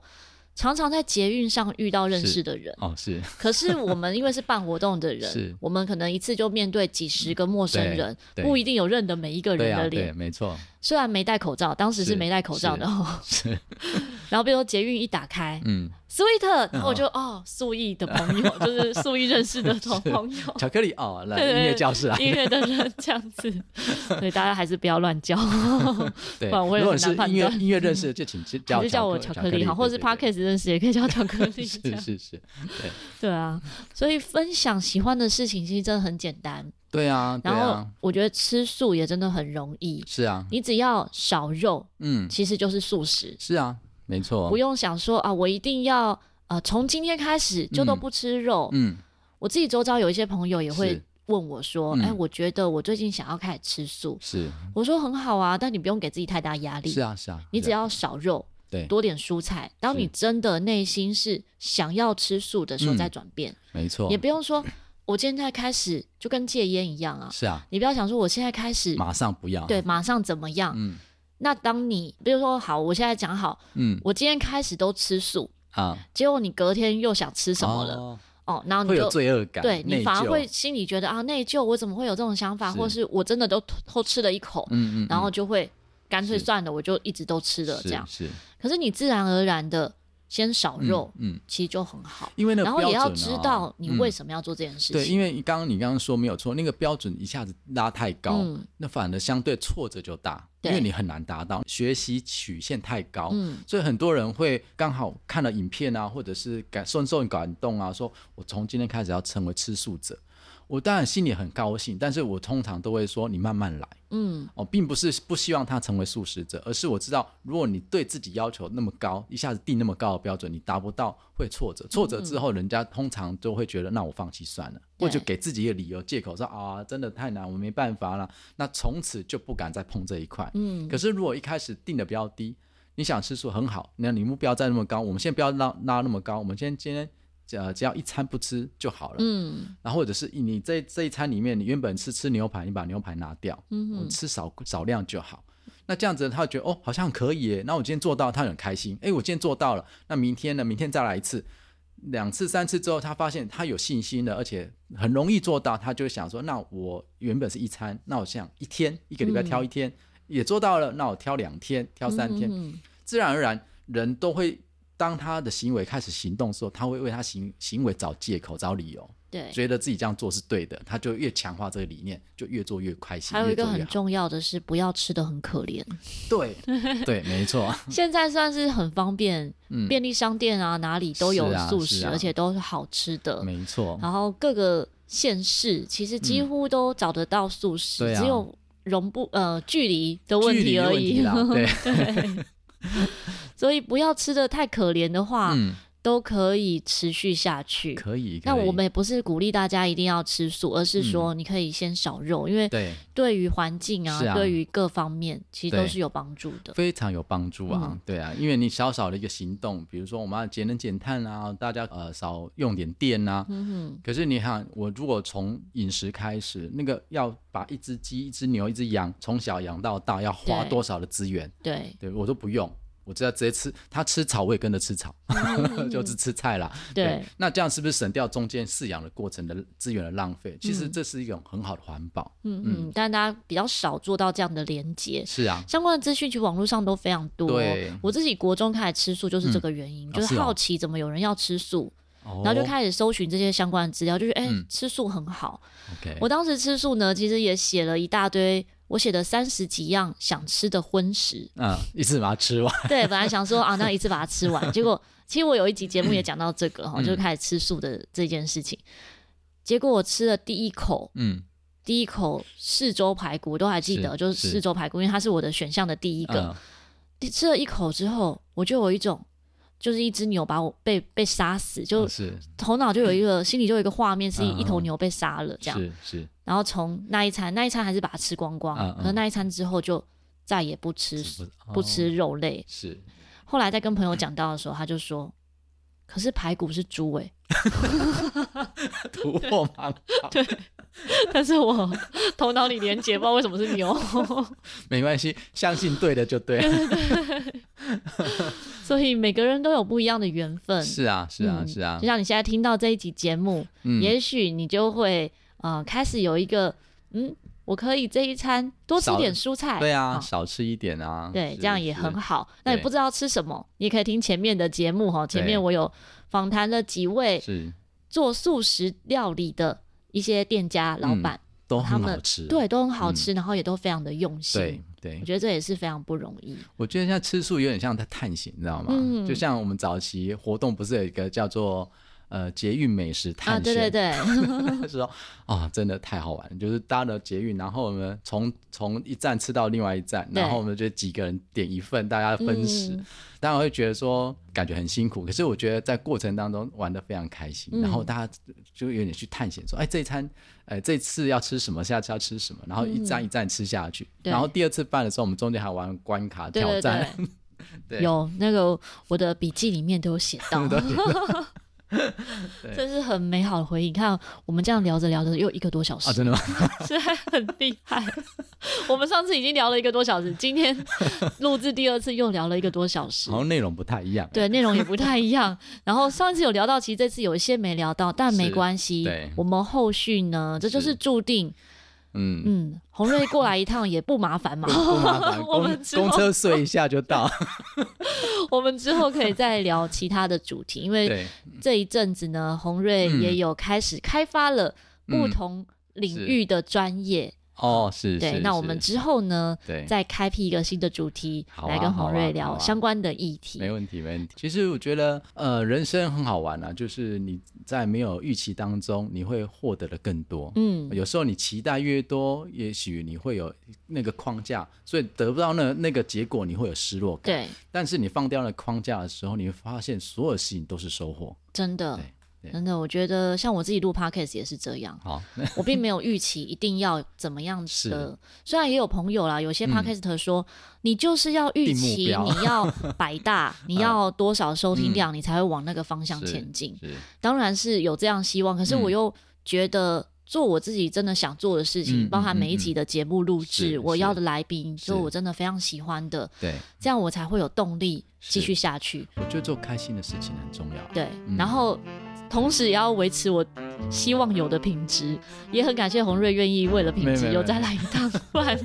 [SPEAKER 1] 常常在捷运上遇到认识的人。
[SPEAKER 2] 哦，是
[SPEAKER 1] 可是我们因为是办活动的
[SPEAKER 2] 是
[SPEAKER 1] 人，我们可能一次就面对几十个陌生人，
[SPEAKER 2] 对
[SPEAKER 1] 不一定有认得每一个
[SPEAKER 2] 对
[SPEAKER 1] 人
[SPEAKER 2] 啊，
[SPEAKER 1] 的
[SPEAKER 2] 对，
[SPEAKER 1] 脸。
[SPEAKER 2] 没错，
[SPEAKER 1] 虽然没戴口罩，当时
[SPEAKER 2] 是
[SPEAKER 1] 是没戴口罩
[SPEAKER 2] 是
[SPEAKER 1] 的哦。 然后比如说捷运一打开
[SPEAKER 2] 嗯，
[SPEAKER 1] ，Sweet，然后我就哦，素艺的朋 友，就是素艺认识的同朋友。
[SPEAKER 2] 巧克力哦，来
[SPEAKER 1] 对对
[SPEAKER 2] 音乐
[SPEAKER 1] 对
[SPEAKER 2] 教室啊，
[SPEAKER 1] 音乐的人这样子， 所以大家还是不要乱叫。
[SPEAKER 2] 对，
[SPEAKER 1] 不然我也
[SPEAKER 2] 如果
[SPEAKER 1] 很难
[SPEAKER 2] 是
[SPEAKER 1] 判
[SPEAKER 2] 音乐
[SPEAKER 1] 断
[SPEAKER 2] 音乐认识的，就请叫
[SPEAKER 1] 还是叫我
[SPEAKER 2] 巧
[SPEAKER 1] 巧
[SPEAKER 2] 克
[SPEAKER 1] 克力好，或者是
[SPEAKER 2] Pocket
[SPEAKER 1] podcast 认识也可以叫巧克 力这
[SPEAKER 2] 是
[SPEAKER 1] 样。
[SPEAKER 2] 是是，
[SPEAKER 1] 对啊，所以分享喜欢的事情其实真的很简单。
[SPEAKER 2] 对啊，对
[SPEAKER 1] 然后
[SPEAKER 2] 啊，
[SPEAKER 1] 我觉得吃素也真的很容易，
[SPEAKER 2] 是啊，
[SPEAKER 1] 你只要少肉，
[SPEAKER 2] 嗯，
[SPEAKER 1] 其实就是素食，
[SPEAKER 2] 是啊，没错，
[SPEAKER 1] 不用想说啊，我一定要呃从今天开始就都不吃肉。
[SPEAKER 2] 嗯，
[SPEAKER 1] 我自己周遭有一些朋友也会
[SPEAKER 2] 是。
[SPEAKER 1] 问我说：“
[SPEAKER 2] 嗯
[SPEAKER 1] 哎、我觉得我最近想要开始吃素。
[SPEAKER 2] 是
[SPEAKER 1] 我说：“很好啊，但你不用给自己太大压力。
[SPEAKER 2] 是啊是啊，
[SPEAKER 1] 你
[SPEAKER 2] 是
[SPEAKER 1] 只
[SPEAKER 2] 啊
[SPEAKER 1] 要少肉，
[SPEAKER 2] 对
[SPEAKER 1] 多点蔬菜。当你真的内心是想要吃素的时候，
[SPEAKER 2] 嗯哦
[SPEAKER 1] 再转变，
[SPEAKER 2] 没错
[SPEAKER 1] 也，不用说我今天开始就跟戒烟一样啊。
[SPEAKER 2] 是啊，
[SPEAKER 1] 你不要想说我现在开始，
[SPEAKER 2] 马上不要，
[SPEAKER 1] 对，，马上怎么样？
[SPEAKER 2] 嗯
[SPEAKER 1] 那当你比如说好，我现在讲好，
[SPEAKER 2] 嗯
[SPEAKER 1] 我今天开始都吃素，
[SPEAKER 2] 啊，
[SPEAKER 1] 结果你隔天又想吃什么了
[SPEAKER 2] 哦？
[SPEAKER 1] 哦，然后
[SPEAKER 2] 会
[SPEAKER 1] 你
[SPEAKER 2] 有
[SPEAKER 1] 就。
[SPEAKER 2] 罪恶感，
[SPEAKER 1] 对你
[SPEAKER 2] 内
[SPEAKER 1] 反而
[SPEAKER 2] 疚
[SPEAKER 1] 会，心里觉得啊内疚，我怎么会有这种想法，
[SPEAKER 2] 是
[SPEAKER 1] 或是我真的都偷吃了一口，
[SPEAKER 2] 嗯嗯，
[SPEAKER 1] 然后
[SPEAKER 2] 嗯
[SPEAKER 1] 就会干脆
[SPEAKER 2] 是
[SPEAKER 1] 算了，我就一直都吃了
[SPEAKER 2] 是
[SPEAKER 1] 这样。
[SPEAKER 2] 是
[SPEAKER 1] 可是你自然而然的先少
[SPEAKER 2] 嗯
[SPEAKER 1] 肉，
[SPEAKER 2] 嗯，
[SPEAKER 1] 其实就很好。
[SPEAKER 2] 因为那个
[SPEAKER 1] 然后也
[SPEAKER 2] 标
[SPEAKER 1] 要
[SPEAKER 2] 准
[SPEAKER 1] 知
[SPEAKER 2] 啊
[SPEAKER 1] 道你
[SPEAKER 2] 嗯
[SPEAKER 1] 为什么要做这件事
[SPEAKER 2] 对，
[SPEAKER 1] 情。
[SPEAKER 2] 因为刚刚你刚刚说没有错，那个标准一下子拉太高，
[SPEAKER 1] 嗯
[SPEAKER 2] 那反而相对挫折就大，因
[SPEAKER 1] 对
[SPEAKER 2] 为你很难达到，学习曲线太高。
[SPEAKER 1] 嗯，
[SPEAKER 2] 所以很多人会刚好看了影片啊，或者是感深受感动啊，说我从今天开始要成为吃素者。我当然心里很高兴，但是我通常都会说你慢慢来
[SPEAKER 1] 嗯
[SPEAKER 2] 哦，并不是不希望他成为素食者，而是我知道，如果你对自己要求那么高，一下子定那么高的标准，你达不到会挫折。挫折之后，人家通常就会觉得那我放弃算了，
[SPEAKER 1] 嗯对
[SPEAKER 2] 或者给自己一个理由借口说啊，真的太难，我没办法了。那从此就不敢再碰这一块。
[SPEAKER 1] 嗯
[SPEAKER 2] 可是如果一开始定的比较低，你想吃素很好，那你目标再那么高，我们先不要拉拉那么高，我们先今天呃只要一餐不吃就好了。
[SPEAKER 1] 嗯
[SPEAKER 2] 然后或者是你这这一餐里面，你原本是吃牛排，你把牛排拿掉，我们
[SPEAKER 1] 嗯，
[SPEAKER 2] 吃少少量就好。那这样子，他就觉得哦，好像可以耶。那我今天做到，他很开心。哎，我今天做到了，那明天呢？明天再来一次。两次、三次之后，他发现他有信心了，而且很容易做到，他就想说：那我原本是一餐，那我想一天一个礼拜挑一天、也做到了，那我挑两天、挑三天，
[SPEAKER 1] 嗯
[SPEAKER 2] 自然而然人都会当他的行为开始行动的时候，他会为他行行为找借口、找理由，
[SPEAKER 1] 对。
[SPEAKER 2] 觉得自己这样做是对的，他就越强化这个理念，就越做越开心，
[SPEAKER 1] 还有一
[SPEAKER 2] 越
[SPEAKER 1] 个
[SPEAKER 2] 做越
[SPEAKER 1] 很
[SPEAKER 2] 好。
[SPEAKER 1] 重要的是，不要吃的很可 怜。
[SPEAKER 2] 对对，没错，
[SPEAKER 1] 现在算是很方便，
[SPEAKER 2] 嗯，
[SPEAKER 1] 便利商店啊哪里都有
[SPEAKER 2] 是啊
[SPEAKER 1] 素
[SPEAKER 2] 是
[SPEAKER 1] 食，
[SPEAKER 2] 啊嗯
[SPEAKER 1] 而且都是好吃的。
[SPEAKER 2] 没错，
[SPEAKER 1] 然后各个县市其实几乎都找得到素食，
[SPEAKER 2] 对啊
[SPEAKER 1] 只有容不呃距离的问
[SPEAKER 2] 距离
[SPEAKER 1] 题
[SPEAKER 2] 的
[SPEAKER 1] 而
[SPEAKER 2] 问题
[SPEAKER 1] 已。
[SPEAKER 2] 啦，对，
[SPEAKER 1] 所以不要吃的太可怜的话，
[SPEAKER 2] 嗯，
[SPEAKER 1] 都可以持续下去。
[SPEAKER 2] 可以。
[SPEAKER 1] 那
[SPEAKER 2] 可以
[SPEAKER 1] 我们也不是鼓励大家一定要吃素，而是说你可以先少肉，因为
[SPEAKER 2] 嗯对
[SPEAKER 1] 对于环境啊，
[SPEAKER 2] 是啊
[SPEAKER 1] 对于各方面其实
[SPEAKER 2] 对
[SPEAKER 1] 都是有帮助的。
[SPEAKER 2] 非常有帮助啊，
[SPEAKER 1] 嗯
[SPEAKER 2] 对啊，因为你小小的一个行动，比如说我们要节能减碳啊，大家呃少用点电啊。
[SPEAKER 1] 嗯
[SPEAKER 2] 可是你看，我如果从饮食开始，那个要把一只鸡、一只牛、一只羊从小养到大，要花
[SPEAKER 1] 对
[SPEAKER 2] 多少的资源？
[SPEAKER 1] 哼，对
[SPEAKER 2] 对我都不用，我只要直接吃。它吃草，我也跟着吃草，
[SPEAKER 1] 嗯
[SPEAKER 2] 就是吃菜啦。
[SPEAKER 1] 对，
[SPEAKER 2] 那这样是不是省掉中间饲养的过程的资源的浪费？其实这是一种很好的环保。
[SPEAKER 1] 嗯嗯，但大家比较少做到这样的连接。
[SPEAKER 2] 是啊，
[SPEAKER 1] 相关的资讯其实网络上都非常多哦
[SPEAKER 2] 对。
[SPEAKER 1] 我自己国中开始吃素就是这个原因，
[SPEAKER 2] 哦
[SPEAKER 1] 就是
[SPEAKER 2] 是哦
[SPEAKER 1] 好奇怎么有人要吃素，
[SPEAKER 2] 然
[SPEAKER 1] 然后就开始搜寻这些相关的资料，就是哎、
[SPEAKER 2] 嗯
[SPEAKER 1] 吃素很好。
[SPEAKER 2] OK，
[SPEAKER 1] 我当时吃素呢，其实也写了一大堆，我写的三十几样想吃的荤食。
[SPEAKER 2] 嗯，一次把它吃完。
[SPEAKER 1] 对，本来想说啊，那一次把它吃完， 结果其实我有一集节目也讲到这个哈，
[SPEAKER 2] 嗯
[SPEAKER 1] 就是开始吃素的这件事情。结果我吃了第一口，
[SPEAKER 2] 嗯，
[SPEAKER 1] 第一口四周排骨，我都还记得，
[SPEAKER 2] 是
[SPEAKER 1] 就是是四周排骨，因为它是我的选项的第一
[SPEAKER 2] 一
[SPEAKER 1] 个。吃了一口之后，我就有一种就是一只牛把我被被杀死，就、
[SPEAKER 2] 哦是
[SPEAKER 1] 头脑就有一个心里就有一个画面，是
[SPEAKER 2] 嗯嗯嗯
[SPEAKER 1] 一头牛被杀了这样。
[SPEAKER 2] 是是
[SPEAKER 1] 然后从那一餐，那一餐还是把它吃光光，
[SPEAKER 2] 嗯嗯
[SPEAKER 1] 可是那一餐之后就再也不吃
[SPEAKER 2] 是不
[SPEAKER 1] 不吃
[SPEAKER 2] 哦
[SPEAKER 1] 肉类。
[SPEAKER 2] 是
[SPEAKER 1] 后来在跟朋友讲到的时候，他就说：“可是排骨是猪欸诶、
[SPEAKER 2] 突破盲道，
[SPEAKER 1] 但是 我头脑里连结不知道为什么是牛，
[SPEAKER 2] 没关系，相信对的就对了。
[SPEAKER 1] 所以每个人都有不一样的缘分。
[SPEAKER 2] 是啊是啊
[SPEAKER 1] 嗯
[SPEAKER 2] 是啊
[SPEAKER 1] 就，像你现在听到这一集节目，
[SPEAKER 2] 嗯，
[SPEAKER 1] 也许你就会呃开始有一个嗯，我可以这一餐多吃
[SPEAKER 2] 少
[SPEAKER 1] 点蔬菜，
[SPEAKER 2] 对啊，
[SPEAKER 1] 哦
[SPEAKER 2] 少吃一点啊，
[SPEAKER 1] 对，
[SPEAKER 2] 是
[SPEAKER 1] 这样也
[SPEAKER 2] 是
[SPEAKER 1] 很好。那你
[SPEAKER 2] 对
[SPEAKER 1] 不知道吃什么，你也可以听前面的节目哈。前
[SPEAKER 2] 对
[SPEAKER 1] 面我有访谈了几位
[SPEAKER 2] 是
[SPEAKER 1] 做素食料理的一些店家老板，
[SPEAKER 2] 都
[SPEAKER 1] 他
[SPEAKER 2] 很
[SPEAKER 1] 们
[SPEAKER 2] 好吃，
[SPEAKER 1] 对，都很好吃，然后也都非常的用
[SPEAKER 2] 嗯对
[SPEAKER 1] 心。
[SPEAKER 2] 对
[SPEAKER 1] 我，觉得这也是非常不容易。啊
[SPEAKER 2] 我觉得现在吃素有点像在探险，你知道吗？
[SPEAKER 1] 嗯
[SPEAKER 2] 就像我们早期活动不是有一个叫做。呃，捷运美食探
[SPEAKER 1] 啊，
[SPEAKER 2] 险，
[SPEAKER 1] 对 对对，
[SPEAKER 2] 那时候啊，真的太好玩了，就是搭了捷运，然后我们从从一站吃到另外一站，
[SPEAKER 1] 对
[SPEAKER 2] 然后我们就几个人点一份，大家分食。
[SPEAKER 1] 嗯
[SPEAKER 2] 当然会觉得说感觉很辛苦，可是我觉得在过程当中玩的非常开心，
[SPEAKER 1] 嗯
[SPEAKER 2] 然后大家就有点去探险，说哎这一餐，哎这次要吃什么，下次要吃什么，然后一站一站吃下去。
[SPEAKER 1] 嗯对
[SPEAKER 2] 然后第二次办的时候，我们中间还玩关卡
[SPEAKER 1] 对
[SPEAKER 2] 挑
[SPEAKER 1] 对
[SPEAKER 2] 战，
[SPEAKER 1] 对
[SPEAKER 2] 对
[SPEAKER 1] 有那个我的笔记里面都有写 到，
[SPEAKER 2] 对
[SPEAKER 1] 这是很美好的回忆。你看我们这样聊着聊着又一个多小时
[SPEAKER 2] 啊，，真的吗？
[SPEAKER 1] 是还很厉害。 我们上次已经聊了一个多小时，今天录制第二次又聊了一个多小时
[SPEAKER 2] 好，像内容不太一样。
[SPEAKER 1] 对，内容也不太一样。然后上一次有聊到，其实这次有一些没聊到，但没
[SPEAKER 2] 是
[SPEAKER 1] 关系
[SPEAKER 2] 对。
[SPEAKER 1] 我们后续呢，这就是
[SPEAKER 2] 是
[SPEAKER 1] 注定。
[SPEAKER 2] 嗯，
[SPEAKER 1] 嗯，洪瑞过来一趟也不麻 烦嘛，
[SPEAKER 2] 不麻烦，
[SPEAKER 1] 我们
[SPEAKER 2] 公
[SPEAKER 1] 之后
[SPEAKER 2] 公车睡一下就 到。
[SPEAKER 1] 我们之后可以再聊其他的主题，因为
[SPEAKER 2] 对，
[SPEAKER 1] 这一阵子呢，洪瑞
[SPEAKER 2] 嗯
[SPEAKER 1] 也有开始开发了不
[SPEAKER 2] 嗯
[SPEAKER 1] 同领域的专业。
[SPEAKER 2] 哦，是
[SPEAKER 1] 对，
[SPEAKER 2] 是
[SPEAKER 1] 那我
[SPEAKER 2] 是
[SPEAKER 1] 们之后呢，
[SPEAKER 2] 对
[SPEAKER 1] 再开辟一个新的主题、
[SPEAKER 2] 好啊
[SPEAKER 1] 来跟
[SPEAKER 2] 好
[SPEAKER 1] 洪
[SPEAKER 2] 啊
[SPEAKER 1] 瑞
[SPEAKER 2] 好
[SPEAKER 1] 聊
[SPEAKER 2] 啊
[SPEAKER 1] 相关的议题。
[SPEAKER 2] 没问题，没问题。其实我觉得，呃，人生很好玩啊，就是你在没有预期当中，你会获得的更多。
[SPEAKER 1] 嗯，
[SPEAKER 2] 有时候你期待越多，也许你会有那个框架，所以得不到那那个结果，你会有失落感。
[SPEAKER 1] 对，
[SPEAKER 2] 但是你放掉了框架的时候，你会发现所有事情都是收获。
[SPEAKER 1] 真的
[SPEAKER 2] 对。对
[SPEAKER 1] 真的，我觉得像我自己录 podcast 也是这 样，
[SPEAKER 2] 好，
[SPEAKER 1] 我并没有预期一定要怎么样的
[SPEAKER 2] 是。
[SPEAKER 1] 虽然也有朋友啦，有些
[SPEAKER 2] 嗯
[SPEAKER 1] podcast 说、你就是要预期
[SPEAKER 2] 定目标嗯
[SPEAKER 1] 你要百大，你 要多少收听量，你才会往那个方向
[SPEAKER 2] 是
[SPEAKER 1] 前进。
[SPEAKER 2] 是
[SPEAKER 1] 当然是有这样希望，可是我
[SPEAKER 2] 嗯
[SPEAKER 1] 又觉得做我自己真的想做的事情，
[SPEAKER 2] 嗯
[SPEAKER 1] 包含
[SPEAKER 2] 嗯
[SPEAKER 1] 每一
[SPEAKER 2] 嗯
[SPEAKER 1] 集的节目录制，
[SPEAKER 2] 是
[SPEAKER 1] 我要的来宾，
[SPEAKER 2] 是
[SPEAKER 1] 就我真的非常喜欢的，
[SPEAKER 2] 对，
[SPEAKER 1] 这样我才会有动力
[SPEAKER 2] 是
[SPEAKER 1] 继续下去。
[SPEAKER 2] 我觉得做开心的事情很重要。
[SPEAKER 1] 对，
[SPEAKER 2] 嗯
[SPEAKER 1] 然后同时也要维持我希望有的品质，也很感谢洪瑞愿意为了品
[SPEAKER 2] 没
[SPEAKER 1] 质
[SPEAKER 2] 没
[SPEAKER 1] 又
[SPEAKER 2] 没
[SPEAKER 1] 再来一趟。不 然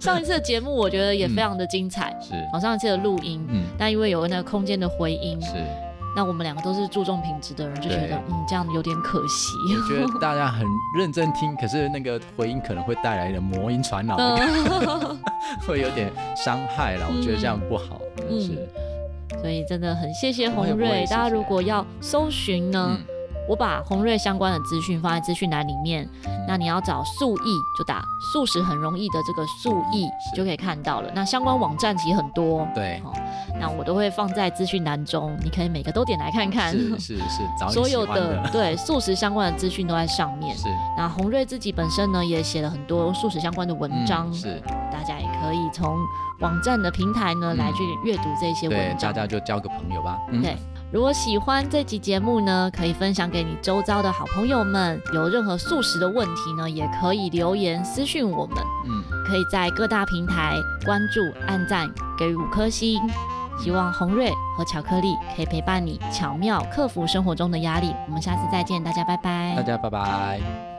[SPEAKER 1] 上一次的节目我觉得也非常的精彩，
[SPEAKER 2] 是，
[SPEAKER 1] 好、上一次的录音，
[SPEAKER 2] 嗯，
[SPEAKER 1] 但因为有那个空间的回音，
[SPEAKER 2] 是，
[SPEAKER 1] 那我们两个都是注重品质的人，就觉
[SPEAKER 2] 对
[SPEAKER 1] 得嗯这样有点可惜。
[SPEAKER 2] 我觉得大家很认真听，可是那个回音可能会带来的魔音传脑，那个
[SPEAKER 1] 嗯，
[SPEAKER 2] 会有点伤害啦。我觉得这样不好，真的是。
[SPEAKER 1] 所以真的很谢谢
[SPEAKER 2] 不会
[SPEAKER 1] 洪
[SPEAKER 2] 不会
[SPEAKER 1] 瑞。
[SPEAKER 2] 谢谢
[SPEAKER 1] 大家如果要搜寻呢，
[SPEAKER 2] 嗯，
[SPEAKER 1] 我把洪瑞相关的资讯放在资讯栏里面。
[SPEAKER 2] 嗯
[SPEAKER 1] 那你要找素艺，就打素食很容易的这个素艺，
[SPEAKER 2] 是
[SPEAKER 1] 就可以看到了。那相关网站其实很多，
[SPEAKER 2] 对，
[SPEAKER 1] 好那我都会放在资讯栏中，你可以每个都点来看看。
[SPEAKER 2] 是是是，找你
[SPEAKER 1] 所
[SPEAKER 2] 喜
[SPEAKER 1] 有
[SPEAKER 2] 欢的，
[SPEAKER 1] 对素食相关的资讯都在上面。
[SPEAKER 2] 是嗯
[SPEAKER 1] 那洪瑞自己本身呢，也写了很多素食相关的文
[SPEAKER 2] 嗯
[SPEAKER 1] 章，
[SPEAKER 2] 是
[SPEAKER 1] 大家也可以从网站的平台呢、
[SPEAKER 2] 嗯
[SPEAKER 1] 来去阅读这些
[SPEAKER 2] 对
[SPEAKER 1] 文，
[SPEAKER 2] 大
[SPEAKER 1] 章。
[SPEAKER 2] 家就交个朋友吧。嗯
[SPEAKER 1] 对，如果喜欢这集节目呢，可以分享给你周遭的好朋友们。有任何素食的问题呢，也可以留言私讯我们。
[SPEAKER 2] 嗯，
[SPEAKER 1] 可以在各大平台关注、按赞，给予五颗星。希望红瑞和巧克力可以陪伴你，巧妙克服生活中的压力。我们下次再见，大家拜拜。
[SPEAKER 2] 大家拜拜。